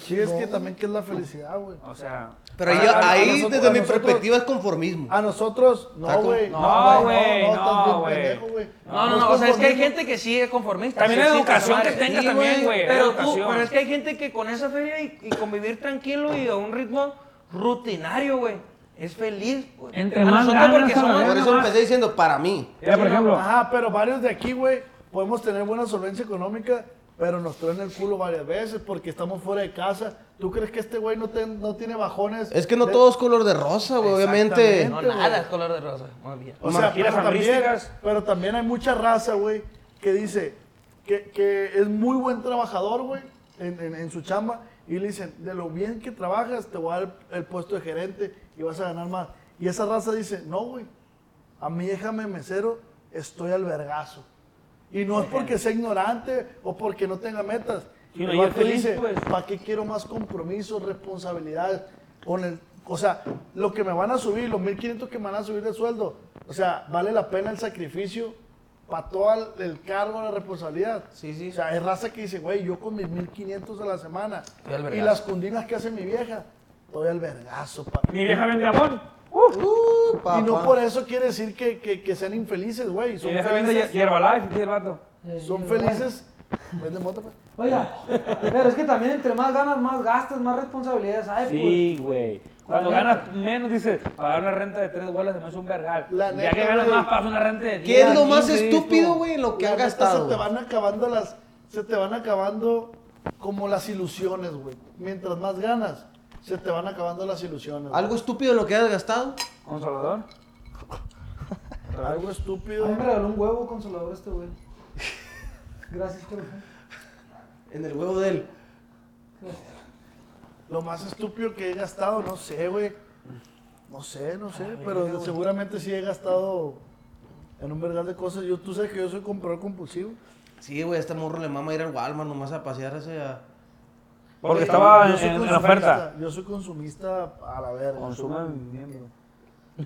Speaker 1: Sí, es que también que es la felicidad, güey.
Speaker 4: O sea...
Speaker 6: Pero ahí,
Speaker 4: a- a- a
Speaker 6: ahí
Speaker 4: nosotros-
Speaker 6: desde
Speaker 1: a
Speaker 6: mi
Speaker 1: nosotros-
Speaker 6: perspectiva es conformismo.
Speaker 1: A nosotros, no,
Speaker 6: Taco.
Speaker 1: güey.
Speaker 4: No, güey,
Speaker 1: estás bien
Speaker 4: no,
Speaker 1: pendejo,
Speaker 4: güey.
Speaker 3: No, no, no, o sea, es que hay gente que sí es conformista.
Speaker 4: También
Speaker 3: sí
Speaker 4: la
Speaker 3: existe,
Speaker 4: educación
Speaker 3: madre.
Speaker 4: que tengas
Speaker 3: Sí,
Speaker 4: también, güey, la
Speaker 3: Pero, tú,
Speaker 4: educación.
Speaker 3: pero es que hay gente que con esa feria y, y convivir tranquilo y a un ritmo rutinario, güey, es feliz. güey.
Speaker 4: Entre
Speaker 3: A
Speaker 4: más
Speaker 3: nosotros
Speaker 4: ganas,
Speaker 3: porque
Speaker 4: a la
Speaker 3: somos-
Speaker 4: verga.
Speaker 6: Por eso
Speaker 4: nomás.
Speaker 6: empecé diciendo para mí.
Speaker 4: Mira, por ejemplo,
Speaker 1: Ajá, Ah, pero varios de aquí, güey, podemos tener buena solvencia económica, pero nos traen el culo varias veces porque estamos fuera de casa. ¿Tú crees que este güey no, te- no tiene bajones?
Speaker 6: Es que no
Speaker 1: de-
Speaker 6: todo es color de rosa, güey. Obviamente.
Speaker 3: No,
Speaker 1: güey.
Speaker 3: nada, es color de rosa. Muy bien.
Speaker 1: O sea, pero
Speaker 4: Marquinas
Speaker 1: también,
Speaker 4: hambrísticas.
Speaker 1: pero también hay mucha raza, güey, que dice que, que es muy buen trabajador, güey, en, en- en su chamba. Y le dicen, de lo bien que trabajas, te voy a dar el, el puesto de gerente y vas a ganar más. Y esa raza dice, no, güey, a mí déjame mesero, estoy al vergazo. Y no es porque sea ignorante o porque no tenga metas.
Speaker 4: Sí,
Speaker 1: El
Speaker 4: no, y es
Speaker 1: vato
Speaker 4: feliz,
Speaker 1: dice,
Speaker 4: pues.
Speaker 1: ¿para qué quiero más compromisos, responsabilidades? Con el- o sea, lo que me van a subir, los 1.500 que me van a subir de sueldo, o sea, vale la pena el sacrificio para todo el, el cargo, la responsabilidad.
Speaker 3: Sí, sí.
Speaker 1: O sea, hay raza que dice, güey, yo con mis 1.500 a la semana
Speaker 3: al
Speaker 1: y
Speaker 3: vergazo.
Speaker 1: las cundinas que hace mi vieja, estoy al vergazo, papi.
Speaker 4: mi vieja vende amor.
Speaker 1: Y no por eso quiere decir que, que- que sean infelices, güey.
Speaker 4: Mi
Speaker 1: Son
Speaker 4: vieja vende
Speaker 1: felices.
Speaker 4: Herbalife, dice el vato.
Speaker 1: Son felices. Vende moto, pues.
Speaker 5: Oiga, pero es que también entre más ganas, más gastas, más responsabilidades hay, pues.
Speaker 4: Sí, güey. Cuando ganas menos, dices, pagar una renta de tres bolas se me hace un vergal.
Speaker 1: La
Speaker 4: ya
Speaker 1: neta,
Speaker 4: que ganas
Speaker 1: güey.
Speaker 4: más, pagas una renta de diez.
Speaker 6: ¿Qué es lo más
Speaker 4: 15,
Speaker 6: estúpido,
Speaker 4: dices,
Speaker 6: güey, en lo que
Speaker 1: La
Speaker 6: han
Speaker 1: neta,
Speaker 6: gastado?
Speaker 1: Se te van acabando las. Se te van acabando como las ilusiones, güey. Mientras más ganas, se te van acabando las ilusiones. güey.
Speaker 6: ¿Algo estúpido en lo que has gastado?
Speaker 4: ¿Con Salvador?
Speaker 1: Algo
Speaker 5: A
Speaker 1: estúpido.
Speaker 5: mí me regaló un huevo consolador este güey. Gracias, corazón.
Speaker 6: En el huevo de él.
Speaker 1: Lo más estúpido que he gastado, no sé, güey. No sé, no sé. pero seguramente sí he gastado en un vergal de cosas. Yo, tú sabes que yo soy comprador compulsivo.
Speaker 6: Sí, güey, a este morro le mama ir al Walmart nomás a pasear hacia.
Speaker 4: Porque estaba
Speaker 1: yo
Speaker 4: en,
Speaker 1: soy
Speaker 4: en
Speaker 1: consumista,
Speaker 4: oferta.
Speaker 1: Yo soy consumista a la verga.
Speaker 4: Consuma
Speaker 1: soy-
Speaker 4: mi miembro.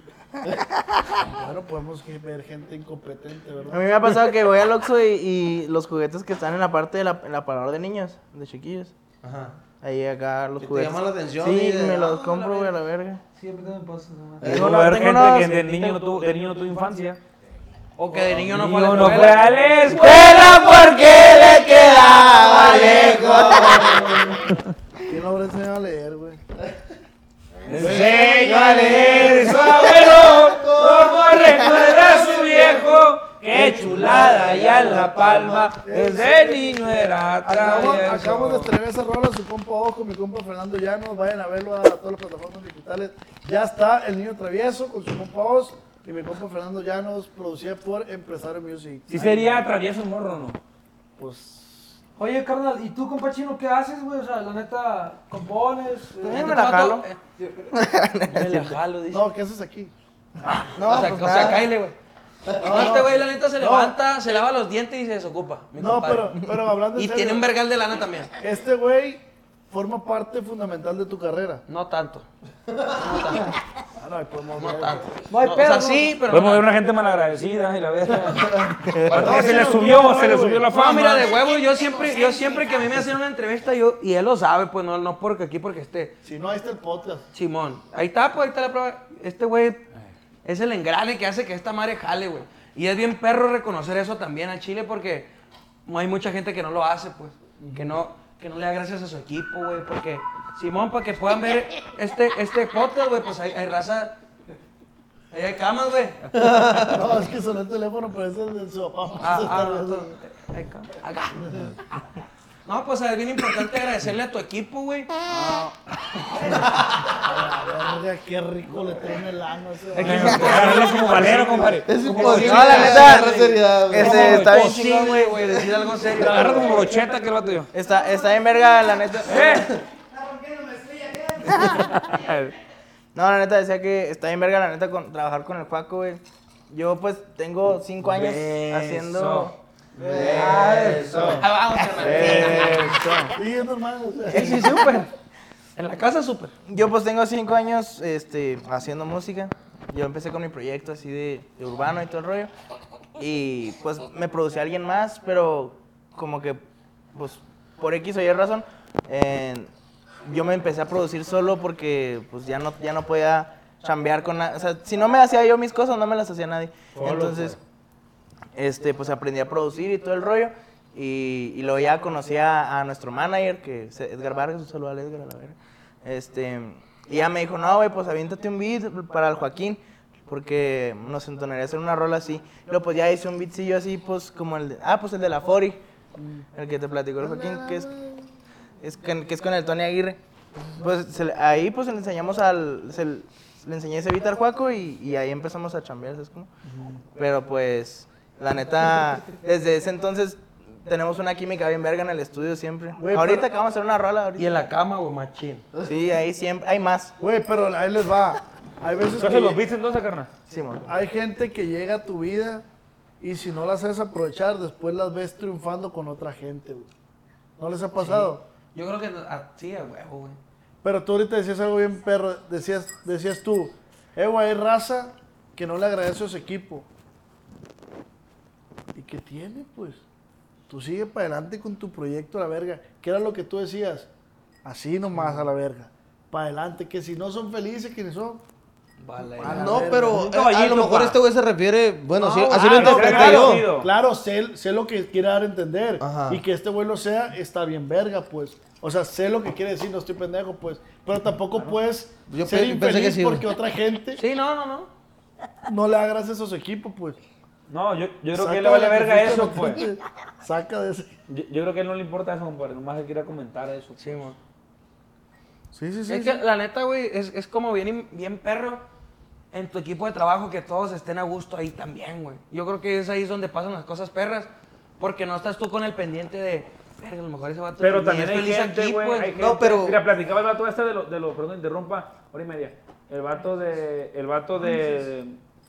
Speaker 1: Claro, podemos que ver gente incompetente,
Speaker 9: A
Speaker 1: ¿verdad?
Speaker 9: mí me ha pasado que voy al Oxxo y, y los juguetes que están en la parte de la, en la palabra de niños, de chiquillos.
Speaker 6: Ajá.
Speaker 9: Ahí acá los
Speaker 6: Que te
Speaker 9: juguetes.
Speaker 6: llama la atención y
Speaker 9: Sí,
Speaker 6: de-
Speaker 9: me
Speaker 6: ah,
Speaker 9: los
Speaker 6: la
Speaker 9: compro, güey, a la verga.
Speaker 5: Siempre te me pasa esa madre.
Speaker 6: Eh,
Speaker 9: Tengo
Speaker 4: Debe haber
Speaker 9: unos- tengo
Speaker 4: gente que de
Speaker 9: unos-
Speaker 4: niño no tuvo, de niño no tuvo infancia.
Speaker 3: O que de niño no
Speaker 4: Y
Speaker 3: fue a la
Speaker 4: uno fue
Speaker 3: escuela.
Speaker 4: a la
Speaker 9: Escuela porque le quedaba lejos.
Speaker 1: ¿Quién lo habrá enseñado a leer, güey?
Speaker 4: Enseño a leer su abuelo, como recuerda a su viejo. Qué chulada ya en la palma, desde niño era
Speaker 1: Acabo, acabo de
Speaker 4: travieso.
Speaker 1: estrenar esa rola, su compa Ojo, mi compa Fernando Llanos, vayan a verlo a todas las plataformas digitales. Ya está El Niño Travieso con su compa Oz y mi compa Fernando Llanos, producida por Empresario Music.
Speaker 4: Si sería travieso un morro, ¿no?
Speaker 1: Pues,
Speaker 5: Oye, carnal, ¿y tú, compa chino, qué haces, güey? O sea, la neta, compones. Eh,
Speaker 9: También me la jalo.
Speaker 3: Me la
Speaker 4: Ah,
Speaker 3: jalo, dice.
Speaker 1: no, ¿qué haces aquí?
Speaker 3: o sea, o sea, cáele, güey. No, este güey, la neta, se
Speaker 1: pues No.
Speaker 3: levanta, se lava los dientes y se desocupa. mi
Speaker 1: No,
Speaker 3: compadre.
Speaker 1: pero, pero hablando en
Speaker 3: Y
Speaker 1: serio,
Speaker 3: tiene un vergal de lana también.
Speaker 1: este güey forma parte fundamental de tu carrera.
Speaker 3: No tanto.
Speaker 1: Ah, no, ahí podemos
Speaker 3: No
Speaker 1: ver.
Speaker 3: tanto.
Speaker 5: No hay
Speaker 3: No,
Speaker 5: pedo,
Speaker 3: O sea, sí, pero.
Speaker 4: Podemos
Speaker 3: no
Speaker 4: ver una gente malagradecida y la verga.
Speaker 1: No,
Speaker 4: Porque
Speaker 1: sí,
Speaker 4: se le
Speaker 1: no,
Speaker 4: subió,
Speaker 1: no,
Speaker 4: se le
Speaker 1: güey.
Speaker 4: subió la
Speaker 3: No, mira,
Speaker 4: fama.
Speaker 3: de huevo, yo siempre, yo siempre que a mí me hacen una entrevista, yo, y él lo sabe, pues no, no porque aquí, porque esté.
Speaker 1: Si no, ahí está el podcast.
Speaker 3: Simón, ahí está, pues ahí está la prueba. Este güey es el engrane que hace que esta madre jale, güey. Y es bien perro reconocer eso también a Chile porque hay mucha gente que no lo hace, pues. Que no, que no le da gracias a su equipo, güey. Porque, Simón, para que puedan ver este, este podcast, güey, pues hay, hay raza. Ahí hay camas, güey.
Speaker 1: No, es que sonó el teléfono, pero ese es de su papá.
Speaker 3: Ah, ah, no, esto- hay camas. Acá. No, pues es bien importante agradecerle a tu equipo, güey.
Speaker 1: La verga, Ah. qué rico le traen el ano a ese. vato.
Speaker 4: Agarrarlo como valero, compadre.
Speaker 6: Es imposible.
Speaker 9: No, la neta,
Speaker 6: agarrar seriedad, güey.
Speaker 9: este,
Speaker 4: No,
Speaker 9: está bien
Speaker 3: Sí,
Speaker 9: chingón,
Speaker 3: güey, güey, decir algo serio.
Speaker 4: Lo agarra como brocheta que el vato yo.
Speaker 9: Está, está bien verga, la neta.
Speaker 4: ¡Eh!
Speaker 2: ¡Eh!
Speaker 9: No, la neta decía que está bien verga, la neta, con, trabajar con el Paco, güey. Yo, pues, tengo cinco años
Speaker 4: Beso.
Speaker 9: haciendo...
Speaker 3: Ah, vamos, hermano.
Speaker 1: Sí, es normal. o sea.
Speaker 9: Sí, sí, súper.
Speaker 3: En la casa, súper.
Speaker 9: Yo, pues, tengo cinco años este, haciendo música. Yo empecé con mi proyecto así de, de urbano y todo el rollo. Y, pues, me producía alguien más, pero como que, pues, por X o Y razón, eh, yo me empecé a producir solo porque, pues, ya no, ya no podía chambear con... na- O sea, si no me hacía yo mis cosas, no me las hacía nadie. Entonces... este, pues aprendí a producir y todo el rollo. Y, y luego ya conocí a, a nuestro manager, que es Edgar Vargas, un saludo al Edgar, a la verga. Este, y ya me dijo, no, güey, pues aviéntate un beat para el Joaquín, porque nos entonaría hacer una rola así. Luego pues ya hice un beatcillo así, pues como el de, ah, pues el de la Fori, el que te platicó el Joaquín, que es, es con- que es con el Tony Aguirre. Pues se le- ahí pues le enseñamos al, se le le enseñé ese beat al Joaco y, y ahí empezamos a chambear, ¿sabes cómo? Pero pues, la neta, desde ese entonces tenemos una química bien verga en el estudio siempre.
Speaker 1: Güey,
Speaker 9: ahorita
Speaker 1: pero-
Speaker 9: acabamos de hacer una rola ahorita.
Speaker 3: Y en la cama, güey, machín.
Speaker 9: Sí, ahí siempre, hay más.
Speaker 1: Güey, pero ahí les va. Hay veces
Speaker 4: Entonces los
Speaker 1: que
Speaker 4: viste entonces, carnal.
Speaker 9: Simón.
Speaker 1: hay gente que llega a tu vida y si no las sabes aprovechar, después las ves triunfando con otra gente, güey. ¿No les ha pasado?
Speaker 3: Yo creo que ah, sí, a huevo, güey.
Speaker 1: Pero tú ahorita decías algo bien perro. Decías, decías tú, eh, güey, hay raza que no le agradece a su equipo. ¿Y qué tiene, pues? Tú sigue para adelante con tu proyecto a la verga. ¿Qué era lo que tú decías? Así nomás a la verga. Para adelante, que si no son felices, que ni son.
Speaker 3: Vale.
Speaker 1: A la
Speaker 6: No,
Speaker 1: verga.
Speaker 6: pero eh, a
Speaker 4: caballito,
Speaker 6: lo mejor
Speaker 4: pa.
Speaker 6: este güey se refiere, bueno, sí,
Speaker 3: Oh,
Speaker 1: No,
Speaker 6: así
Speaker 4: ah,
Speaker 6: lo
Speaker 4: no,
Speaker 6: interpreté
Speaker 4: claro,
Speaker 6: yo.
Speaker 4: sí.
Speaker 1: Claro, sé, sé lo que quiere dar a entender.
Speaker 6: Ajá.
Speaker 1: Y que este vuelo sea, está bien verga, pues. O sea, sé lo que quiere decir, no estoy pendejo, pues. Pero tampoco puedes
Speaker 6: Yo
Speaker 1: ser
Speaker 6: pe- pensé
Speaker 1: infeliz
Speaker 6: que sí, güey.
Speaker 1: porque otra gente
Speaker 3: Sí, no, no, no.
Speaker 1: no le da gracias a su equipo, pues.
Speaker 4: No, yo, yo creo
Speaker 1: Saca
Speaker 4: que él le vale
Speaker 1: de la
Speaker 4: verga
Speaker 1: fiesta,
Speaker 4: eso,
Speaker 1: no
Speaker 4: pues.
Speaker 1: te- Saca de ese.
Speaker 4: Yo, yo creo que a él no le importa eso, compadre. Nomás él quería comentar eso.
Speaker 3: Sí, mon.
Speaker 1: Sí, sí, sí.
Speaker 3: Es
Speaker 1: sí.
Speaker 3: que la neta, güey, es, es como bien, im- bien perro en tu equipo de trabajo que todos estén a gusto ahí también, güey. Yo creo que es ahí donde pasan las cosas perras, porque no estás tú con el pendiente de, verga, a lo mejor ese vato
Speaker 4: Pero
Speaker 3: ni
Speaker 4: también
Speaker 3: es pues".
Speaker 4: hay gente, güey. hay gente-
Speaker 6: No, pero-
Speaker 4: Mira, platicaba el vato este de los... De lo, perdón, interrumpa. Hora y media. El vato de... El vato de...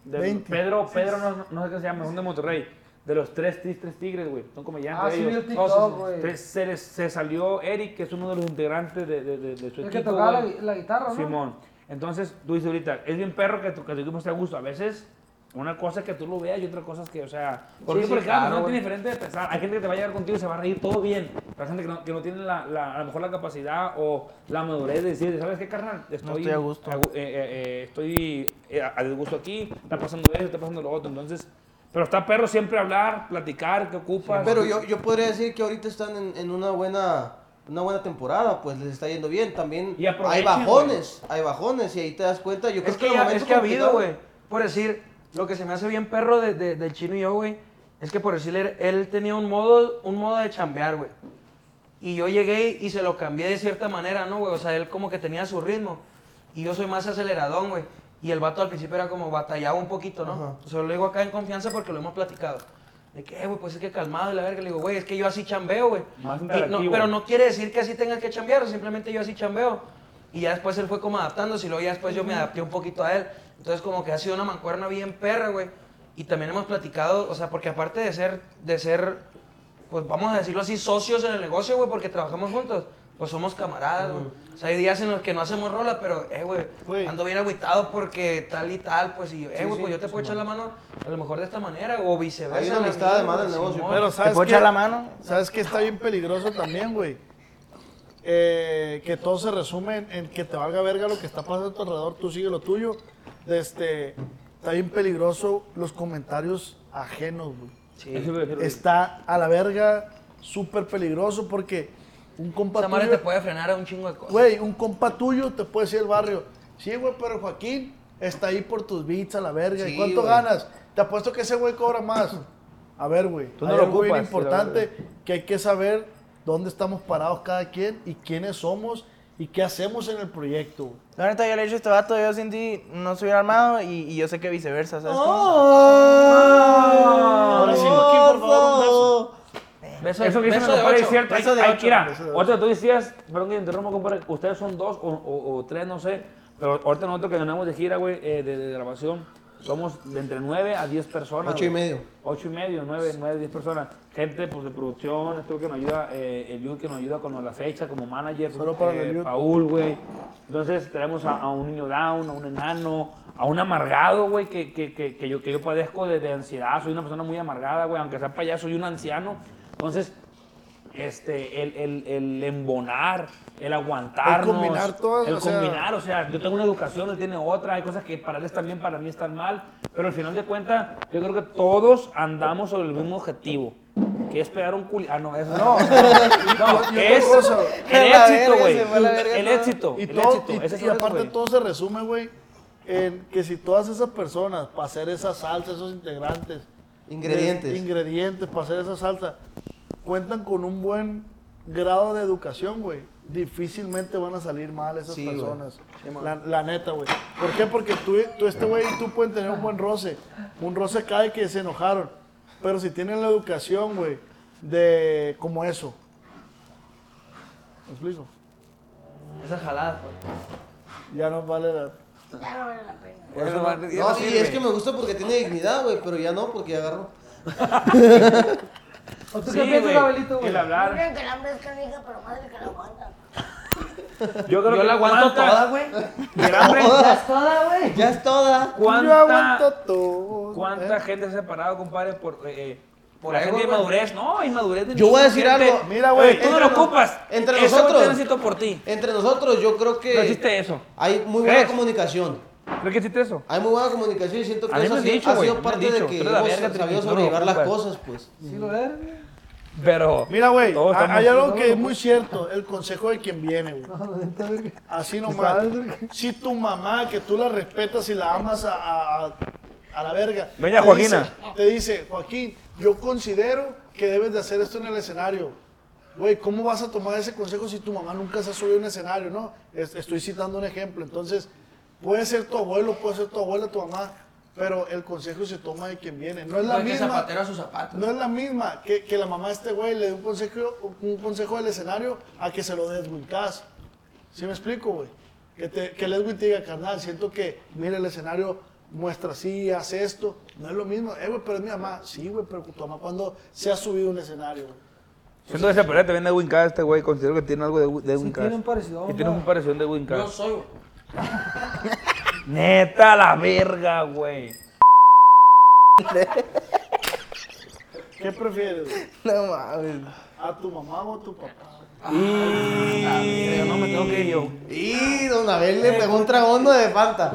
Speaker 4: de
Speaker 1: Veinte.
Speaker 4: Pedro, Pedro, no, no sé qué se llama, es un de Monterrey. de los tres, tis- tres tigres, güey. Son comediantes.
Speaker 5: Ah, sí,
Speaker 4: ellos.
Speaker 5: vi el
Speaker 4: No, sí,
Speaker 5: TikTok,
Speaker 4: sí.
Speaker 5: güey.
Speaker 4: Entonces, se, les- se salió Eric, que es uno de los integrantes de, de- de- de su
Speaker 5: El
Speaker 4: equipo.
Speaker 5: que tocaba
Speaker 4: güey.
Speaker 5: la, la guitarra, ¿no?
Speaker 4: Simón. Entonces, tú dices ahorita, es bien perro que tu, que tu equipo esté a gusto. A veces, una cosa es que tú lo veas y otra cosa es que, o sea, porque
Speaker 5: Sí,
Speaker 4: por
Speaker 5: sí,
Speaker 4: cada
Speaker 5: claro,
Speaker 4: persona
Speaker 5: güey.
Speaker 4: tiene diferente de pensar. Hay gente que te va a llegar contigo y se va a reír todo bien. Pero hay gente que no, que no tiene la, la- a lo mejor la capacidad o la madurez de decir, ¿sabes qué, carnal? Estoy,
Speaker 6: estoy a gusto.
Speaker 4: gu- eh, eh, eh, estoy eh, a a disgusto aquí, está pasando esto, está pasando lo otro. Entonces, pero está perro siempre hablar, platicar, qué ocupas.
Speaker 6: Pero yo, yo podría decir que ahorita están en, en una buena una buena temporada, pues les está yendo bien. También
Speaker 4: Y
Speaker 6: hay
Speaker 4: aprovechen,
Speaker 6: bajones, hay bajones y ahí te das cuenta. Yo creo
Speaker 3: Es que,
Speaker 6: los
Speaker 3: ya-
Speaker 6: momentos
Speaker 3: es que ha habido,
Speaker 6: complicados-
Speaker 3: güey. Por decir, lo que se me hace bien perro de, de- del chino y yo, güey, es que por decirle, él tenía un modo, un modo de chambear, güey. Y yo llegué y se lo cambié de cierta manera, ¿no, güey? O sea, él como que tenía su ritmo. Y yo soy más aceleradón, güey. Y el vato al principio era como batallaba un poquito, ¿no?
Speaker 6: Ajá.
Speaker 3: O sea, lo digo acá en confianza porque lo hemos platicado. De que, "Eh, güey, pues es que calmado y la verga. Le digo, güey, es que yo así chambeo, güey.
Speaker 4: Más
Speaker 3: Y no-
Speaker 4: interactivo.
Speaker 3: pero no quiere decir que así tengas que chambear, simplemente yo así chambeo. Y ya después él fue como adaptándose y luego ya después yo me adapté un poquito a él. Entonces como que ha sido una mancuerna bien perra, güey. Y también hemos platicado, o sea, porque aparte de ser, de ser, pues vamos a decirlo así, socios en el negocio, güey, porque trabajamos juntos, pues somos camaradas, güey. O sea, hay días en los que no hacemos rola, pero, eh, güey,
Speaker 1: Güey.
Speaker 3: ando bien agüitado porque tal y tal, pues, y, eh, güey, pues yo te puedo echar la mano a lo mejor de esta manera, o viceversa.
Speaker 6: Hay una
Speaker 3: la
Speaker 6: amistad
Speaker 3: chingada,
Speaker 6: además del
Speaker 3: Simón.
Speaker 6: negocio,
Speaker 1: Pero
Speaker 9: ¿Te
Speaker 1: sabes
Speaker 9: puedo
Speaker 1: qué?
Speaker 9: echar la mano?
Speaker 1: ¿Sabes que está bien peligroso también, güey? Eh, que todo se resume en, en que te valga verga lo que está pasando a tu alrededor, tú sigue lo tuyo. Este, está bien peligroso los comentarios ajenos, güey.
Speaker 4: Eso iba a decir, güey.
Speaker 1: Está a la verga, súper peligroso porque un compa
Speaker 3: Esa madre
Speaker 1: tuyo-
Speaker 3: te puede frenar a un chingo de cosas.
Speaker 1: Güey, un compa tuyo te puede decir el barrio, sí, güey, pero Joaquín está ahí por tus beats a la verga.
Speaker 6: Sí,
Speaker 1: ¿Y cuánto
Speaker 6: güey.
Speaker 1: ganas? Te apuesto que ese güey cobra más. A ver, güey,
Speaker 4: Tú no
Speaker 1: hay
Speaker 4: lo
Speaker 1: algo bien
Speaker 4: ocupas, la
Speaker 1: importante que hay que saber dónde estamos parados cada quien y quiénes somos y qué hacemos en el proyecto. güey.
Speaker 9: La neta, yo le he dicho a este vato, yo sin ti no soy armado y, y yo sé que viceversa, ¿sabes?
Speaker 6: Ah.
Speaker 1: Ahora sí, Joaquín, por favor, un beso.
Speaker 3: Beso,
Speaker 4: Eso que dicen
Speaker 3: beso
Speaker 4: los
Speaker 3: de
Speaker 4: compadres
Speaker 3: ocho.
Speaker 4: es cierto.
Speaker 9: beso
Speaker 4: hay-
Speaker 9: de
Speaker 4: hay
Speaker 9: ocho,
Speaker 4: que ir a-
Speaker 1: beso de ocho.
Speaker 4: Ahorita tú decías, perdón que te interrumpa, compadre, ustedes son dos o, o- o tres, no sé. Pero ahorita nosotros que ganamos de gira, güey, eh, de, de grabación, somos de entre nueve a diez personas.
Speaker 6: Ocho y
Speaker 4: güey.
Speaker 6: medio.
Speaker 4: Ocho y medio, nueve, nueve, diez personas. Gente pues, de producción, esto que nos ayuda, eh, el Yun que nos ayuda con la fecha, como manager.
Speaker 1: Solo para
Speaker 4: eh,
Speaker 1: el Yun.
Speaker 4: Paul, güey. Entonces tenemos a, a un niño down, a un enano, a un amargado, güey, que, que, que, que yo, que yo padezco de, de ansiedad. Soy una persona muy amargada, güey, aunque sea payaso, soy un anciano. Entonces, este, el, el, el embonar, el aguantarnos.
Speaker 1: El combinar todas,
Speaker 4: El
Speaker 1: o sea-
Speaker 4: combinar, o sea, yo tengo una educación, él tiene otra, hay cosas que para él están bien, para mí están mal, pero al final de cuentas, yo creo que todos andamos sobre el mismo objetivo, que es pegar un culi... Ah, no, eso no. No, es el
Speaker 9: La verga,
Speaker 4: éxito, güey.
Speaker 9: se fue a la verga,
Speaker 4: El
Speaker 9: no.
Speaker 4: éxito,
Speaker 1: Y,
Speaker 4: el
Speaker 1: todo-
Speaker 4: éxito.
Speaker 1: y-
Speaker 4: ese es
Speaker 1: y
Speaker 4: el
Speaker 1: aparte
Speaker 4: éxito, güey.
Speaker 1: todo se resume, güey, en que si todas esas personas, para hacer esa salsa, esos integrantes,
Speaker 6: Ingredientes.
Speaker 1: de- ingredientes para hacer esa salsa, cuentan con un buen grado de educación, güey. Difícilmente van a salir mal esas
Speaker 6: Sí, güey.
Speaker 1: personas. la, la neta, güey. ¿Por qué? Porque tú, tú este güey y tú pueden tener un buen roce. Un roce cae que se enojaron. Pero si tienen la educación, güey, de como eso. ¿Me explico?
Speaker 3: Esa jalada, pues. güey.
Speaker 1: Ya no vale la...
Speaker 7: Ya no vale la pena.
Speaker 6: No, sí, es que me gusta porque tiene dignidad, güey, pero ya no, porque agarro.
Speaker 5: ¿O tú
Speaker 4: Sí,
Speaker 5: qué piensas,
Speaker 4: güey,
Speaker 5: Abelito, güey?
Speaker 4: El
Speaker 7: No
Speaker 4: hablar.
Speaker 7: crean que el hambre es canija, pero madre que la aguanta.
Speaker 4: Yo creo
Speaker 3: Yo
Speaker 4: que
Speaker 3: la aguanto
Speaker 4: cuántas-
Speaker 3: toda, güey.
Speaker 4: el hambre-
Speaker 6: Ya es toda.
Speaker 4: cuánta-
Speaker 1: Yo aguanto todo.
Speaker 4: ¿Cuánta gente se ha separado, compadre, por, eh, eh, por
Speaker 3: Por
Speaker 4: la
Speaker 3: ego,
Speaker 4: gente de
Speaker 3: güey.
Speaker 4: inmadurez? No, inmadurez de
Speaker 6: Yo voy a decir
Speaker 4: gente.
Speaker 6: algo.
Speaker 1: Mira, güey,
Speaker 4: Tú no lo
Speaker 6: entre nos-
Speaker 4: ocupas.
Speaker 6: entre
Speaker 4: Ese güey
Speaker 6: nosotros.
Speaker 4: te necesito por ti.
Speaker 6: Entre nosotros, yo creo que
Speaker 4: No existe eso.
Speaker 6: hay muy
Speaker 4: ¿Qué
Speaker 6: buena
Speaker 4: es?
Speaker 6: comunicación.
Speaker 4: ¿Crees que existe eso?
Speaker 6: Hay muy buena comunicación y siento que
Speaker 4: A mí
Speaker 6: eso
Speaker 4: me
Speaker 6: ha
Speaker 4: han
Speaker 6: sido,
Speaker 4: dicho,
Speaker 6: ha
Speaker 4: güey,
Speaker 6: sido
Speaker 4: me han
Speaker 6: parte
Speaker 4: dicho,
Speaker 6: de que
Speaker 4: tú eres la
Speaker 6: hemos
Speaker 4: verga,
Speaker 6: sabido
Speaker 4: Triqui, tú no lo
Speaker 6: sobrellevar las
Speaker 4: ocupas.
Speaker 6: cosas, pues.
Speaker 5: Sí, lo eres, güey.
Speaker 4: Pero.
Speaker 1: Mira, güey,
Speaker 4: Todos
Speaker 1: ha-
Speaker 4: estamos-
Speaker 1: hay algo que es muy cierto, el consejo de quien viene, güey.
Speaker 5: No, vente, verga.
Speaker 1: Así nomás. Si tu mamá, que tú la respetas y la amas a, a- a- a la verga.
Speaker 4: Doña
Speaker 1: te
Speaker 4: Joaquina.
Speaker 1: dice- te dice, Joaquín, yo considero que debes de hacer esto en el escenario. Güey, ¿cómo vas a tomar ese consejo si tu mamá nunca se ha subido a un escenario, no? Es- estoy citando un ejemplo. Entonces, puede ser tu abuelo, puede ser tu abuela, tu mamá, pero el consejo se toma de quien viene. No es la
Speaker 3: Hay que
Speaker 1: misma.
Speaker 3: zapatero a sus zapatos.
Speaker 1: No es la misma que, que la mamá de este güey le dé un consejo, un consejo del escenario a que se lo des Edwin Cass. ¿Sí me explico, güey? Que, te, que el Edwin te diga, carnal, siento que, mira, el escenario muestra así, haz esto. No es lo mismo. Eh, güey, pero es mi mamá. Sí, güey, pero tu mamá cuando se ha subido a un escenario, güey.
Speaker 14: Siento que esa pelea también de Winca este güey, considero que tiene algo de, Edwin
Speaker 5: Sí, tiene un parecido,
Speaker 14: Y tiene un
Speaker 5: ¿verdad?
Speaker 14: parecido de Winca.
Speaker 3: Yo soy, güey.
Speaker 14: Neta la verga, güey.
Speaker 1: ¿Qué prefieres, güey?
Speaker 6: No mames.
Speaker 1: ¿A tu mamá o a tu
Speaker 14: Yo
Speaker 1: papá?
Speaker 14: Ah, no me tengo que ir yo.
Speaker 6: Y don Abel le pegó un tragón de falta.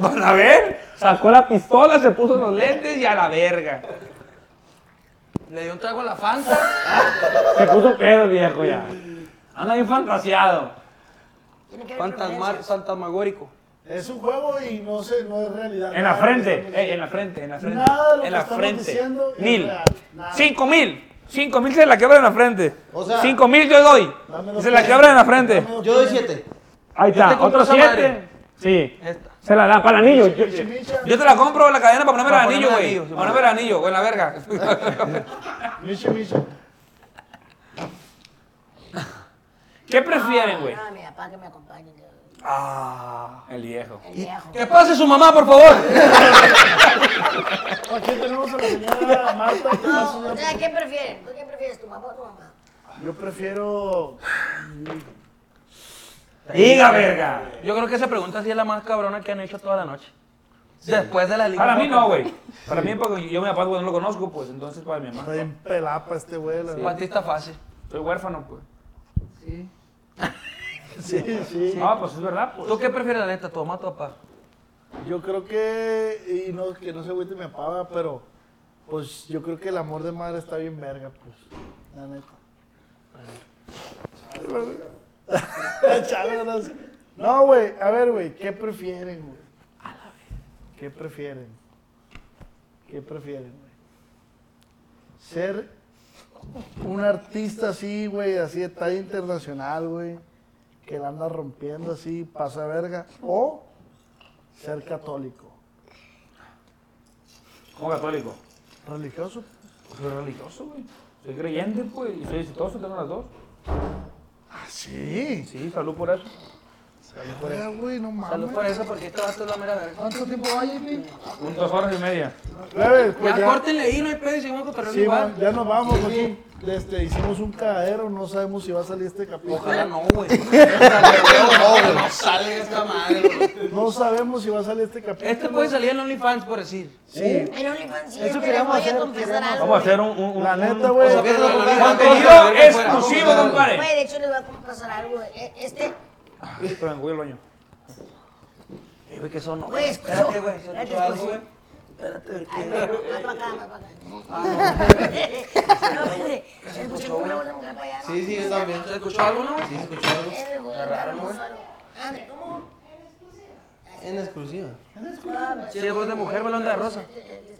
Speaker 14: Van a ver, sacó la pistola, se puso los lentes y a la verga.
Speaker 3: Le dio un trago a la Fanta.
Speaker 4: Se puso pedo, viejo, ya. Anda bien fantaseado.
Speaker 7: Tiene que haber
Speaker 3: Fantasmar,
Speaker 7: preferencias.
Speaker 3: fantasmagórico.
Speaker 1: Es un juego y no, sé, no es realidad.
Speaker 4: En la
Speaker 1: Nada
Speaker 4: frente,
Speaker 1: de lo que estamos
Speaker 4: eh, en la frente, en la frente.
Speaker 1: Nada de lo que
Speaker 4: en la
Speaker 1: estamos
Speaker 4: frente.
Speaker 1: diciendo es
Speaker 4: mil.
Speaker 1: real, nada.
Speaker 4: Cinco mil. Cinco mil se la quebra en la frente.
Speaker 6: O sea-
Speaker 4: Cinco mil yo doy.
Speaker 1: Dame
Speaker 4: Y
Speaker 1: dos
Speaker 4: se la
Speaker 1: pesos.
Speaker 4: quebra en la frente.
Speaker 1: diciendo.
Speaker 6: Yo doy siete.
Speaker 4: Ahí
Speaker 3: te
Speaker 4: está,
Speaker 3: compro
Speaker 4: otro
Speaker 3: esa
Speaker 4: siete.
Speaker 3: madre.
Speaker 4: Sí.
Speaker 3: Esta.
Speaker 4: Se la da para el anillo. Yo, yo-
Speaker 1: Micha,
Speaker 4: yo te la compro la cadena para ponerme
Speaker 3: Para
Speaker 4: el anillo,
Speaker 3: ponerme el
Speaker 4: güey.
Speaker 3: anillo, sí,
Speaker 4: Para ponerme el anillo, güey, la verga.
Speaker 1: Micha, Micha.
Speaker 4: ¿Qué prefieren, güey? Ah,
Speaker 7: Ah, mi papá que me acompañe. el-
Speaker 4: El viejo.
Speaker 7: El viejo.
Speaker 3: Que pase su mamá, por favor.
Speaker 1: Aquí tenemos a la señora Marta. que va a
Speaker 7: No,
Speaker 1: sonar-
Speaker 7: o sea, ¿qué prefieren? ¿Tú qué prefieres, tu papá o tu mamá?
Speaker 1: Yo prefiero.
Speaker 4: Diga, verga.
Speaker 3: Yo creo que esa pregunta sí es la más cabrona que han hecho toda la noche. Después de la liga.
Speaker 4: Para mí no, güey. Para mí, porque yo mi papá güey, no lo conozco, pues entonces para mi mamá.
Speaker 1: Está bien pelapa este güey. la
Speaker 3: Para ti está fácil.
Speaker 4: Soy huérfano, pues.
Speaker 5: Sí.
Speaker 1: Sí, sí.
Speaker 4: Ah, pues es verdad, pues.
Speaker 3: ¿Tú qué prefieres la neta, tu mamá o tu papá?
Speaker 1: Yo creo que, y no, que no se agüite mi papá, pero pues yo creo que el amor de madre está bien verga, pues. La neta. Chale, gracias. No, güey, a ver, güey, ¿qué prefieren, güey? ¿Qué prefieren? ¿Qué prefieren, güey? Ser un artista así, güey, así de talla internacional, güey, que la anda rompiendo así, pasa verga, o ser católico.
Speaker 4: Como católico.
Speaker 1: Religioso.
Speaker 4: Soy religioso, güey. Soy creyente, pues, y soy exitoso, tengo las dos.
Speaker 1: Ah, sí.
Speaker 4: Sí, salud por eso.
Speaker 1: Oiga, güey, no
Speaker 3: Salud
Speaker 1: mames.
Speaker 3: por eso, porque esta va a ser la mera verga.
Speaker 1: ¿Cuánto tiempo va, Jimmy?
Speaker 4: Un dos horas y media.
Speaker 1: Nueve, pues
Speaker 3: Ya,
Speaker 1: ya.
Speaker 3: córtenle ahí, no hay pedo, y seguimos con
Speaker 1: Sí,
Speaker 3: igual.
Speaker 1: man, ya nos vamos, Joaquín. Este, hicimos un cagadero, no sabemos si va a salir este capítulo.
Speaker 3: Ojalá no, güey.
Speaker 6: No,
Speaker 8: Sale esta madre, güey.
Speaker 1: No sabemos si va a salir este capítulo.
Speaker 3: Este puede salir en OnlyFans, por decir.
Speaker 1: Sí.
Speaker 7: En OnlyFans, sí,
Speaker 1: Eso
Speaker 7: yo te
Speaker 1: queríamos
Speaker 7: voy
Speaker 1: hacer,
Speaker 7: a confesar
Speaker 1: queríamos
Speaker 7: algo.
Speaker 4: Vamos a hacer un. un, un
Speaker 1: La neta,
Speaker 4: un-
Speaker 1: güey.
Speaker 4: Contenido exclusivo, compadre.
Speaker 7: Güey, de hecho, les voy a confesar algo. E- Este,
Speaker 4: Espérame, voy al baño.
Speaker 3: Eh, güey, que son. no,
Speaker 7: güey,
Speaker 3: Espérate, güey. se
Speaker 7: Espérate,
Speaker 3: escuchó algo, güey.
Speaker 7: escucho. Ay, güey, más para acá, más para acá. No, espérate, escuché como una voz de mujer para allá, ¿no?
Speaker 6: Sí, sí, yo también.
Speaker 3: ¿Se escuchó algo, no? güey?
Speaker 7: Eh, güey, André, ¿cómo?
Speaker 6: En exclusiva.
Speaker 3: Sí, es voz de mujer, balón de rosa.
Speaker 7: Eh,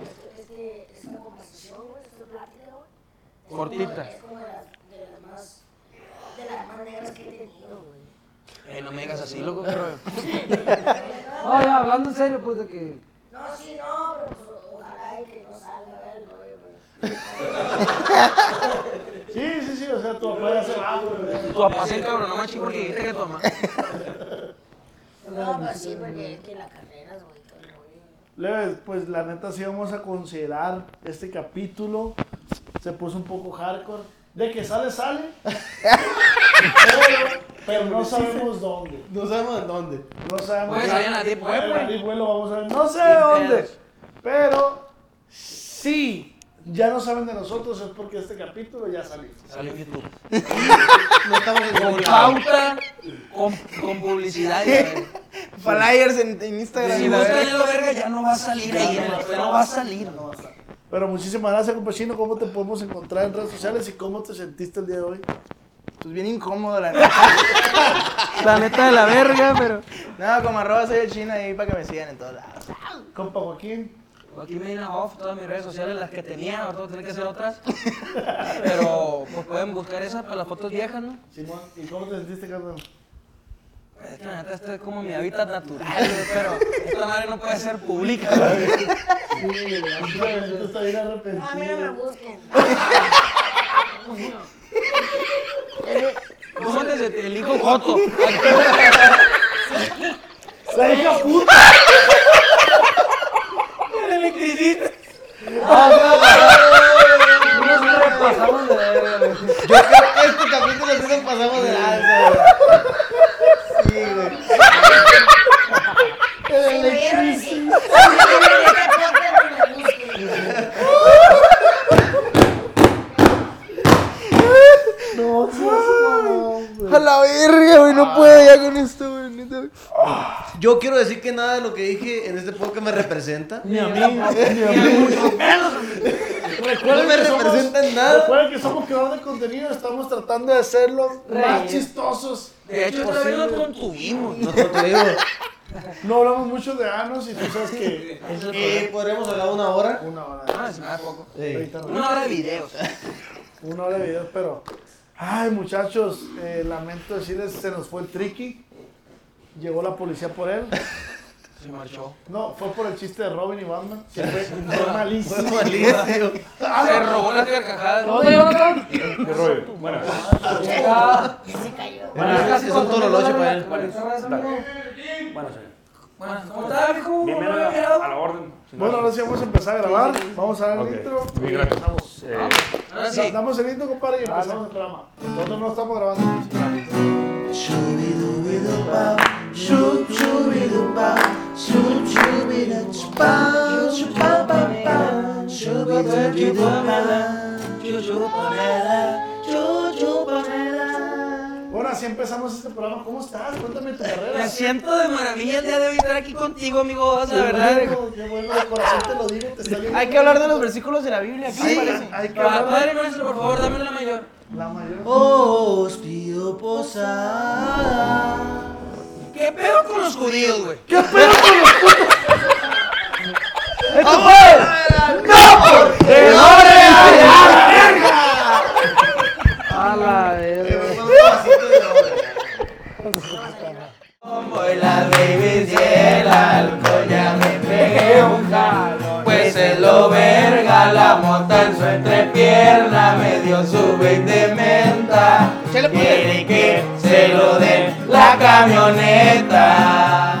Speaker 7: Este, este, es una conversación, güey, es una plática, güey.
Speaker 3: Cortita.
Speaker 7: Es como de las, de las más, de las más negras que he tenido, güey.
Speaker 3: Eh, no me digas así, loco. Pero...
Speaker 5: No, ya, hablando en serio, pues de que.
Speaker 7: No, sí, no, pero pues, o- ojalá y que no salga, ¿verdad? No, güey, güey.
Speaker 1: Sí, sí, sí, o sea, tú puedes hacer algo. güey.
Speaker 3: Tu papá se cabrón, no machi, porque dijiste que tu mamá.
Speaker 7: No, pues sí, porque es que la carrera, güey, todo el rollo.
Speaker 1: Leves, pues la neta sí vamos a considerar este capítulo. Se puso un poco hardcore. De que sale, sale. pero, pero no sabemos dónde.
Speaker 6: No sabemos en dónde.
Speaker 1: No sabemos.
Speaker 3: Puede salir en la Deep Web,
Speaker 1: En
Speaker 3: güey.
Speaker 1: la Deep Web lo vamos a ver. No sé de dónde.
Speaker 3: pedos.
Speaker 1: Pero sí. Ya no saben de nosotros, es porque este capítulo ya salió.
Speaker 3: Salió YouTube.
Speaker 6: No estamos en
Speaker 3: Con pauta, con, con publicidad. y la verga.
Speaker 6: Flyers en, en Instagram.
Speaker 3: Si
Speaker 6: y la
Speaker 3: buscan
Speaker 6: verga.
Speaker 3: en la verga, ya no va a salir ahí. güey, No va a salir.
Speaker 1: Pero muchísimas gracias, compañero. ¿Cómo te podemos encontrar en redes sociales y cómo te sentiste el día de hoy?
Speaker 6: Pues bien incómodo la neta.
Speaker 3: La neta de la verga, pero.
Speaker 6: Nada, como arroba soy el chino ahí para que me sigan en todos lados.
Speaker 1: Compa Joaquín.
Speaker 3: Pues Aquí me vienen off todas mis redes sociales, las que tenía, ahora tengo que tener que hacer otras. Pero pues pueden buscar esas para las fotos viejas, ¿no?
Speaker 1: Simón, ¿y cómo te sentiste, carnal?
Speaker 3: Es que la neta esto es como mi hábitat natural, güey, pero esta madre no puede ser pública. güey.
Speaker 1: Sí, la neta está bien
Speaker 7: No, a mí no Ah, me
Speaker 1: arrepentido.
Speaker 7: busquen.
Speaker 3: ¿Cómo te sentí? El hijo Joto.
Speaker 1: La hija puta.
Speaker 6: Nos repasamos de verga, güey.
Speaker 2: Yo creo que este capítulo sí nos pasamos de lanza, güey. Sí, güey.
Speaker 7: Si vieron y sí. Si vieron este podcast, me la busquen.
Speaker 2: A la verga, güey, no puedo ya con esto, güey. neta, güey. Yo quiero decir que nada de lo que dije en este podcast me representa.
Speaker 1: Ni a mí, ni a mí.
Speaker 2: No me representa en nada.
Speaker 1: Recuerden que somos creadores de contenido, estamos tratando de hacerlos más chistosos.
Speaker 9: De hecho, otra vez nos contuvimos.
Speaker 2: Nosotros te digo,
Speaker 1: No hablamos mucho de anos y tú sabes que
Speaker 2: eh, podremos hablar una hora.
Speaker 1: una
Speaker 9: Ah,
Speaker 1: hora,
Speaker 2: Sí.
Speaker 1: 30
Speaker 9: Una hora de videos.
Speaker 1: una hora de videos, pero. Ay, muchachos, eh, lamento decirles, se nos fue el tricky. Llegó la policía por él.
Speaker 9: Se marchó.
Speaker 1: No, fue por el chiste de Robin y Batman, que fue, fue malísimo. Ah,
Speaker 2: Malísimo.
Speaker 9: Se robó las carcajadas.
Speaker 6: ¿Dónde llevan
Speaker 7: Se cayó.
Speaker 2: Eh, Es que son todos los noches para él.
Speaker 4: Bueno, señor.
Speaker 9: Bueno, ¿cómo estás, viejo?
Speaker 4: Bien, bien, a la- a la orden.
Speaker 1: Bueno, ahora sí vamos a empezar a grabar. Vamos a dar el
Speaker 4: Ok.
Speaker 1: intro.
Speaker 4: Muy
Speaker 1: y
Speaker 4: gracias.
Speaker 1: empezamos.
Speaker 4: Eh,
Speaker 9: Ahora
Speaker 1: Da-
Speaker 9: sí.
Speaker 1: Damos el intro, compadre, y empezamos el programa. Nosotros no estamos grabando. Bueno, así empezamos este programa. ¿Cómo estás? Cuéntame tu carrera.
Speaker 9: Me siento de maravilla el día de hoy estar aquí contigo, amigo. La
Speaker 1: Qué
Speaker 9: verdad.
Speaker 1: bueno, qué bueno, de corazón te lo digo, te está bien.
Speaker 9: Hay que hablar de los versículos de la Biblia. ¿qué
Speaker 1: Sí,
Speaker 9: te parece?
Speaker 1: hay que
Speaker 9: Pa-
Speaker 1: hablar.
Speaker 9: Padre nuestro, por favor, dame la mayor.
Speaker 1: La mayor.
Speaker 2: Os pido
Speaker 9: pues,
Speaker 2: posada.
Speaker 9: ¿Qué pedo con los judíos, güey?
Speaker 6: A la verga.
Speaker 3: Voy las babies y el alcohol ya me pegué un jalón. Pues es lo verga, la mota en su entrepierna me dio su vape de menta. Quiere que se lo dé la camioneta.